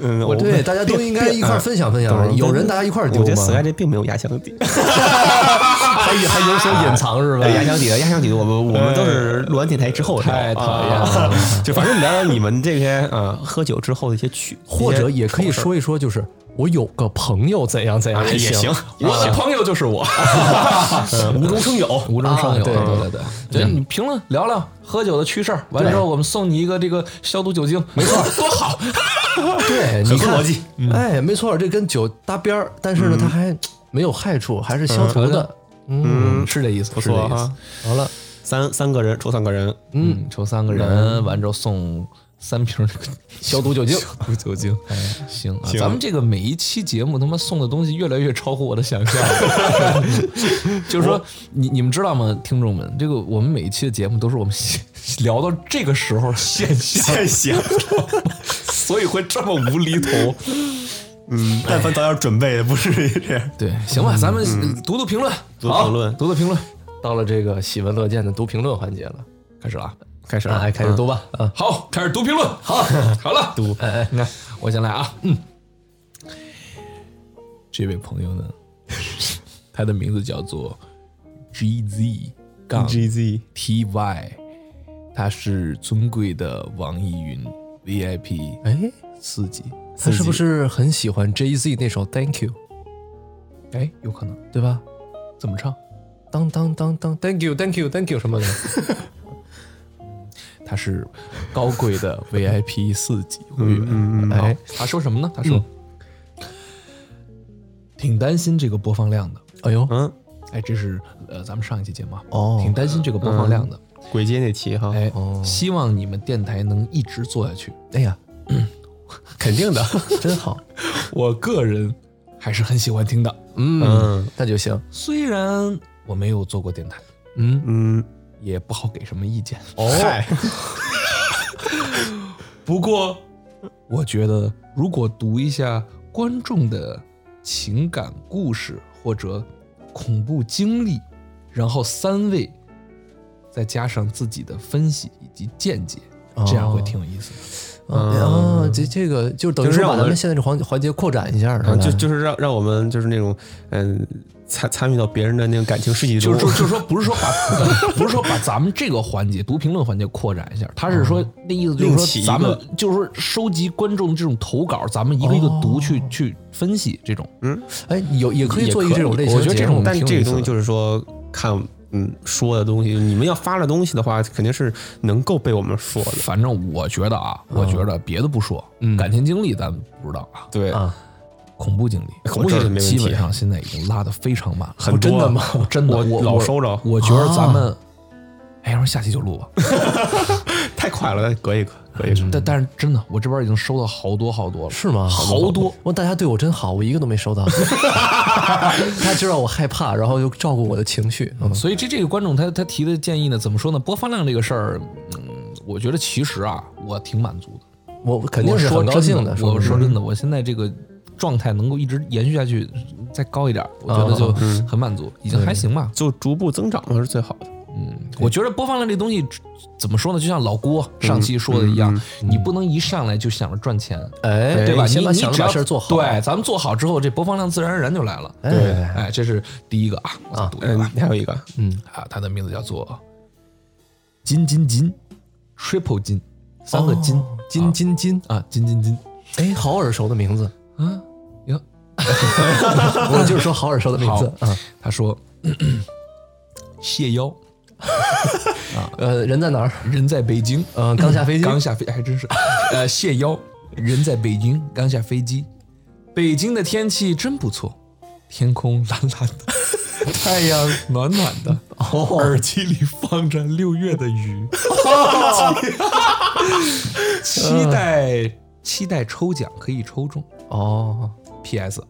嗯，我嗯对，大家都应该一哎块儿分享分啊享，有人大家一块儿丢我觉得嘛， Sky 这并没有压箱底，还有还有所隐藏 是吧？压箱底的压箱底的，我们我们都 是录完电台之后聊太讨厌啊， 就反正你聊聊你们这些啊喝酒之后的一些趣， 或者一些也可以糗事儿说一说，就是我有个朋友怎样怎样啊也行行。，嗯我的朋友就是 我，无中生有，无中生有，啊对对对对，对你评论聊聊喝酒的趣事儿，完之后我们送你一个这个消毒酒精，没错， 多好。对，你看，哎，没错，这跟酒搭边儿，但是呢，它还没有害处，还是消毒的。嗯，是这意思，不是这错意思啊。，好了，三三个人抽三个人，嗯，抽三个人，完之后送三瓶儿消毒酒精， 消毒酒精。哎，行啊，咱们这个每一期节目他妈送的东西越来越超乎我的想象 了。就是说，你你们知道吗，听众们，这个我们每一期的节目都是我们 聊到这个时候现象， 太行， 所以会这么无厘头。嗯，但凡早点准备，不是这样。对，行吧，咱们读嗯读评论，读好评论读读评论，到了这个喜闻乐见的读评论环节了，开始了啊。开始嗯那还开始读吧。啊，好，开始读评 论，好，好了，读，哎，那我先来啊，嗯，这位朋友呢， 他的名字叫做 G Z 杠 G Z T Y，他是尊贵的网易云 V I P 哎，四级，他是不是很喜欢 Jay Z 那首 Thank You，哎，有可能对吧？怎么唱？当当当当，Thank you，Thank you，Thank you 什么的。他是高贵 的 V I P 四级会员。哎，他说什么呢？他说、挺担心这个播放量的。哎呦，嗯，嗯哎，这是呃，咱们上一期节目啊，哦挺担心这个播放量的。鬼街那期哈，哎，希望你们电台能一直做下去。哎呀， 肯定的，真好。我个人还是很喜欢听的。嗯，那就行。虽然我没有做过电台，嗯，也不好给什么意见。哦， 不过，我觉得如果读一下观众的情感故事或者恐怖经历，然后三位再加上自己的分析以及见解，这样会挺有意思啊，这这个就等于就是说让把我咱们们现在这环环节扩展一下，啊，就对吧就是让让我们就是那种嗯参参与到别人的那种感情世界的。就中，是就是说，不是说把不是说把咱们这个环节读评论环节扩展一下，他是说那意思就嗯另是起一说咱们个就是说收集观众这种投稿，咱们一个一个哦读去去分析这种。嗯哎，有也可以做一个这种类型我的觉得节目，这种但挺有这意个思东西的就是说看。嗯，说的东西，你们要发了东西的话，肯定是能够被我们说的。反正我觉得啊，我嗯觉得别的不说，感情经历咱们不知道啊，对啊恐怖经历，恐怖经历没问题基本上现在已经拉得非常满了，很多真的吗？真的，我我老我收着啊我觉得咱们，哎，要不下期就录吧。 太快了，隔一个，隔一个。但但是真的，我这边已经收到好多好多了，是吗？好多。我大家对我真好，我一个都没 收到。他知道我害怕，然后又照顾我的情绪。嗯，所以这这个观众他他提的建议呢，怎么说呢？播放量这个事儿，嗯，我觉得其实啊，我挺满足的。我肯定我是说很高兴真的。我说嗯说真的，我现在这个状态能够一直延续下去，再高一点，我觉得哦就嗯很满足，已经还行吧。 就逐步增长嘛是最好的。嗯我觉得播放量这东西怎么说呢？就像老郭上期说的一样，你不能一上来就想着赚钱，嗯哎，对吧？你先把你想着只把要事儿做好。对，咱们做好之后，这播放量自然而然就来了。哎，哎，这是第一个啊，我再读一嗯个，吧还有一个，啊，它的名字叫做金金金 Triple 金，三哦个金金金金哦啊，金金金。哎，好耳熟的 名字，啊哟，我就是说好耳熟的名字。啊，他说 咳咳谢邀呃，人在哪儿？人在北京，呃，刚 下飞机。刚下飞还真是，呃，谢邀人在北京，刚下飞机。北京的天气真不错，天空蓝蓝的，太阳暖暖的，耳机里放着六月的雨， 期待期待抽奖可以抽中。哦， P.S.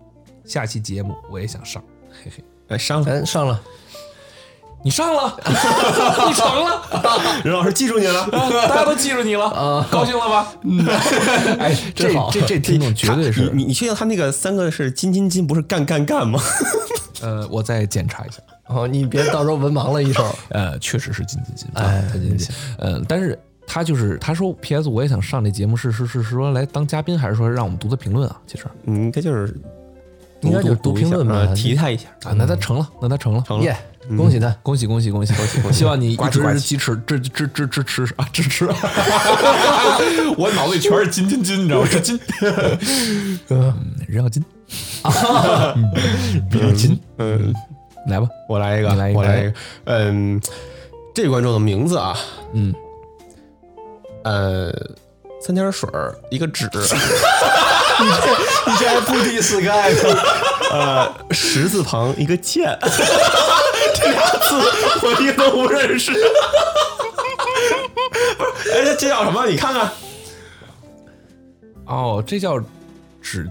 下期节目我也想上，嘿嘿，哎，上哎，上了。你上了， 你成了。 任老师记住你了。 大家都记住你了，高兴了吧？啊 哎，这这这听众绝对你是，你你确定他那个三个是金金金，不是干干干吗？ 呃，我再检查一下，哦，你别到时候文盲了一手。呃，确实是金金金，啊哎，他金金，呃，但是他就是他说，P.S. 我也想上这节目，是是是是说来当嘉宾，还是说让我们读他评论啊？其实啊，你嗯应该就是 应该就是读啊评论吧吧，提他一下。那他成了，那他成了，嗯成耶，恭喜他。恭喜恭喜恭喜恭喜！希 望你一呱唧直呱唧支持支支支支持啊支 持。我脑子里全是金金金，你知道吗？是 金。人 要金，嗯嗯，来吧，我来一个，你来一个我来一个。嗯，这位观众的名字啊，嗯，呃，三点水儿一个纸，你这还不 diss Sky 呃，十字旁一个剑， 这俩字我一个都不认识。 不是，哎，这叫什么？你看看哦，这叫指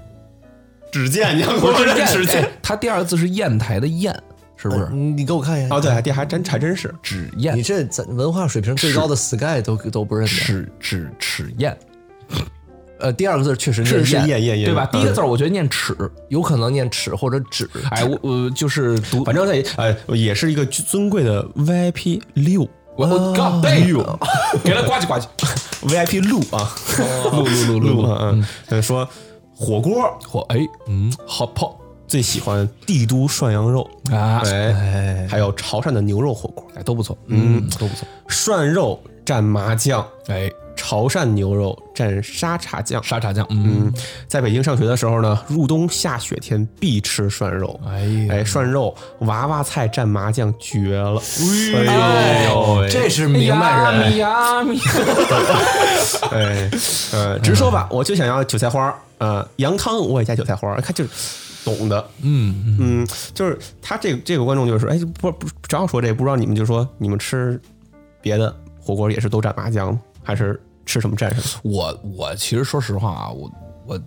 纸剑，你看我认识纸砚，剑。哎它第二字是砚台的砚，是不是？你给我看一下哦，。对，这还真还真是。纸嗯砚，你这咱文化水平最高的 Sky 都都不认得。纸纸纸砚，呃，第二个字确实是念是燕验验验，对吧？第一个字嗯，儿我觉得念尺，有可能念尺或者纸。哎，我我就是读，反正他也呃也是一个尊贵的 VIP 六我我靠，哎呦， 给他呱唧呱唧， VIP 路啊，录录录路录，啊，嗯嗯，说火锅火哎，嗯，好泡最喜欢帝都涮羊肉，啊，哎，还有潮汕的牛肉火锅，哎，都不错，嗯，都不错，涮肉蘸麻酱，哎，潮汕牛肉蘸沙茶酱。沙茶酱，嗯嗯，在北京上学的时候呢，入冬下雪天必吃涮肉。哎呀哎，涮肉娃娃菜蘸麻酱绝了！哎呦喂这是明白人。呀咪呀咪， 哎，呃，直说吧，我就想要韭菜花儿，呃，羊汤我也加韭菜花儿，看就是懂的，嗯，嗯，就是他这个这个观众就是，哎，不不，只要说这，不知道你们就说你们吃别的火锅也是都蘸麻酱吗？还是吃什么蘸什么？我我其实说实话啊，我我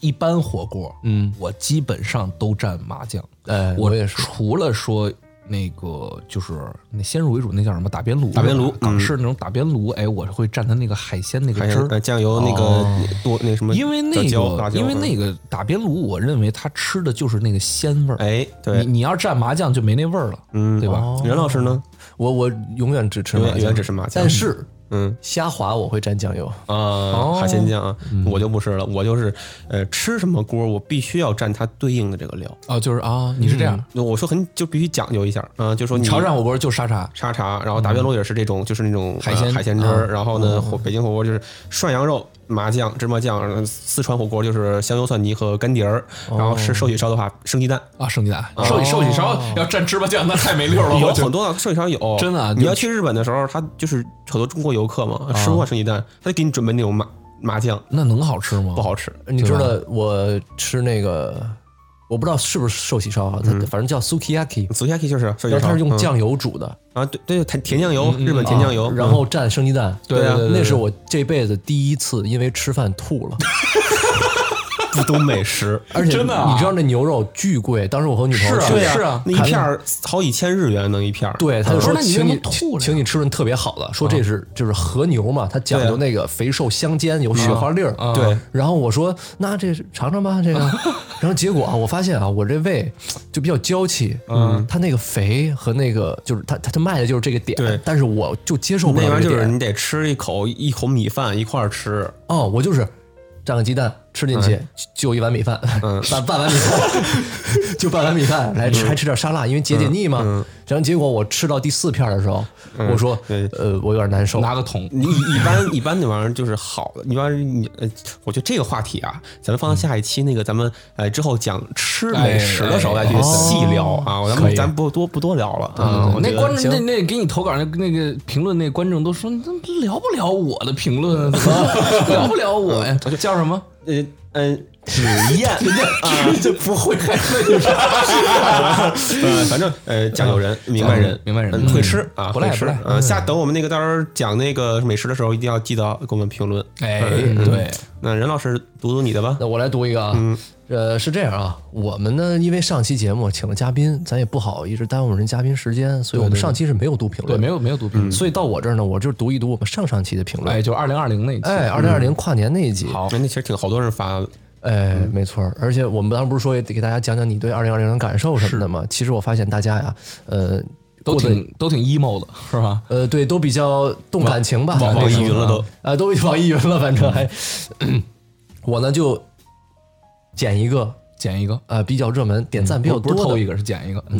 一般火锅，嗯，我基本上都蘸麻酱。哎我我也是除了说那个就是那先入为主那叫什么打边炉，打边炉嗯吧港式那种打边炉，哎，我会蘸它那个海鲜那个还汁有呃儿。酱油那个多那什么，哦因为那辣椒个辣，椒因为嗯那个打边炉，我认为它吃的就是那个鲜味儿。哎，你对，你要蘸麻酱就没那味儿了，嗯对吧？任老师呢？我我永远只吃永麻远酱，永远只吃麻酱但是嗯虾滑我会蘸酱油，啊，海鲜酱啊，嗯我就不是了，我就是呃吃什么锅，我必须要蘸它对应的这个料。哦，就是啊，你是这样，我说很就必须讲究一下啊、就说你潮汕火锅就沙茶，沙茶，然后达边炉也是这种，就是那种海鲜呃海鲜汁儿。然后呢，火北京火锅就是涮羊肉、麻酱、芝麻酱；呃四川火锅就是香油蒜泥和干碟儿。然后吃寿喜烧的话，生鸡蛋。啊，生鸡蛋，寿喜寿喜烧要蘸芝麻酱，那太没溜了。哦有我觉很得多的寿喜烧有，哎真的啊你要去日本的时候，他就是很多中国游客嘛，吃不惯生鸡蛋，他就给你准备那种麻麻酱，那能好吃吗？不，好吃。你知道我吃那个，我不知道是不是寿喜烧啊，它反正叫 sukiyaki，紫霞 K 就是寿喜然后烧，它是用嗯酱油煮的，啊，对对，甜甜酱油，日本甜酱油，啊嗯然后蘸生鸡蛋，对啊对对那是我这辈子第一次因为吃饭 吐了，不都美 食。而且真的啊你知道那牛肉巨贵，当时我和女朋友去对啊是啊那一片儿好几千日元能一片儿。对，他就说不是那你为什请么你吐请了呀请你吃顿特别好的，说这啊是就是和牛嘛，它讲究那个肥瘦相间，有雪花粒儿。啊啊对，然后我说那这是尝尝吧， 这个。然后结果啊，我发现啊，我这胃就比较娇气，嗯，它那个肥和那个就是它它它卖的就是这个对点，但是我就接受不那了玩意儿这个就是点。你得吃一口一口米饭一块儿吃，哦，我就是蘸个鸡蛋吃进嗯去，就一碗米饭， 半半碗 米饭，就半碗米饭来嗯吃，还吃点沙拉，因为解解腻嘛。然后结果我吃到第四片的时候，我说对呃，我有点难嗯受。拿个桶，你一一般一般那玩意儿就是好的，一般你呃，我觉得这个话题啊，咱们放到下一期那个咱们呃之后讲吃美食的时候再去细聊啊，咱们咱不多不多聊了啊。我觉嗯那得观众那那给你投稿那那个评论那观众都说，你怎么聊不了我的评论 啊，聊不了我呀，嗯叫什么？呃嗯，纸燕这不会开会呃，反正呃酱油人明白人明白人嗯会吃啊，不赖会吃不赖啊。下等我们那个到时候讲那个美食的时候，一定要记得给我们评论。哎，对，那任老师读读你的吧。那我来读一个啊，嗯呃，是这样啊，我们呢，因为上期节目请了嘉宾，咱也不好一直耽误人家宾时间，所以我们上期是没有读评对，嗯论，没。有没有毒品，所以到我这儿呢，我就读一读我们上上期的评论哎，。嗯就二零二零那一期，哎，二零二零跨年那一集，好，那其实挺好多人发的，哎，嗯没错儿，而且我们当时不是说也得给大家讲讲你对二零二零的感受什么的吗？其实我发现大家呀，呃，都过得挺都挺 emo 的，是吧？呃，对，都比较动感情吧，网反正网易云了都啊、都网易云了，反嗯正还，我呢就捡一个捡一个，呃比较热门、点赞比较嗯不是多偷的，一个，是捡一个，嗯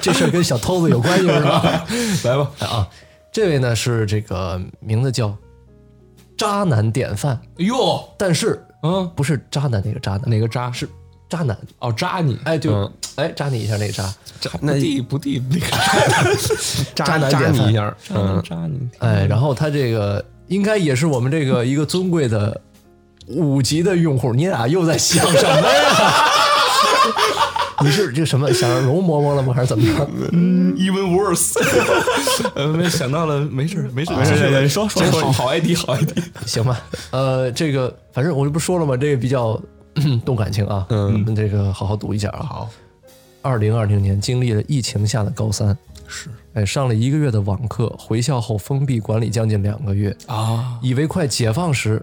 这事儿跟小偷子有关系是吧？ 来吧，哎啊，这位呢是这个名字叫渣男典范，哟，但是嗯，不是渣男那个渣男，哪个渣是？渣男，哦，渣你，哎，就、嗯哎扎你一下那个渣。渣不地不地那个扎男扎典你范一下，嗯渣，渣你，哎，然后他这个应该也是我们这个一个尊贵的五级的用户，你俩又在想什么呀？ 你是这什么想让容嬷嬷了吗？还是怎么着？ even worse，呃，没想到了，没事儿没事儿没事继续没事说说真说好好 ID 好 ID， 行吧，呃，这个反正我就不说了嘛，这个比较 动感情啊，嗯，们这个好好读一下啊。好，二零二零年经历了疫情下的高三，是，哎，上了一个月的网课，回校后封闭管理将近两个月，啊，以为快解放时，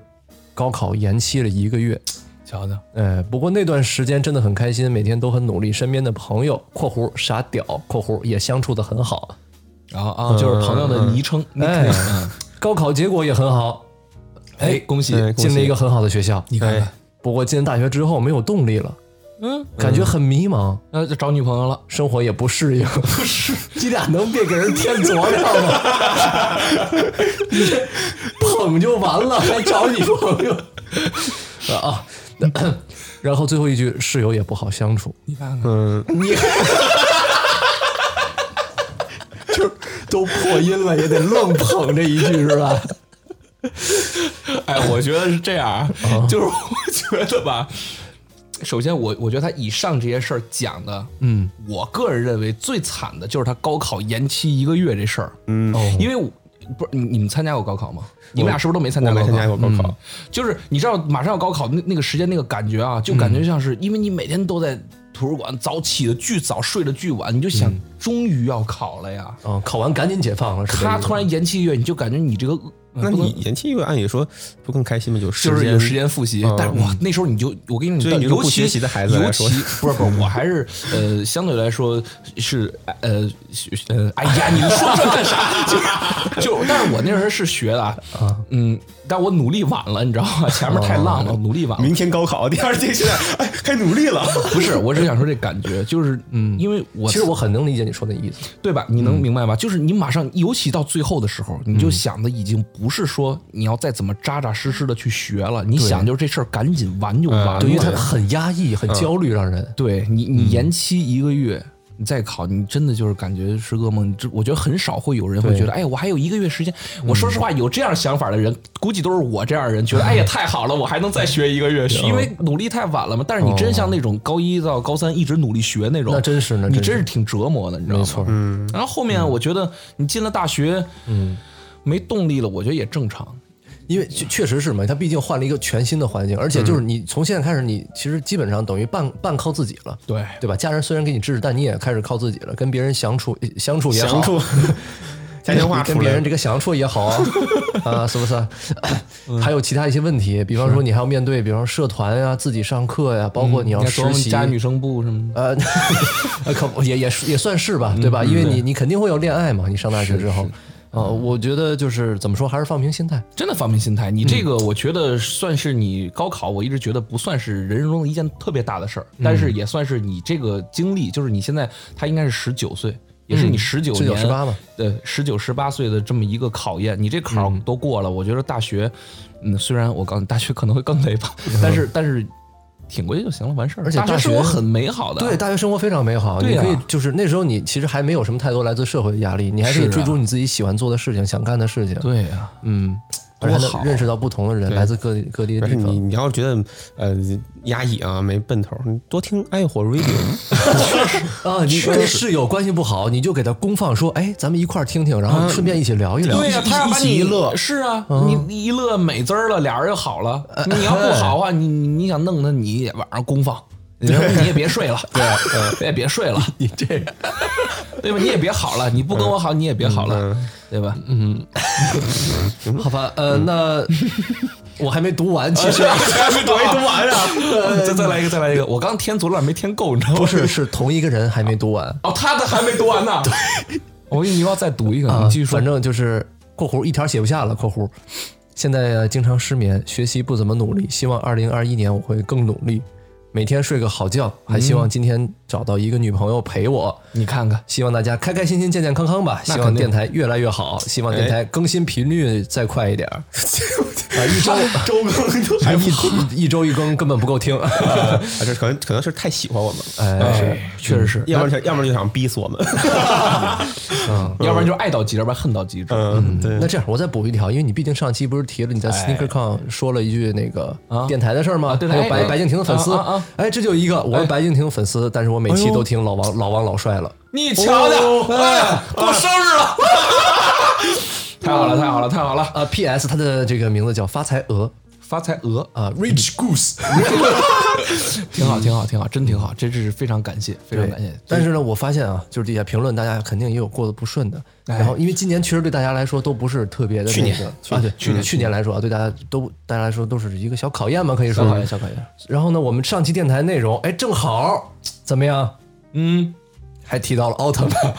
高考延期了一个月，瞧瞧，哎，不过那段时间真的很开心，每天都很努力，身边的朋友（括弧傻屌）（括弧也相处的很好然后啊，就是朋友的昵称，），哎 nickname，嗯，，高考结果也很好，哎，恭喜，哎恭喜进了一个很好的学校。你看看哎，不过进大学之后没有动力了，嗯，感觉很迷茫，那就找女朋友了，生活也不适应。不嗯是， 你俩能别给人添佐料吗？ 你这捧就完了，还找女朋友啊？ 然后最后一句，室友也不好相处。你看看，嗯，都破音了，也得愣捧这一句是 吧？ 哎，我觉得是这样 啊，哦就是我觉得吧，首先我我觉得他以上这些事儿讲的，嗯，我个人认为最惨的就是他高考延期一个月这事儿，嗯，因为我不是你你们参加过高考吗？你们俩是不是都没参加哦我过没高考？嗯参加过高考，就是你知道马上要高考那那个时间那个感觉啊，就嗯感觉像是因为你每天都在图书馆早起的巨早，睡的巨晚，你就想嗯终于要考了呀。嗯，考完赶紧解放了，是这咔意思突然延期一月，你就感觉你这个那不能你延期一个，按理说不更开心吗？有时就间，嗯是有时间复习，但是哇，那时候你就我跟你所说，以你是尤不其学习的孩子尤来其说不是不是，我还是呃相对来说是呃学呃，哎呀，你说这干啥？ 就就，但是我那时候是学的啊，嗯，但我努力晚了，你知道吗？前面太浪啊了，努力晚了。明天高考，第二天现在哎，该努力 了。不是，我只想说这感觉，就是嗯，因为我其实我很能理解你说那意思，对吧？你能嗯明白吧？就是你马上，尤其到最后的时候，你就想的已经不是说你要再怎么扎扎实实的去学了，你想就是这事儿赶紧完就嗯完了。对，因为他很压抑，很焦虑，让人。对你，嗯你延期一个月，你再考，你真的就是感觉是噩梦。你这我觉得很少会有人会觉得，哎，我还有一个月时间。嗯我说实话，有这样想法的人，估计都是我这样的人，觉得，哎呀，太好了，我还能再学一个月，因为哦努力太晚了嘛。但是你真像那种高一到高三一直努力学那种，那真是那真你是真是挺折磨的，你知道吗？没错嗯。然后后面我觉得你进了大学，嗯，没动力了，我觉得也正常。因为确确实是嘛，他毕竟换了一个全新的环境，而且就是你从现在开始，你其实基本上等于半半靠自己了，对对吧？家人虽然给你支持，但你也开始靠自己了，跟别人相处相处也好，详处， 嘉年华跟哎出别来人这个相处也好 啊，啊，是不是？还有其他一些问题，比方说你还要面对，比方说社团呀、自己上课呀、包嗯括你要你琢实磨习，加女生部什么的，呃， 呃可不也也是也算是吧，对嗯吧？因为你你肯定会要恋爱嘛，你上大学之后，呃，我觉得就是怎么说，还是放平心态。真的放平心态。你这个，嗯我觉得算是你高考，我一直觉得不算是人生中的一件特别大的事儿，嗯但是也算是你这个经历，就是你现在他应该是十九岁，也嗯是你十九年19 18吧，对，十九十八岁的这么一个考验，你这坎嗯儿都过了，我觉得大学，嗯，虽然我告诉你大学可能会更累吧，但是但是挺过去就行了，完事儿。嗯而且大大学生活很美好的，啊对，大学生活非常美好，对啊你呀可以就是那时候你其实还没有什么太多来自社会的压力，你还可以是啊追逐你自己喜欢做的事情、想干的事情。对呀、嗯，多而且还好啊能认识到不同的人，来自各地各地的但地是你方。你要觉得呃压抑啊没奔头，你多听爱火 radio，啊，你跟室友关系不好，你就给他公放说，哎，咱们一块儿听听，然后顺便一起聊一聊。嗯对呀、啊一他要一把起你一乐，嗯是啊，你你一乐美滋儿了，俩人又好了。呃你要不好啊，你你你想弄他，你也晚上公放，你你也别睡了，对，呃 你也别睡了，你这个，对吧？你也别好了，你不跟我好，你也别好了，嗯对吧？嗯 好吧，呃，那 我还没读完， 其实读没读 完啊？再再来一个，再来一个，我刚填足了，没填够，你知道吗？不是是同一个人还没读完哦，他的还没读完呢。我跟你要再读一个，啊你继续，说反。正就是（括弧一条写不下了）（括弧）。现在呃经常失眠，学习不怎么努力，希望二零二一年我会更努力，每天睡个好觉，还希嗯望今天找到一个女朋友陪我。你看看，希望大家开开心心、健健康康吧。希望电台越来越好，希望电哎台更新频率再快一点儿。啊，一周周 更都还哎一周一 周一更根本不 够听。啊这可能可能是太喜欢我们了，嗯哎，确实是。要不然要不然就想逼死我们。嗯要不然就是爱到极致，要不然恨到极致。嗯，对，那这样，我再补一条，因为你毕竟上期不是提了你在 SneakerCon 说了一句那个电台的事儿吗？哎啊对还有哎白哎白敬亭的粉丝啊啊哎啊，哎，这就一个，我是白敬亭粉丝，但是我每期都听老王老王老帅了。你瞧瞧，哎，过生日了， 太好了，太好了，太好了，啊，P.S. 他的这个名字叫发财鹅发财鹅，啊，Rich Goose。 挺好，挺好，挺好，真挺好，真是非常感谢，非常感谢。但是呢，我发现啊，就是底下评论，大家肯定也有过得不顺的。然后，因为今年确实对大家来说都不是特别的哎那个，去年啊，对，去年去年来说啊，对大家都大家来说都是一个小考验嘛，可以说小考验，小考验。然后呢，我们上期电台内容，哎，正好怎么样？嗯，还提到了奥特曼，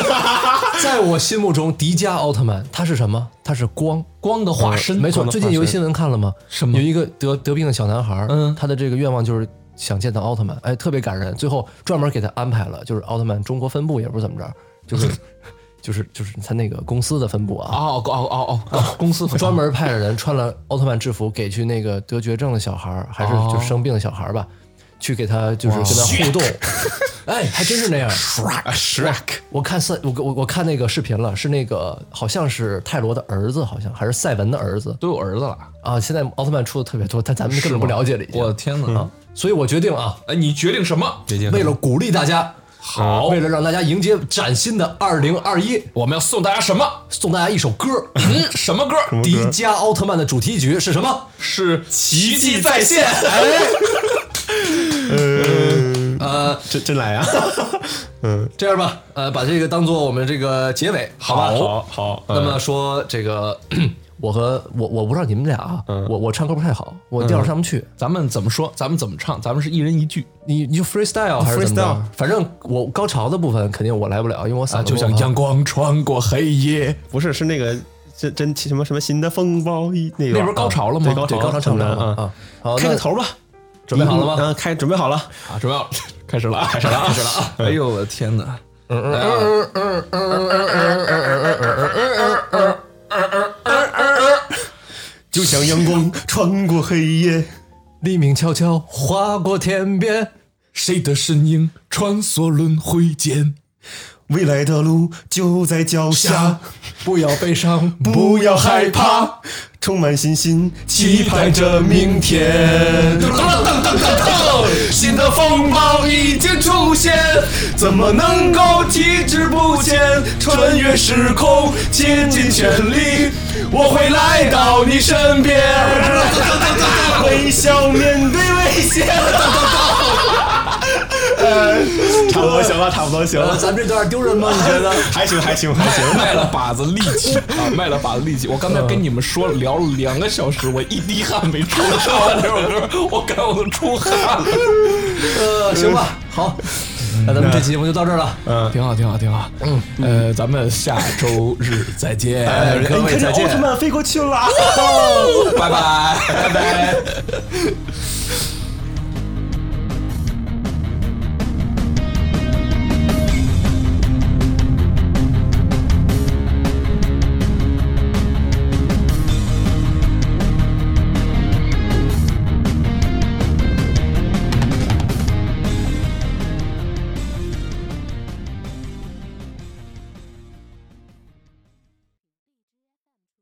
在我心目中，迪迦奥特曼它是什么？它是光。光的化身，呃没错，最近有一新闻看了吗？什么有一个得得病的小男孩，嗯他的这个愿望就是想见到奥特曼，哎，特别感人。最后专门给他安排了，就是奥特曼中国分部也不是怎么着，就是 就是就是他那个公司的分部啊，哦哦哦哦哦，公司专门派了人穿了奥特曼制服给去那个得绝症的小孩儿，还是哦就生病的小孩儿吧，去给他就是跟他互 动。 哎，还真是那样。 Shrek，我看赛，我我我看那个视频了，是那个好像是泰罗的儿子，好像还是赛文的儿子都有儿子了，啊。现在奥特曼出的特别多，但咱们根本不了解了已经。我的天哪！所以我决定啊，哎，你决定什么？为了鼓励大家，好，为了让大家迎接崭新的二零二一，我们要送大家什么？送大家一首歌，嗯，什么歌？迪迦奥特曼的主题曲是什么？是奇迹在在线。呃，真真来啊！ 这样吧，呃，把这个当做我们这个结尾，好嗯吧？好好，那么说这个， 我和我我不知道你们俩啊，我我唱歌不太好，我调上上不去。咱们怎么说？咱们怎么唱？咱们是一人一句，你你就 freestyle 还是怎么着啊 freestyle 反正我高潮的部分肯定我来不了，因为我嗓子就不好哦像阳光穿过黑夜。不是，是那个真真什么什么新的风暴一那那不是高潮了吗对高对高潮潮唱不了了啊啊！。好，开那个头吧，准备好了吗？嗯，开准备好了。啊，准备要开始了啊，开始了，开始了啊！哎呦我的天哪！ 就像阳光穿过黑夜，黎明悄悄划过天 边，谁的身影穿梭轮回间？未来的路就在脚下， 不要悲伤， 不要害 怕，充满信心，期盼着明天。噔噔噔噔噔，新的风暴已经出现，怎么能够停滞不前？穿越时空，竭尽全力，我会来到你身边。微笑面对危险。差不多行了，差不多行呃，了，咱们这段丢人吗？你觉 得？还行，还行，还行。 卖了把子力气啊！卖了把子力气！我刚嗯才跟你们说了，聊了两个小时，我一滴汗没出。唱完这首歌，我感觉我都出汗了。呃，行吧，好，那咱们这期节目就到这儿了。挺好，挺好，挺好。嗯，呃，咱们下周日再见，哎哎哎各位再见。曼飞过去了。拜拜。拜拜。